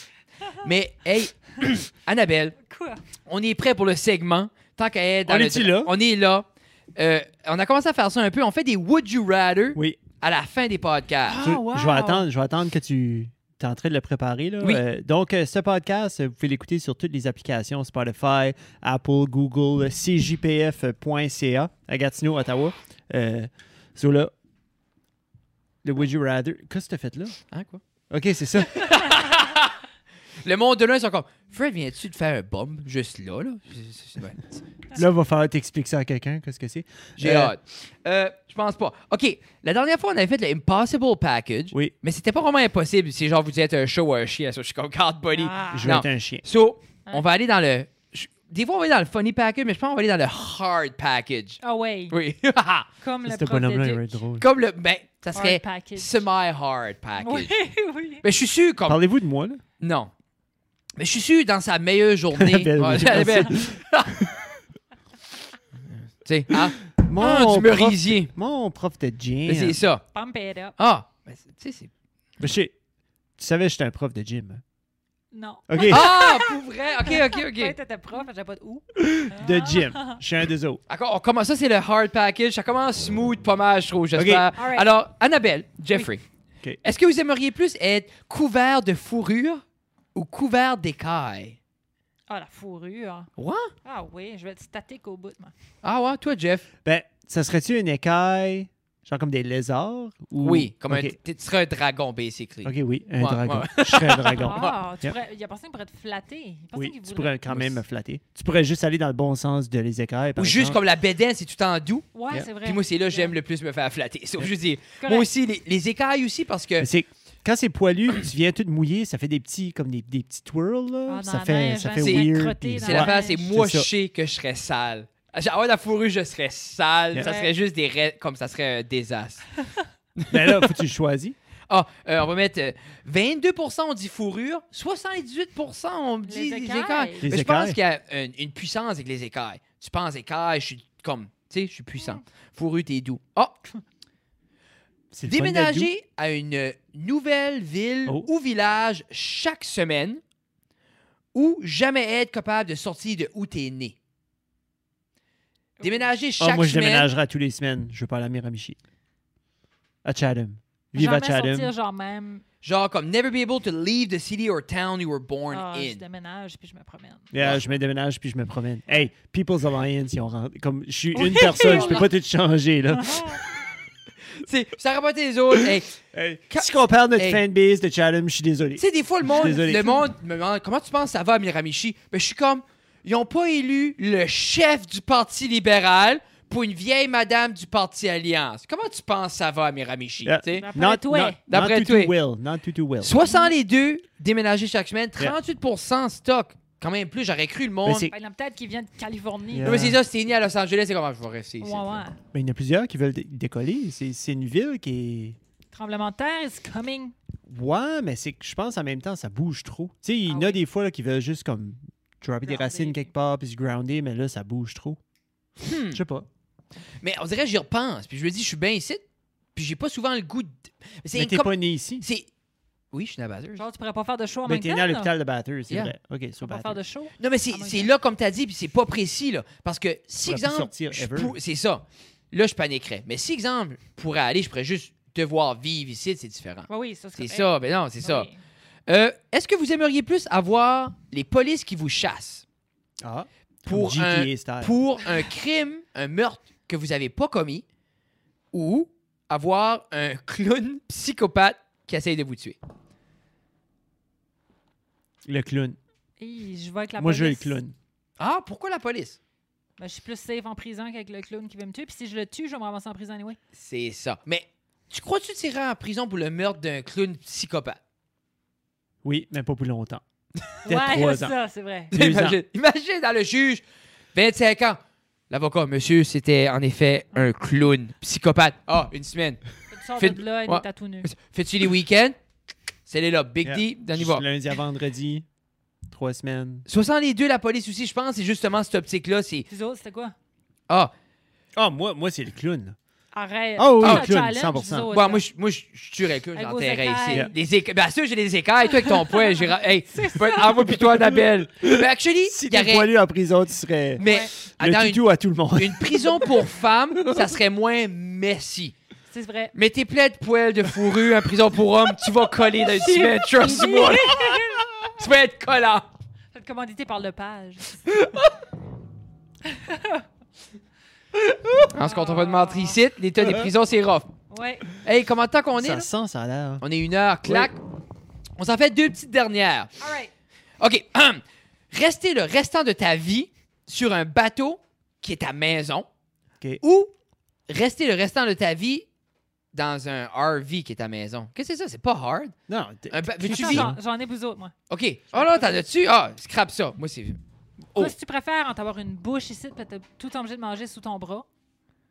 Speaker 1: Mais, hey, Annabelle,
Speaker 2: Quoi?
Speaker 1: on est prêt pour le segment. Tant qu'à être dans
Speaker 3: On
Speaker 1: le
Speaker 3: est-tu
Speaker 1: dra-
Speaker 3: là?
Speaker 1: On est là. Euh, on a commencé à faire ça un peu. On fait des Would You Rather
Speaker 3: Oui.
Speaker 1: à la fin des podcasts.
Speaker 2: Ah,
Speaker 3: Tu-
Speaker 2: wow.
Speaker 3: je, vais attendre, je vais attendre que tu es en train de le préparer. Là.
Speaker 1: Oui.
Speaker 3: Euh, donc, euh, ce podcast, euh, vous pouvez l'écouter sur toutes les applications Spotify, Apple, Google, euh, cjpf.ca à Gatineau, Ottawa. Euh, so là, le Would You Rather. Qu'est-ce que tu as fait là?
Speaker 1: Hein, quoi?
Speaker 3: OK, c'est ça.
Speaker 1: Le monde de l'un, ils sont comme Fred, viens-tu de faire un bomb juste là, là? Ouais.
Speaker 3: là, il va falloir t'expliquer ça à quelqu'un, qu'est-ce que c'est.
Speaker 1: J'ai
Speaker 3: Euh,
Speaker 1: hâte. Euh, je pense pas. OK, la dernière fois, on avait fait le Impossible Package,
Speaker 3: Oui,
Speaker 1: mais c'était pas vraiment impossible. C'est genre, vous êtes un show ou un chien. ça, Je suis comme, God, buddy.
Speaker 2: Ah.
Speaker 3: je vais
Speaker 1: Non.
Speaker 3: être un chien.
Speaker 1: So,
Speaker 2: Hein?
Speaker 1: on va aller dans le. je- Des fois, on va aller dans le funny package, mais je pense qu'on va aller dans le hard package.
Speaker 2: Ah ouais.
Speaker 1: Oui.
Speaker 2: Comme le
Speaker 3: Ce
Speaker 2: prof
Speaker 3: bonhomme-là, il
Speaker 2: de
Speaker 3: va
Speaker 2: Duc.
Speaker 3: être drôle.
Speaker 1: comme le. Ben, ça
Speaker 2: Hard
Speaker 1: serait
Speaker 2: package.
Speaker 1: semi-hard package.
Speaker 2: Oui, oui.
Speaker 1: Mais je suis sûr, comme.
Speaker 3: Parlez-vous de moi, là?
Speaker 1: Non. Mais je suis sûr, dans sa meilleure journée.
Speaker 3: Annabelle,
Speaker 1: Ouais,
Speaker 3: oui, j'ai
Speaker 1: Annabelle. Tu sais, hein?
Speaker 3: Mon,
Speaker 1: Ah, du
Speaker 3: prof,
Speaker 1: merisier.
Speaker 3: mon prof de
Speaker 1: Mais
Speaker 3: gym.
Speaker 1: c'est ça.
Speaker 2: Pump it up.
Speaker 1: Ah! Ben, c'est- tu sais, c'est.
Speaker 3: Mais je sais- Tu savais que j'étais un prof de gym. hein?
Speaker 2: Non.
Speaker 3: OK.
Speaker 1: Ah! Pour vrai? Ok, ok,
Speaker 2: Toi,
Speaker 1: ok.
Speaker 2: t'étais prof, j'avais pas de où.
Speaker 3: de gym. Je suis un des autres.
Speaker 1: D'accord, on commence. Ça, c'est le hard package. Ça commence smooth, pas mal, je trouve, j'espère.
Speaker 2: Ok. Alright.
Speaker 1: Alors, Annabelle, Jeffrey,
Speaker 3: Ok.
Speaker 1: est-ce que vous aimeriez plus être couvert de fourrure ou couvert d'écailles?
Speaker 2: Ah, la fourrure.
Speaker 1: Ouais?
Speaker 2: Ah oui, je vais être statique au bout, moi.
Speaker 1: Ah ouais, toi, Jeff?
Speaker 3: Ben, ça serait-tu une écaille, genre comme des lézards? ou-
Speaker 1: Oui, comme
Speaker 3: Ok.
Speaker 1: un. Tu tu serais un dragon, basically.
Speaker 3: Ok, oui, un
Speaker 1: Ouais,
Speaker 3: dragon.
Speaker 1: ouais.
Speaker 3: Je serais un dragon.
Speaker 2: Ah, tu
Speaker 3: Yep.
Speaker 2: pourrais... il y a personne qui pourrait te flatter. Il y a personne
Speaker 3: Oui,
Speaker 2: qui
Speaker 3: tu
Speaker 2: voudrait-
Speaker 3: pourrais quand même me flatter. Tu pourrais juste aller dans le bon sens de les écailles. par
Speaker 1: Ou juste
Speaker 3: exemple.
Speaker 1: comme la bédaine, c'est tout en doux.
Speaker 2: Ouais,
Speaker 3: Yep.
Speaker 2: c'est vrai.
Speaker 1: Puis moi, c'est là que j'aime
Speaker 2: Yeah.
Speaker 1: le plus me faire flatter. Sauf que je dis, moi
Speaker 2: Correct.
Speaker 1: aussi, les, les écailles aussi, parce que.
Speaker 3: Mais c'est- Quand c'est poilu, tu viens tout mouillé, ça fait des petits, comme des, des petits twirls, là.
Speaker 2: Ah, dans
Speaker 3: ça,
Speaker 2: la
Speaker 3: fait,
Speaker 2: neige,
Speaker 3: ça
Speaker 2: hein,
Speaker 3: fait
Speaker 1: c'est
Speaker 3: weird.
Speaker 2: crotté
Speaker 3: puis-
Speaker 2: dans
Speaker 1: C'est
Speaker 2: la
Speaker 3: Ouais.
Speaker 2: neige.
Speaker 1: l'affaire, c'est moi,
Speaker 3: C'est
Speaker 1: je
Speaker 3: ça.
Speaker 1: sais que je serais sale. Avoir la fourrure, je serais sale.
Speaker 3: Yeah.
Speaker 1: Ça serait juste des raies, comme ça serait un désastre.
Speaker 3: Mais Ben là, faut que tu le choisis.
Speaker 1: Ah, euh, on va mettre euh, 22% on dit fourrure, 78% on dit
Speaker 2: Les
Speaker 1: les
Speaker 2: écailles.
Speaker 1: écailles.
Speaker 3: Les
Speaker 1: Mais je pense
Speaker 3: écailles.
Speaker 1: qu'il y a une, une puissance avec les écailles. Tu penses écailles, je suis comme, tu sais, je suis puissant. Fourrure, t'es doux. Ah,
Speaker 3: C'est le fun d'être doux.
Speaker 1: déménager à une nouvelle ville
Speaker 3: Oh.
Speaker 1: ou village chaque semaine ou jamais être capable de sortir de où t'es né.
Speaker 2: Oh.
Speaker 1: Déménager chaque
Speaker 3: Ah, moi, je
Speaker 1: semaine.
Speaker 3: déménagerai tous les semaines. Je veux pas aller à Miramichi. À Chatham. Vive à
Speaker 2: Jamais
Speaker 3: Chatham.
Speaker 2: sortir, genre même.
Speaker 1: Genre comme never be able to leave the city or town you were born
Speaker 2: Ah, je
Speaker 1: in.
Speaker 2: déménage puis je me promène.
Speaker 3: Yeah,
Speaker 1: Ouais.
Speaker 3: je me déménage puis je me promène. Hey, People's Alliance, ils ont rendu- comme je suis
Speaker 2: Oui,
Speaker 3: une personne, je
Speaker 2: on
Speaker 3: peux pas tout changer là.
Speaker 1: Uh-huh. C'est ça rapporte les autres. Hey, tu
Speaker 3: Hey,
Speaker 1: Ca-
Speaker 3: si on parle de notre
Speaker 1: Hey.
Speaker 3: fanbase de Chatham, je suis désolé.
Speaker 1: sais des fois le monde
Speaker 3: Je suis désolé.
Speaker 1: le monde me demande comment tu penses que ça va à Miramichi Mais je suis comme ils ont pas élu le chef du parti libéral pour une vieille madame du parti Alliance. Comment tu penses que ça va à Miramichi
Speaker 3: Yeah.
Speaker 1: tu sais?
Speaker 2: D'après
Speaker 3: Uh, Not,
Speaker 2: toi.
Speaker 3: not- not
Speaker 1: D'après
Speaker 3: to
Speaker 1: toi.
Speaker 3: do well, not to do well.
Speaker 1: 62 déménager chaque semaine, 38% stock. Quand même plus, j'aurais cru le monde.
Speaker 3: c'est- euh,
Speaker 2: Ben, il y en a peut-être qui vient de Californie.
Speaker 3: Yeah.
Speaker 1: Non, mais c'est ça, si t'es né à Los Angeles, c'est comment je vais rester
Speaker 2: Ouais,
Speaker 1: ici.
Speaker 2: ouais.
Speaker 3: Mais il y en a plusieurs qui veulent dé- décoller. C'est c'est une ville qui
Speaker 2: Tremblement de terre is coming.
Speaker 3: est. Ouais, mais c'est que je pense en même temps, ça bouge trop. Tu sais, il y en a
Speaker 2: Ah oui.
Speaker 3: des fois là, qui veulent juste comme dropper des
Speaker 2: Grounder.
Speaker 3: racines quelque part puis se grounder, mais là, ça bouge trop.
Speaker 2: Hmm.
Speaker 3: Je sais pas.
Speaker 1: Mais on dirait que j'y repense. Puis je me dis, je suis bien ici. Puis j'ai pas souvent le goût de. C'est
Speaker 3: Mais t'es
Speaker 1: comme-
Speaker 3: pas né ici.
Speaker 1: C'est. Oui, je suis nabaseuse.
Speaker 2: Genre, tu pourrais pas faire de show en
Speaker 3: Mais
Speaker 2: même
Speaker 3: t'es né à l'hôpital de Bathurst, c'est
Speaker 1: Yeah.
Speaker 3: vrai. OK,
Speaker 2: Tu
Speaker 3: sur
Speaker 2: pourrais pas
Speaker 3: Bathurst.
Speaker 2: faire de show.
Speaker 1: Non, mais c'est
Speaker 2: Ah, mon
Speaker 1: c'est
Speaker 2: Dieu.
Speaker 1: là, comme tu as dit, puis c'est pas précis, là. Parce que si,
Speaker 3: pourrais plus
Speaker 1: exemple.
Speaker 3: sortir
Speaker 1: je
Speaker 3: ever.
Speaker 1: pour- C'est ça. Là, je paniquerais. Mais si, exemple, pour aller, je pourrais juste te voir vivre ici, c'est différent.
Speaker 2: Oui, oui, ça
Speaker 1: C'est
Speaker 2: serait-
Speaker 1: ça, mais non, c'est
Speaker 2: Oui.
Speaker 1: ça. Euh, Est-ce que vous aimeriez plus avoir les polices qui vous chassent
Speaker 3: Ah,
Speaker 1: pour
Speaker 3: GTA
Speaker 1: un-
Speaker 3: style.
Speaker 1: pour un crime, un meurtre que vous avez pas commis ou avoir un clown psychopathe qui essaye de vous tuer?
Speaker 3: Le clown.
Speaker 2: Hi, je vais avec la
Speaker 3: Moi, je veux le
Speaker 2: police.
Speaker 3: clown.
Speaker 1: Ah, pourquoi la police?
Speaker 2: Ben, je suis plus safe en prison qu'avec le clown qui veut me tuer. Puis si je le tue, je vais me ramasser en prison anyway.
Speaker 1: C'est ça. Mais tu crois-tu tirer en prison pour le meurtre d'un clown psychopathe?
Speaker 3: Oui, mais pas pour longtemps. Peut-être
Speaker 2: Ouais,
Speaker 3: trois
Speaker 2: c'est
Speaker 3: ans.
Speaker 2: ça, c'est vrai.
Speaker 3: Deux
Speaker 1: Imagine, imagine dans le juge, 25 ans. L'avocat, monsieur, c'était en effet un clown psychopathe. Ah, une semaine.
Speaker 2: Tu sors
Speaker 1: Fait-
Speaker 2: de là, il
Speaker 1: Ouais.
Speaker 2: est à tout nu.
Speaker 1: Fais-tu les week-ends? C'est les là, Big
Speaker 3: Yeah.
Speaker 1: D, d'en y
Speaker 3: Juste
Speaker 1: voir.
Speaker 3: Lundi à vendredi, trois semaines.
Speaker 1: 62, la police aussi, je pense, c'est justement cette optique-là. C'est
Speaker 2: Puis autres, c'était quoi?
Speaker 1: Ah,
Speaker 3: Ah, moi, moi c'est le clown.
Speaker 2: Arrête.
Speaker 3: Ah oui,
Speaker 2: C'est
Speaker 3: oui,
Speaker 2: un
Speaker 3: clown, 100%.
Speaker 2: challenge, vous autres,
Speaker 1: Bon,
Speaker 2: là.
Speaker 1: moi, je, moi, je, je tuerais que
Speaker 2: Avec vos
Speaker 1: j'enterrais ici.
Speaker 2: écailles.
Speaker 1: Les éca- Ben, sûr, j'ai les écailles. Toi, avec ton poing, j'ai. ra- Hey, ben, envoie puis toi, Annabelle. Ben, actually, il
Speaker 3: Si
Speaker 1: y
Speaker 3: t'es
Speaker 1: aurait-
Speaker 3: poilu en prison, tu serais
Speaker 1: Mais,
Speaker 2: Ouais.
Speaker 1: dans
Speaker 3: le
Speaker 1: une-
Speaker 3: tuto à tout le monde.
Speaker 1: une, prison pour femmes, ça serait moins messy.
Speaker 2: C'est vrai.
Speaker 1: Mais tes plaies de poêle de fourrure en prison pour hommes, tu vas coller dans le ciment, trust-moi. Tu vas être collant.
Speaker 2: Vous êtes commandité par le page.
Speaker 1: En ce qu'on va de mentir ici, l'état des prisons, c'est rough.
Speaker 2: Ouais.
Speaker 1: Hey, comment de temps qu'on est?
Speaker 3: Ça
Speaker 1: là?
Speaker 3: sent, ça a l'air.
Speaker 1: On est une heure, clac. On s'en fait deux petites dernières.
Speaker 2: All right.
Speaker 1: OK. Rester le restant de ta vie sur un bateau qui est ta maison
Speaker 3: OK.
Speaker 1: ou rester le restant de ta vie dans un RV qui est ta maison. Qu'est-ce que c'est ça? C'est pas hard.
Speaker 3: Non, t'es-
Speaker 1: Un ba- veux-tu
Speaker 2: Attends,
Speaker 1: vivre?
Speaker 2: j'en- J'en ai vous autres, moi.
Speaker 1: OK. Oh là, t'en as-tu? Ah, scrap ça. Moi, c'est... Oh.
Speaker 2: Toi, si tu préfères en t'avoir une bouche ici, puis t'es tout obligé de manger sous ton bras,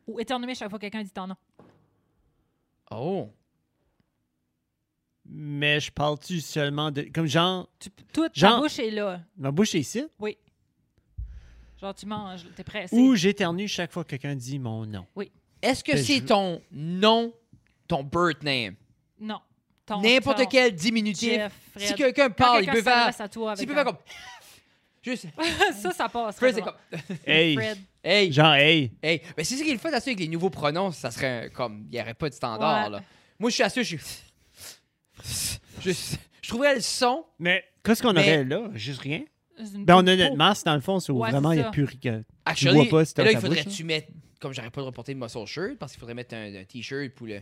Speaker 2: ou éternuer chaque fois que quelqu'un dit ton nom.
Speaker 1: Oh.
Speaker 3: mais je parle-tu seulement de. Comme genre,
Speaker 2: Tu- toute ta
Speaker 3: Genre-
Speaker 2: bouche est là.
Speaker 3: ma bouche est ici,
Speaker 2: Oui. Genre, tu manges, t'es pressé.
Speaker 3: ou j'éternue chaque fois que quelqu'un dit mon nom.
Speaker 1: Est-ce que
Speaker 3: Ben,
Speaker 1: c'est
Speaker 3: je-
Speaker 1: ton nom, ton birth name?
Speaker 2: Non. Ton-
Speaker 1: N'importe
Speaker 2: ton-
Speaker 1: quel diminutif.
Speaker 2: Jeff, Fred.
Speaker 1: Si quelqu'un
Speaker 2: Quand
Speaker 1: parle, il peut faire...
Speaker 2: s'adresse à toi
Speaker 1: Il
Speaker 2: avec
Speaker 1: peut
Speaker 2: un-
Speaker 1: faire comme... Juste...
Speaker 2: ça, ça passe.
Speaker 1: Fred, c'est comme...
Speaker 3: Hey!
Speaker 2: Fred.
Speaker 1: Hey,
Speaker 3: Genre, hey!
Speaker 1: Hey, mais c'est ça qui est le fun à ça avec les nouveaux pronoms, ça serait un- comme il n'y aurait pas de standard
Speaker 2: Ouais.
Speaker 1: là. Moi je suis assuré, je suis je, je trouverais le son.
Speaker 3: Mais qu'est-ce qu'on
Speaker 1: Mais-
Speaker 3: aurait là? Juste rien?
Speaker 2: Une
Speaker 3: Ben, on a
Speaker 2: petite
Speaker 3: notre
Speaker 2: peau.
Speaker 3: masse dans le fond, c'est où
Speaker 2: Ouais,
Speaker 3: vraiment,
Speaker 2: c'est
Speaker 3: il n'y a
Speaker 2: ça.
Speaker 3: plus euh, rien.
Speaker 1: Actually,
Speaker 3: vois pas si t'as
Speaker 1: là il
Speaker 3: ta
Speaker 1: faudrait que
Speaker 3: bouche,
Speaker 1: tu mettes comme j'aurais pas le droit de porter de muscle shirt parce qu'il faudrait mettre un, un t-shirt pour le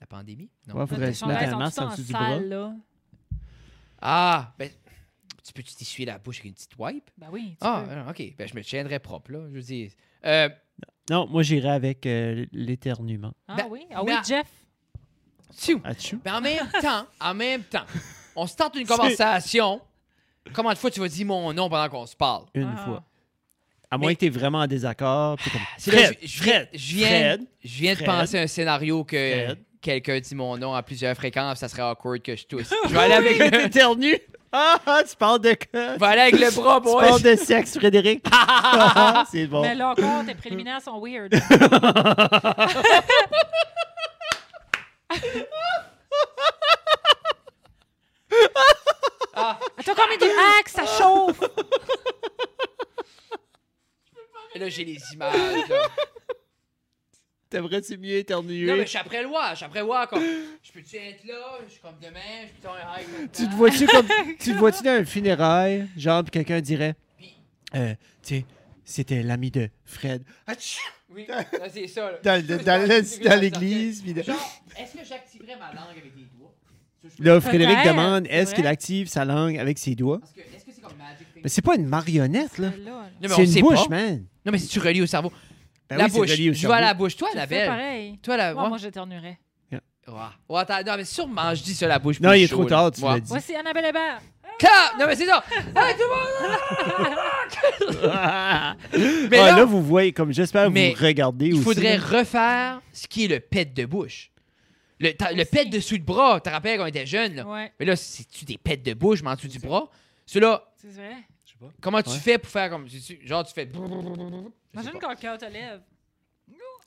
Speaker 1: la pandémie. Non.
Speaker 3: Ouais, faudrait
Speaker 2: Tes
Speaker 3: se mettre
Speaker 2: chandails
Speaker 3: un
Speaker 2: sont
Speaker 3: masque
Speaker 2: tout
Speaker 3: en
Speaker 2: en
Speaker 3: dessous du bras.
Speaker 2: salle, là.
Speaker 1: Ah, ben tu peux tu t'essuyer la bouche avec une petite wipe
Speaker 2: Ben oui, tu
Speaker 1: Ah,
Speaker 2: peux.
Speaker 1: euh, OK, ben je me tiendrais propre là, je veux dire. Euh,
Speaker 3: Non, moi, j'irai avec euh, l'éternuement.
Speaker 2: Ah
Speaker 1: Ben-
Speaker 2: oui, ah oui,
Speaker 1: ben-
Speaker 2: Jeff.
Speaker 1: tchou.
Speaker 3: Achou.
Speaker 1: Mais en même temps, en même temps, on se tente une
Speaker 3: C'est-
Speaker 1: conversation. Comment de fois tu vas dire mon nom pendant qu'on se parle
Speaker 3: Une
Speaker 2: Ah.
Speaker 3: fois. À moins que t'es vraiment en désaccord. puis comme,
Speaker 1: Ah, C'est là,
Speaker 3: Fred,
Speaker 1: je- je, viens-
Speaker 3: Fred,
Speaker 1: je viens,
Speaker 3: Fred.
Speaker 1: je viens de
Speaker 3: Fred.
Speaker 1: penser à un scénario que
Speaker 3: Fred.
Speaker 1: quelqu'un dit mon nom à plusieurs fréquences, ça serait awkward que je tousse. Je vais aller avec le, je
Speaker 3: T'éternues? Ah, ah, tu parles de quoi?
Speaker 1: vais aller avec le bras,
Speaker 3: Tu
Speaker 1: boy.
Speaker 3: parles de sexe, Frédéric? Ah, c'est bon.
Speaker 2: Mais là encore, tes préliminaires sont weird. Ah. Attends, quand même du hack, ça
Speaker 1: Ah.
Speaker 2: chauffe.
Speaker 1: Et Là, j'ai les images. là.
Speaker 3: T'aimerais-tu mieux
Speaker 1: Non, mais
Speaker 3: éternuer?
Speaker 1: je suis après le voir. Je suis après le voir. Comme, je peux-tu être là? Je suis comme demain. Je peux un high. comme
Speaker 3: Tu
Speaker 1: ça.
Speaker 3: te vois-tu comme. Tu te vois-tu dans un funérail? Genre, puis quelqu'un dirait. Euh, tu sais, c'était l'ami de Fred. Achou!
Speaker 1: Oui, là, c'est ça. là.
Speaker 3: Dans, le- dans le- dans l'église. puis de-
Speaker 1: Genre, est-ce que j'activerais ma langue avec les doigts? Ça, je peux-
Speaker 3: Là, Frédéric
Speaker 2: Peut-être,
Speaker 3: demande
Speaker 2: c'est
Speaker 3: est-ce
Speaker 2: vrai.
Speaker 3: qu'il active sa langue avec ses doigts?
Speaker 1: Parce que, est-ce que c'est comme Magic Finger?
Speaker 3: Mais c'est pas une marionnette, là.
Speaker 2: Là, là.
Speaker 1: Non, mais on
Speaker 3: C'est
Speaker 1: sait
Speaker 3: une
Speaker 1: pas.
Speaker 3: bouche, man.
Speaker 1: Non, mais si tu relis au cerveau.
Speaker 3: Ben
Speaker 1: la
Speaker 3: oui, c'est
Speaker 1: bouche.
Speaker 3: relié au
Speaker 1: Je vois
Speaker 3: cerveau.
Speaker 1: la bouche. Toi,
Speaker 2: Tu
Speaker 1: la
Speaker 2: fais
Speaker 1: belle.
Speaker 2: pareil.
Speaker 1: Toi, la.
Speaker 2: Moi,
Speaker 1: ouais.
Speaker 2: moi, j'éternuerais.
Speaker 1: Ouais. Ouais, attends, non, mais sûrement, je dis ça la bouche.
Speaker 3: Non,
Speaker 1: plus
Speaker 3: il est
Speaker 1: chaud,
Speaker 3: trop
Speaker 1: là.
Speaker 3: tard, tu
Speaker 1: Ouais.
Speaker 3: l'as dit.
Speaker 2: Voici Annabelle Hébert.
Speaker 1: Ca- Non, mais c'est ça! Hey, tout le monde!
Speaker 3: Ah,
Speaker 1: Mais
Speaker 3: là,
Speaker 1: là,
Speaker 3: vous voyez, comme j'espère, vous
Speaker 1: Mais
Speaker 3: regardez
Speaker 1: il
Speaker 3: aussi.
Speaker 1: faudrait refaire ce qui est le pet de bouche. Le, ta- le
Speaker 2: Aussi.
Speaker 1: pet dessous de bras, tu te rappelles quand on était jeune, là.
Speaker 2: Ouais,
Speaker 1: Mais là, c'est-tu des pets de bouche, mais en dessous du bras? Ceux-là,
Speaker 2: c'est vrai.
Speaker 1: comment tu
Speaker 3: Ouais.
Speaker 1: fais pour faire comme. tu- Genre, tu fais. Je sais
Speaker 2: Imagine
Speaker 1: pas.
Speaker 2: quand le cœur te lève.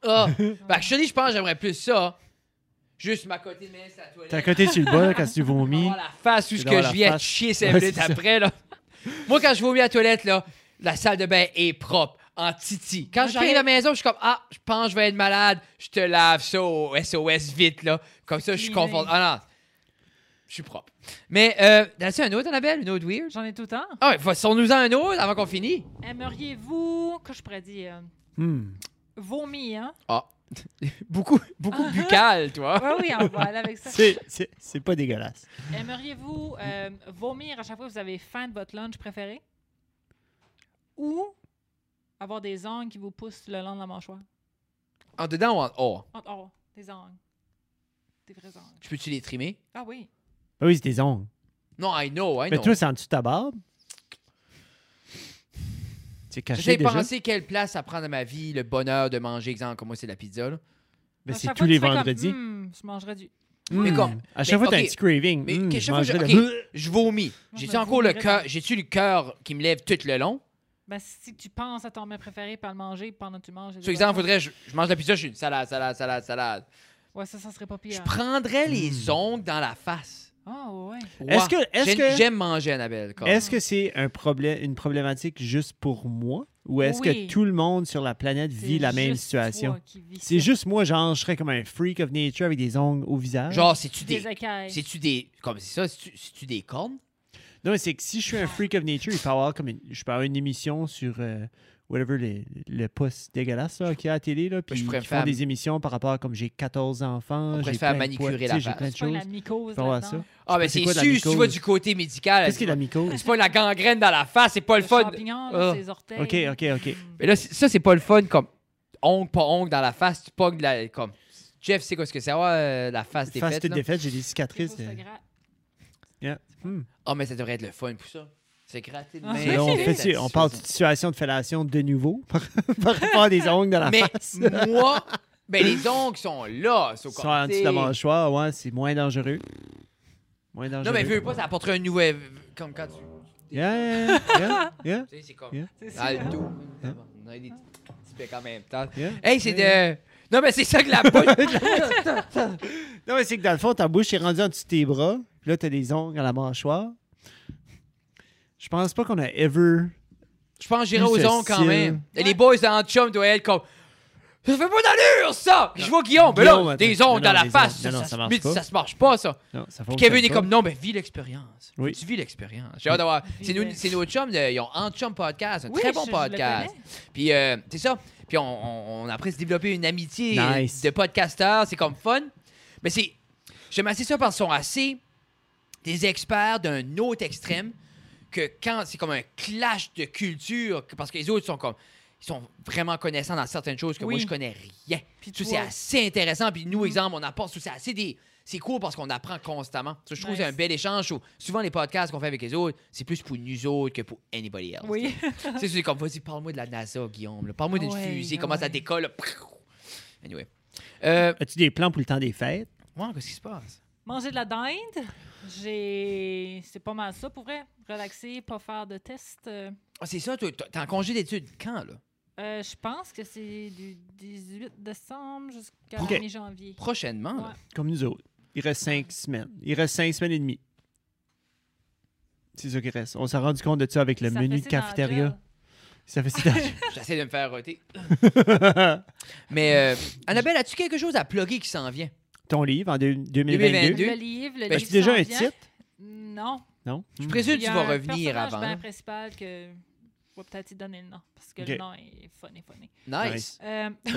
Speaker 1: Ah! Ben, actually, je pense que j'aimerais plus ça Juste ma côté de mes à la toilette.
Speaker 3: T'as côté sur le bas là, quand tu
Speaker 1: Je vais
Speaker 3: vomis.
Speaker 1: avoir la face où
Speaker 3: Je
Speaker 1: ce
Speaker 3: vais
Speaker 1: que
Speaker 3: avoir
Speaker 1: je
Speaker 3: la
Speaker 1: viens de
Speaker 3: face.
Speaker 1: chier cinq
Speaker 3: Ouais,
Speaker 1: minutes
Speaker 3: c'est ça.
Speaker 1: après. Là. Moi, quand je vomis à la toilette, là, la salle de bain est propre, en titi. Quand
Speaker 2: Ok.
Speaker 1: j'arrive à la maison, je suis comme Ah, je pense que je vais être malade, je te lave ça au SOS vite. là. Comme ça, je suis
Speaker 2: Fini.
Speaker 1: confortable. Ah non, je suis propre. Mais, euh, t'as-tu un autre, Annabelle Un autre weird
Speaker 2: J'en ai tout le temps.
Speaker 1: Ah, ouais, faisons-nous un autre avant qu'on finisse.
Speaker 2: Aimeriez-vous, que je pourrais dire, euh,
Speaker 3: Hmm.
Speaker 2: vomir, hein?
Speaker 1: Ah, beaucoup, beaucoup
Speaker 2: Ah.
Speaker 1: buccal, toi.
Speaker 2: Ouais, oui, on va aller avec ça.
Speaker 3: C'est- C'est c'est pas dégueulasse.
Speaker 2: Aimeriez-vous euh, vomir à chaque fois que vous avez faim de votre lunch préféré? Ou avoir des angles qui vous poussent le long de la mâchoire?
Speaker 1: En dedans ou en hors
Speaker 2: Oh, oh, des angles. Des vrais angles.
Speaker 1: Je peux-tu les trimer
Speaker 2: Ah oui.
Speaker 3: Ah oui, c'est tes ongles.
Speaker 1: Non, I know, I
Speaker 3: Mais
Speaker 1: know.
Speaker 3: toi, c'est en dessous de ta barbe. C'est
Speaker 1: J'ai
Speaker 3: caché déjà.
Speaker 1: pensé quelle place ça prend dans ma vie, le bonheur de manger, exemple, comme moi, c'est la pizza. là.
Speaker 3: Mais
Speaker 2: À
Speaker 3: c'est
Speaker 2: chaque
Speaker 3: tous
Speaker 2: fois que
Speaker 3: les
Speaker 2: tu fais comme,
Speaker 3: vendredis.
Speaker 2: Hmm, je mangerais du.
Speaker 1: Mais
Speaker 3: Hmm.
Speaker 1: comme-
Speaker 3: À chaque
Speaker 1: mais,
Speaker 3: fois, t'as
Speaker 1: ok.
Speaker 3: un petit craving.
Speaker 1: Mais
Speaker 3: Hmm,
Speaker 1: quelque
Speaker 3: je
Speaker 1: chose, je,
Speaker 3: mangerais de-
Speaker 1: ok, je vomis.
Speaker 2: Moi,
Speaker 1: J'ai-tu
Speaker 2: je me
Speaker 1: encore le
Speaker 2: vomirais
Speaker 1: cœur,
Speaker 2: dans-
Speaker 1: j'ai-tu le cœur qui me lève tout le long?
Speaker 2: Ben, si tu penses à ton mets préféré par le manger pendant que tu manges.
Speaker 1: Sur exemple, faudrait, je, je mange la pizza, je suis une salade, salade, salade, salade.
Speaker 2: Ouais, ça, ça serait pas
Speaker 1: Je
Speaker 2: pire.
Speaker 1: prendrais les
Speaker 3: Mm.
Speaker 1: ongles dans la face.
Speaker 2: Ah ouais.
Speaker 3: Est-ce que-
Speaker 1: Ouah,
Speaker 3: est-ce
Speaker 1: j'aime-
Speaker 3: que-
Speaker 1: J'aime manger, Annabelle. comme.
Speaker 3: Est-ce que c'est un problème, une problématique juste pour moi ou est-ce
Speaker 2: Oui.
Speaker 3: que tout le monde sur la planète vit
Speaker 2: C'est
Speaker 3: la même
Speaker 2: juste
Speaker 3: situation?
Speaker 2: toi qui vis
Speaker 3: C'est
Speaker 2: ça.
Speaker 3: juste moi, genre, je serais comme un freak of nature avec des ongles au visage.
Speaker 1: Genre, c'est-tu des...
Speaker 2: des écailles.
Speaker 1: C'est-tu des... Comme c'est ça, c'est-tu c'est-tu des cornes?
Speaker 3: Non, mais c'est que si je suis un freak of nature, il peut avoir comme une, je peux avoir une émission sur euh, whatever le, le poste dégueulasse là, qu'il y a à la télé. Là, puis
Speaker 1: je pourrais
Speaker 3: qui
Speaker 1: faire-
Speaker 3: font des émissions par rapport à comme j'ai 14
Speaker 1: On
Speaker 3: enfants,
Speaker 1: pourrait
Speaker 3: j'ai
Speaker 1: faire
Speaker 3: plein, de
Speaker 1: manicurer
Speaker 3: poids, tu
Speaker 1: la
Speaker 3: sais, j'ai
Speaker 1: face.
Speaker 3: plein de
Speaker 2: C'est pas de
Speaker 3: choses.
Speaker 2: la mycose
Speaker 3: Faut voir
Speaker 2: là-dedans.
Speaker 1: Ah, ben
Speaker 3: c'est
Speaker 1: c'est
Speaker 3: quoi de la
Speaker 1: sûr, si tu
Speaker 3: mycose?
Speaker 1: vas du côté médical,
Speaker 3: Qu'est-ce que la mycose?
Speaker 1: c'est pas la gangrène dans la face, c'est pas le fun.
Speaker 2: champignon,
Speaker 1: Ah.
Speaker 2: ses orteils. Hmm.
Speaker 3: OK, OK, OK.
Speaker 1: Mais là, c'est- ça, c'est pas le fun, comme ongle, pas ongle dans la face, tu pognes la. Comme... Jeff, c'est quoi ce que c'est, avoir euh, la face
Speaker 3: Face
Speaker 1: défaite?
Speaker 3: toute
Speaker 1: là?
Speaker 3: défaite, j'ai des cicatrices. euh.
Speaker 2: C'est
Speaker 3: de-
Speaker 2: gra-
Speaker 3: Yeah. Hmm.
Speaker 1: Ah, mais ça devrait être le fun pour ça. C'est gratter de
Speaker 2: Ah.
Speaker 1: main.
Speaker 2: Mais
Speaker 3: Là, on,
Speaker 2: c'est
Speaker 3: fait- c'est- on parle de situation de fellation de nouveau par, par rapport à des ongles dans la
Speaker 1: Mais
Speaker 3: face.
Speaker 1: moi, ben les ongles sont là, sont
Speaker 3: Sur
Speaker 1: comme,
Speaker 3: en dessous de la
Speaker 1: t'sais.
Speaker 3: mâchoire, ouais, c'est moins dangereux. Moins dangereux.
Speaker 1: Non, mais veux pas, ça apporterait un nouvel. Comme quand tu.
Speaker 3: Yeah, yeah, yeah, yeah,
Speaker 1: Tu sais, c'est comme.
Speaker 3: Yeah.
Speaker 2: C'est
Speaker 1: Dans
Speaker 3: Hein?
Speaker 2: sûr.
Speaker 1: le dos. On a des petits pics en même temps.
Speaker 3: yeah.
Speaker 1: Hey, c'est
Speaker 3: Yeah.
Speaker 1: de. Non, mais c'est ça que la bouche.
Speaker 3: Non, mais c'est que dans le fond, ta bouche est rendue en dessous de tes bras. Puis là, t'as des ongles à la mâchoire. Je pense pas qu'on a ever.
Speaker 1: Je pense que j'irai aux
Speaker 3: Plus
Speaker 1: ongles quand
Speaker 3: facile.
Speaker 1: même. Et Les
Speaker 2: Ouais.
Speaker 1: boys dans le chum doivent être comme. Ça fait pas d'allure, ça! Je vois Guillaume, mais
Speaker 3: Guillaume,
Speaker 1: là,
Speaker 3: attends.
Speaker 1: des
Speaker 3: Non,
Speaker 1: ongles
Speaker 3: non,
Speaker 1: dans la
Speaker 3: des
Speaker 1: face,
Speaker 3: ongles.
Speaker 1: ça,
Speaker 3: Non, non,
Speaker 1: ça,
Speaker 3: ça
Speaker 1: se-
Speaker 3: marche
Speaker 1: mais
Speaker 3: pas.
Speaker 1: ça se marche pas, ça.
Speaker 3: Non, ça
Speaker 1: Puis
Speaker 3: fonctionne
Speaker 1: Kevin est
Speaker 3: pas.
Speaker 1: comme non, mais vis l'expérience.
Speaker 3: Oui.
Speaker 1: Tu vis l'expérience. J'ai hâte d'avoir. C'est
Speaker 2: Vivez.
Speaker 1: nos, c'est nos chums, de- ils ont En Chum Podcast, un
Speaker 2: Oui,
Speaker 1: très bon
Speaker 2: je- je le
Speaker 1: podcast.
Speaker 2: connais.
Speaker 1: Puis euh, c'est ça. Puis on, on, on a presque développé une amitié
Speaker 3: Nice.
Speaker 1: de podcasteurs. C'est comme fun. Mais c'est. J'aime assez ça parce qu'ils sont assez des experts d'un autre extrême que quand c'est comme un clash de culture, que- parce que les autres sont comme. Ils sont vraiment connaissants dans certaines choses que moi
Speaker 2: Oui.
Speaker 1: je connais rien.
Speaker 2: Puis
Speaker 1: Ça,
Speaker 2: toi-
Speaker 1: c'est assez intéressant. Puis
Speaker 2: Mm.
Speaker 1: nous, exemple, on apporte. ça, C'est assez des. C'est cool parce qu'on apprend constamment. Ça, je trouve que c'est un
Speaker 2: Nice.
Speaker 1: bel échange. Je trouve- Souvent, les podcasts qu'on fait avec les autres, c'est plus pour nous autres que pour anybody else.
Speaker 2: Oui.
Speaker 1: Tu sais, c'est comme, vas-y, parle-moi de la NASA, Guillaume. là. Parle-moi d'une
Speaker 2: Ouais,
Speaker 1: fusée,
Speaker 2: ouais.
Speaker 1: comment ça décolle. là. Anyway. Euh,
Speaker 3: As-tu des plans pour le temps des fêtes?
Speaker 1: ouais, qu'est-ce qui se passe?
Speaker 2: Manger de la dinde. J'ai. C'est pas mal ça pour vrai. Relaxer, pas faire de tests. Euh,
Speaker 1: Ah, c'est ça, toi, t'es en congé d'études quand, là?
Speaker 2: euh, je pense que c'est du 18 décembre jusqu'à
Speaker 3: Ok.
Speaker 2: la mi-janvier.
Speaker 1: Prochainement, là.
Speaker 2: Ouais.
Speaker 3: Comme nous autres. Il reste cinq semaines. Il reste cinq semaines et demie. C'est ça qui reste. On s'est rendu compte de ça avec le
Speaker 2: Ça
Speaker 3: menu
Speaker 2: fait
Speaker 3: de
Speaker 2: c'est dans le
Speaker 3: cafétéria.
Speaker 2: gel.
Speaker 3: Ça fait c'est
Speaker 1: J'essaie de me faire roter. Mais, euh, Annabelle, as-tu quelque chose à plugger qui s'en vient?
Speaker 3: Ton livre en deux-
Speaker 1: 2022.
Speaker 3: 2022.
Speaker 1: Deux.
Speaker 2: Le livre, le
Speaker 1: Ben,
Speaker 2: livre.
Speaker 3: As-tu déjà
Speaker 2: s'en
Speaker 3: un
Speaker 2: vient.
Speaker 3: titre?
Speaker 2: Non.
Speaker 3: Non?
Speaker 1: Je
Speaker 3: Hmm.
Speaker 1: présume
Speaker 2: Il
Speaker 1: que
Speaker 2: y
Speaker 1: tu
Speaker 2: a
Speaker 1: vas
Speaker 2: un
Speaker 1: revenir
Speaker 2: personnage
Speaker 1: avant.
Speaker 2: bien
Speaker 1: hein?
Speaker 2: principal que je vais peut-être y donner le nom. Parce que
Speaker 3: Ok.
Speaker 2: le nom est funny, funny.
Speaker 1: Nice.
Speaker 2: Euh,
Speaker 3: Oh.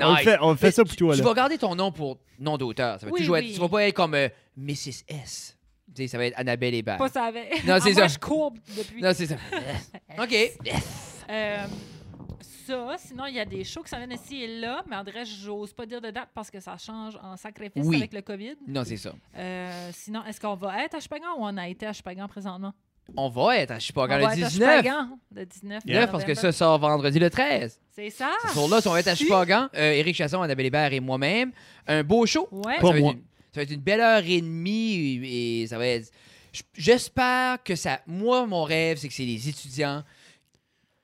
Speaker 3: on, le fait, on le fait
Speaker 1: Mais
Speaker 3: ça
Speaker 1: tu-
Speaker 3: pour toi,
Speaker 1: Tu
Speaker 3: là.
Speaker 1: vas garder ton nom pour nom d'auteur. Ça va
Speaker 2: Oui,
Speaker 1: toujours
Speaker 2: oui.
Speaker 1: être. Tu vas pas être comme euh, Mrs. S. Tu sais, ça va être Annabelle et
Speaker 2: Pas ça avec.
Speaker 1: Ah. Non, c'est
Speaker 2: En vrai,
Speaker 1: ça.
Speaker 2: je courbe depuis.
Speaker 1: Non, c'est ça. OK.
Speaker 2: Euh, ça, sinon, il y a des shows qui s'en viennent ici et là, mais en vrai, j'ose pas dire de date parce que ça change en sacrifice
Speaker 1: Oui.
Speaker 2: avec le COVID.
Speaker 1: Non, c'est ça.
Speaker 2: Euh, sinon, est-ce qu'on va être à Chupagan ou on a été à Chupagan présentement?
Speaker 1: On va être, à- je sais pas,
Speaker 2: On
Speaker 1: quand
Speaker 2: va
Speaker 1: le
Speaker 2: être à
Speaker 1: 19.
Speaker 2: Chupagan, le 19.
Speaker 1: Neuf, parce que ça sort vendredi le 13.
Speaker 2: C'est ça?
Speaker 1: Ce soir-là, si on va être à
Speaker 2: Si.
Speaker 1: Chupagan, euh, Éric Chasson, Annabelle Hébert et moi-même. Un beau show.
Speaker 2: Ouais.
Speaker 3: Pas
Speaker 1: ça, va être
Speaker 3: moi.
Speaker 1: une, ça va être une belle heure et demie et ça va être. j- J'espère que ça. Moi, mon rêve, c'est que c'est les étudiants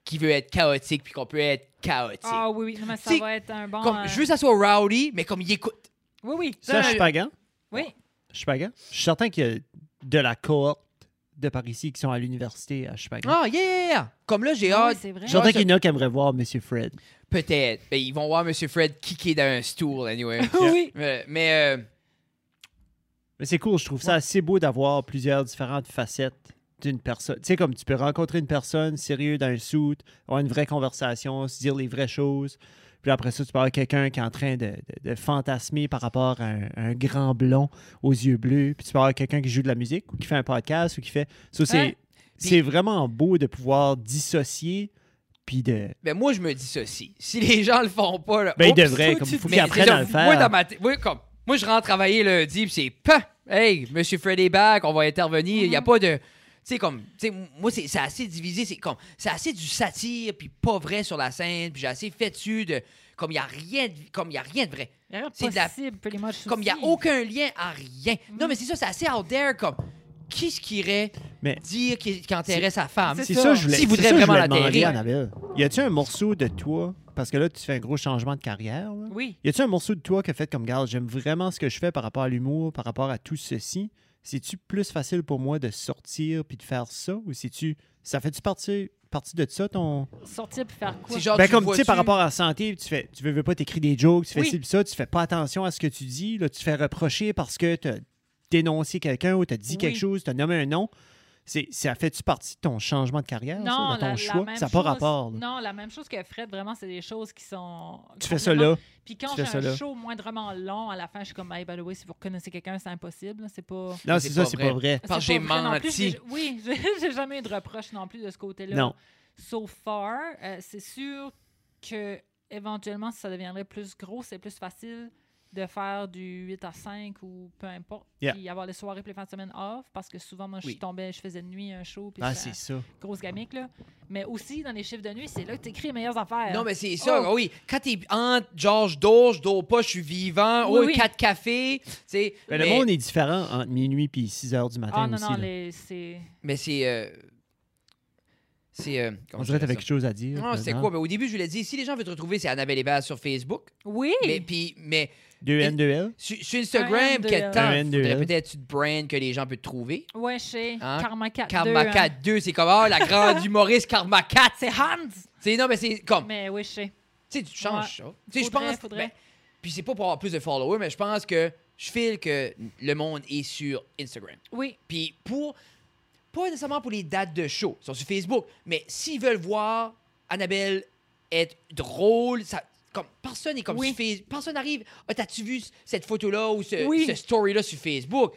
Speaker 1: qui veulent être chaotiques puis qu'on peut être chaotique.
Speaker 2: Ah oui, oui, non, mais ça
Speaker 1: T'sais,
Speaker 2: va être un bon.
Speaker 1: comme,
Speaker 2: euh,
Speaker 1: Je veux que ça soit rowdy, mais comme ils écoutent.
Speaker 2: Oui, oui.
Speaker 3: Ça, je suis pas gant.
Speaker 2: Oui.
Speaker 3: Je suis pas gant. Je suis certain qu'il y a de la cohorte de par ici qui sont à l'université à Chupagan.
Speaker 1: Ah, yeah! Comme là, j'ai
Speaker 2: Ah oui,
Speaker 1: hâte.
Speaker 2: c'est vrai.
Speaker 3: Je suis certain
Speaker 1: ça-
Speaker 3: qu'il y en a qui aimeraient voir Monsieur Fred.
Speaker 1: Peut-être. Ben, ils vont voir M. Fred kicker dans un stool, anyway.
Speaker 2: oui.
Speaker 1: Euh, mais euh,
Speaker 3: Mais c'est cool, je trouve ça assez beau d'avoir plusieurs différentes facettes d'une personne. Tu sais, comme tu peux rencontrer une personne sérieuse dans un suit, avoir une vraie conversation, se dire les vraies choses. Puis après ça, tu parles à quelqu'un qui est en train de, de- de fantasmer par rapport à un, un grand blond aux yeux bleus. Puis tu parles à quelqu'un qui joue de la musique ou qui fait un podcast ou qui fait. Ça, c'est,
Speaker 2: Ouais.
Speaker 3: c'est vraiment beau de pouvoir dissocier. Puis de.
Speaker 1: ben, moi, je me dis ceci. Si les gens le font pas, là,
Speaker 3: Ben, ils
Speaker 1: oups,
Speaker 3: devraient,
Speaker 1: tout
Speaker 3: comme,
Speaker 1: de suite.
Speaker 3: faut
Speaker 1: Mais
Speaker 3: qu'ils apprennent
Speaker 1: c'est
Speaker 3: à le
Speaker 1: ça, Moi,
Speaker 3: faire.
Speaker 1: dans ma tête- oui, comme, moi, je rentre travailler lundi, puis c'est pas. Hey, M. Fred est back, on va intervenir. Il n'y a pas de. Tu sais, comme, tu sais, moi, c'est c'est assez divisé. C'est comme, c'est assez du satire, puis pas vrai sur la scène, puis j'ai assez fait dessus de. Comme, il n'y a, rien de- comme y a rien de vrai. C'est
Speaker 2: C'est
Speaker 1: de la-
Speaker 2: possible, pretty much.
Speaker 1: Comme, il n'y a
Speaker 2: aussi.
Speaker 1: aucun lien à rien.
Speaker 2: Mm-hmm.
Speaker 1: Non, mais c'est ça, c'est assez out there, comme. Qu'est-ce qui irait
Speaker 3: Mais-
Speaker 1: dire qu'il qu'il enterrait sa femme?
Speaker 2: C'est
Speaker 3: C'est
Speaker 2: ça.
Speaker 3: ça, je voulais,
Speaker 1: S'ils voudraient
Speaker 3: c'est ça, je
Speaker 1: vraiment
Speaker 3: voulais
Speaker 1: l'atterrir.
Speaker 3: demander, Annabelle. Y a-tu un morceau de toi, parce que là, tu fais un gros changement de carrière, là.
Speaker 2: Oui.
Speaker 3: Y a-tu un morceau de toi qui a fait comme garde, j'aime vraiment ce que je fais par rapport à l'humour, par rapport à tout ceci? C'est-tu plus facile pour moi de sortir puis de faire ça? Ou c'est-tu. Ça fait-tu partie, partie de ça ton.
Speaker 2: Sortir puis faire quoi?
Speaker 1: C'est genre,
Speaker 3: ben,
Speaker 1: Ah, tu
Speaker 3: comme tu
Speaker 1: vois-tu-
Speaker 3: sais, par rapport à la santé, tu fais. Tu veux, veux pas, t'écris des jokes, tu fais
Speaker 1: Oui.
Speaker 3: ci puis ça, tu fais pas attention à ce que tu dis, là, tu te fais reprocher parce que t'as dénoncé quelqu'un ou t'as dit
Speaker 2: Oui.
Speaker 3: quelque chose, t'as nommé un nom. C'est, ça fait-tu partie de ton changement de carrière, ça,
Speaker 2: Non,
Speaker 3: dans ton
Speaker 2: la, la
Speaker 3: choix?
Speaker 2: même
Speaker 3: ça n'a pas
Speaker 2: chose-
Speaker 3: rapport. là.
Speaker 2: Non, la même chose que Fred, vraiment, c'est des choses qui sont.
Speaker 3: Tu fais ça là.
Speaker 2: Puis quand
Speaker 3: Tu
Speaker 2: j'ai
Speaker 3: fais ça,
Speaker 2: un
Speaker 3: là.
Speaker 2: show moindrement long, à la fin, je suis comme, hey, by the way, si vous reconnaissez quelqu'un, c'est impossible. là, C'est pas.
Speaker 3: Non, c'est,
Speaker 1: c'est
Speaker 3: ça,
Speaker 1: pas
Speaker 3: c'est
Speaker 1: vrai.
Speaker 3: pas vrai.
Speaker 1: Parce
Speaker 2: c'est
Speaker 1: que j'ai
Speaker 2: pas vrai non plus,
Speaker 1: menti.
Speaker 2: j'ai- Oui, j'ai- j'ai jamais eu de reproche non plus de ce côté-là.
Speaker 3: Non.
Speaker 2: So far, euh, c'est sûr que éventuellement, si ça deviendrait plus gros, c'est plus facile de faire du 8 à 5 ou peu importe,
Speaker 3: Yeah.
Speaker 2: puis avoir les soirées puis les fins de semaine off, parce que souvent, moi, je
Speaker 1: Oui.
Speaker 2: tombais, je faisais de nuit un show, puis
Speaker 3: Ah,
Speaker 2: je
Speaker 3: c'est ça.
Speaker 2: faisais un grosse gamique, là. Mais aussi, dans les chiffres de nuit, c'est là que tu écris les meilleures affaires.
Speaker 1: Non, mais c'est ça,
Speaker 2: Oh.
Speaker 1: oui. Quand t'es en genre, je dors, je dors pas, je suis vivant,
Speaker 2: Oui,
Speaker 1: oh,
Speaker 2: oui.
Speaker 1: quatre cafés. tu sais,
Speaker 3: Ben,
Speaker 1: mais
Speaker 3: Le monde est différent entre minuit et 6 heures du matin
Speaker 2: Ah non,
Speaker 3: aussi.
Speaker 2: non,
Speaker 3: là.
Speaker 2: les- c'est...
Speaker 1: mais c'est. euh, c'est. euh, comment
Speaker 3: On dirait
Speaker 1: je
Speaker 3: que t'avais
Speaker 1: dirais
Speaker 3: quelque
Speaker 1: ça?
Speaker 3: chose à dire.
Speaker 1: Non, c'était
Speaker 3: dedans.
Speaker 1: quoi? Mais au début, je voulais dire, si les gens veulent te retrouver, c'est Annabelle Hébert sur Facebook.
Speaker 2: Oui!
Speaker 1: Mais, puis, mais
Speaker 3: Deux N, deux L.
Speaker 1: sur, sur Instagram,
Speaker 2: Un
Speaker 1: quel
Speaker 2: NDL.
Speaker 1: temps?
Speaker 3: Un NDL.
Speaker 1: Faudrait peut-être une brand que les gens peuvent te trouver.
Speaker 2: Ouais, je sais.
Speaker 1: Hein?
Speaker 2: Karma 4
Speaker 1: Karma
Speaker 2: hein.
Speaker 1: 4 2, c'est comme, ah, la grande humoriste Karma 4.
Speaker 2: C'est Hans!
Speaker 1: Tu sais, non, mais c'est comme.
Speaker 2: Mais oui, je sais.
Speaker 1: Tu sais, tu changes ça. Tu sais, je
Speaker 2: Faudrait,
Speaker 1: pense.
Speaker 2: faudrait.
Speaker 1: ben, puis c'est pas pour avoir plus de followers, mais je pense que je file que le monde est sur Instagram.
Speaker 2: Oui.
Speaker 1: Puis pour. Pas nécessairement pour les dates de show, ils sont sur Facebook, mais s'ils veulent voir Annabelle être drôle, ça. Comme personne est comme
Speaker 2: Oui.
Speaker 1: sur Facebook. Personne arrive. Ah, t'as-tu vu cette photo-là ou ce,
Speaker 2: Oui.
Speaker 1: ce story-là sur Facebook?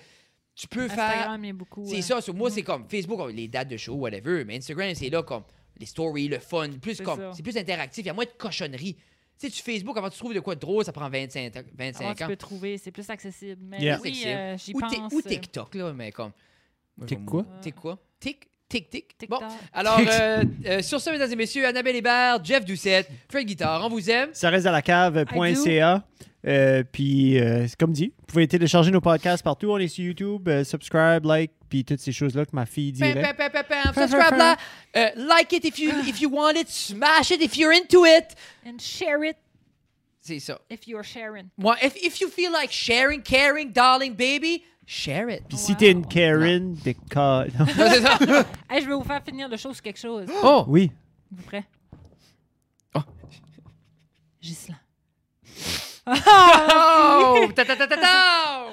Speaker 1: Tu peux faire.
Speaker 2: Instagram, il y a beaucoup.
Speaker 1: C'est
Speaker 2: euh,
Speaker 1: ça. sur moi, c'est comme Facebook, on- les dates de show, whatever. Mais Instagram, c'est là comme les stories, le fun, plus
Speaker 2: C'est
Speaker 1: comme.
Speaker 2: ça.
Speaker 1: C'est plus interactif. Il y a moins de cochonneries. Tu sais, tu Facebook, avant tu trouves de quoi de drôle, ça prend 25, ans-
Speaker 2: Comment
Speaker 1: 25
Speaker 2: Ah, tu
Speaker 1: ans.
Speaker 2: peux trouver, c'est plus accessible. Mais
Speaker 3: Yeah.
Speaker 2: oui,
Speaker 1: Accessible.
Speaker 2: euh, j'y
Speaker 1: Ou, tic-
Speaker 2: pense.
Speaker 1: ou
Speaker 2: euh,
Speaker 1: TikTok, là, mais comme. Moi, je
Speaker 3: Tic
Speaker 1: vais
Speaker 3: quoi?
Speaker 1: mou- Tic quoi? Tic, tic, tic.
Speaker 2: TikTok.
Speaker 1: Bon. Alors, euh, euh, sur ce, mesdames et messieurs, Annabelle Hébert, Jeff Doucette, Fred Guitard, on vous aime.
Speaker 3: Ça reste à la cave.ca. Euh, puis, euh, c'est comme dit, vous pouvez télécharger nos podcasts partout. On est sur YouTube. euh, subscribe, like, puis toutes ces choses-là que ma fille
Speaker 1: Pam,
Speaker 3: dirait.
Speaker 1: pam, pam, pam, pam.
Speaker 3: pam,
Speaker 1: Subscribe
Speaker 3: pam.
Speaker 1: là. Euh, like it if you, if you want it. Smash it if you're into it.
Speaker 2: And share it
Speaker 1: C'est ça.
Speaker 2: if you're sharing.
Speaker 1: Moi, if, if you feel like sharing, caring, darling, baby, share it.
Speaker 3: Puis, si t'es une Karen, t'es ca-
Speaker 1: Non,
Speaker 3: non.
Speaker 1: c'est ça.
Speaker 2: Hey, je vais vous faire finir le show sur quelque chose.
Speaker 1: Oh!
Speaker 3: Oui.
Speaker 2: Vous prêts?
Speaker 1: Oh.
Speaker 2: Ghislain.
Speaker 1: Oh! Ta, ta, ta, ta, ta.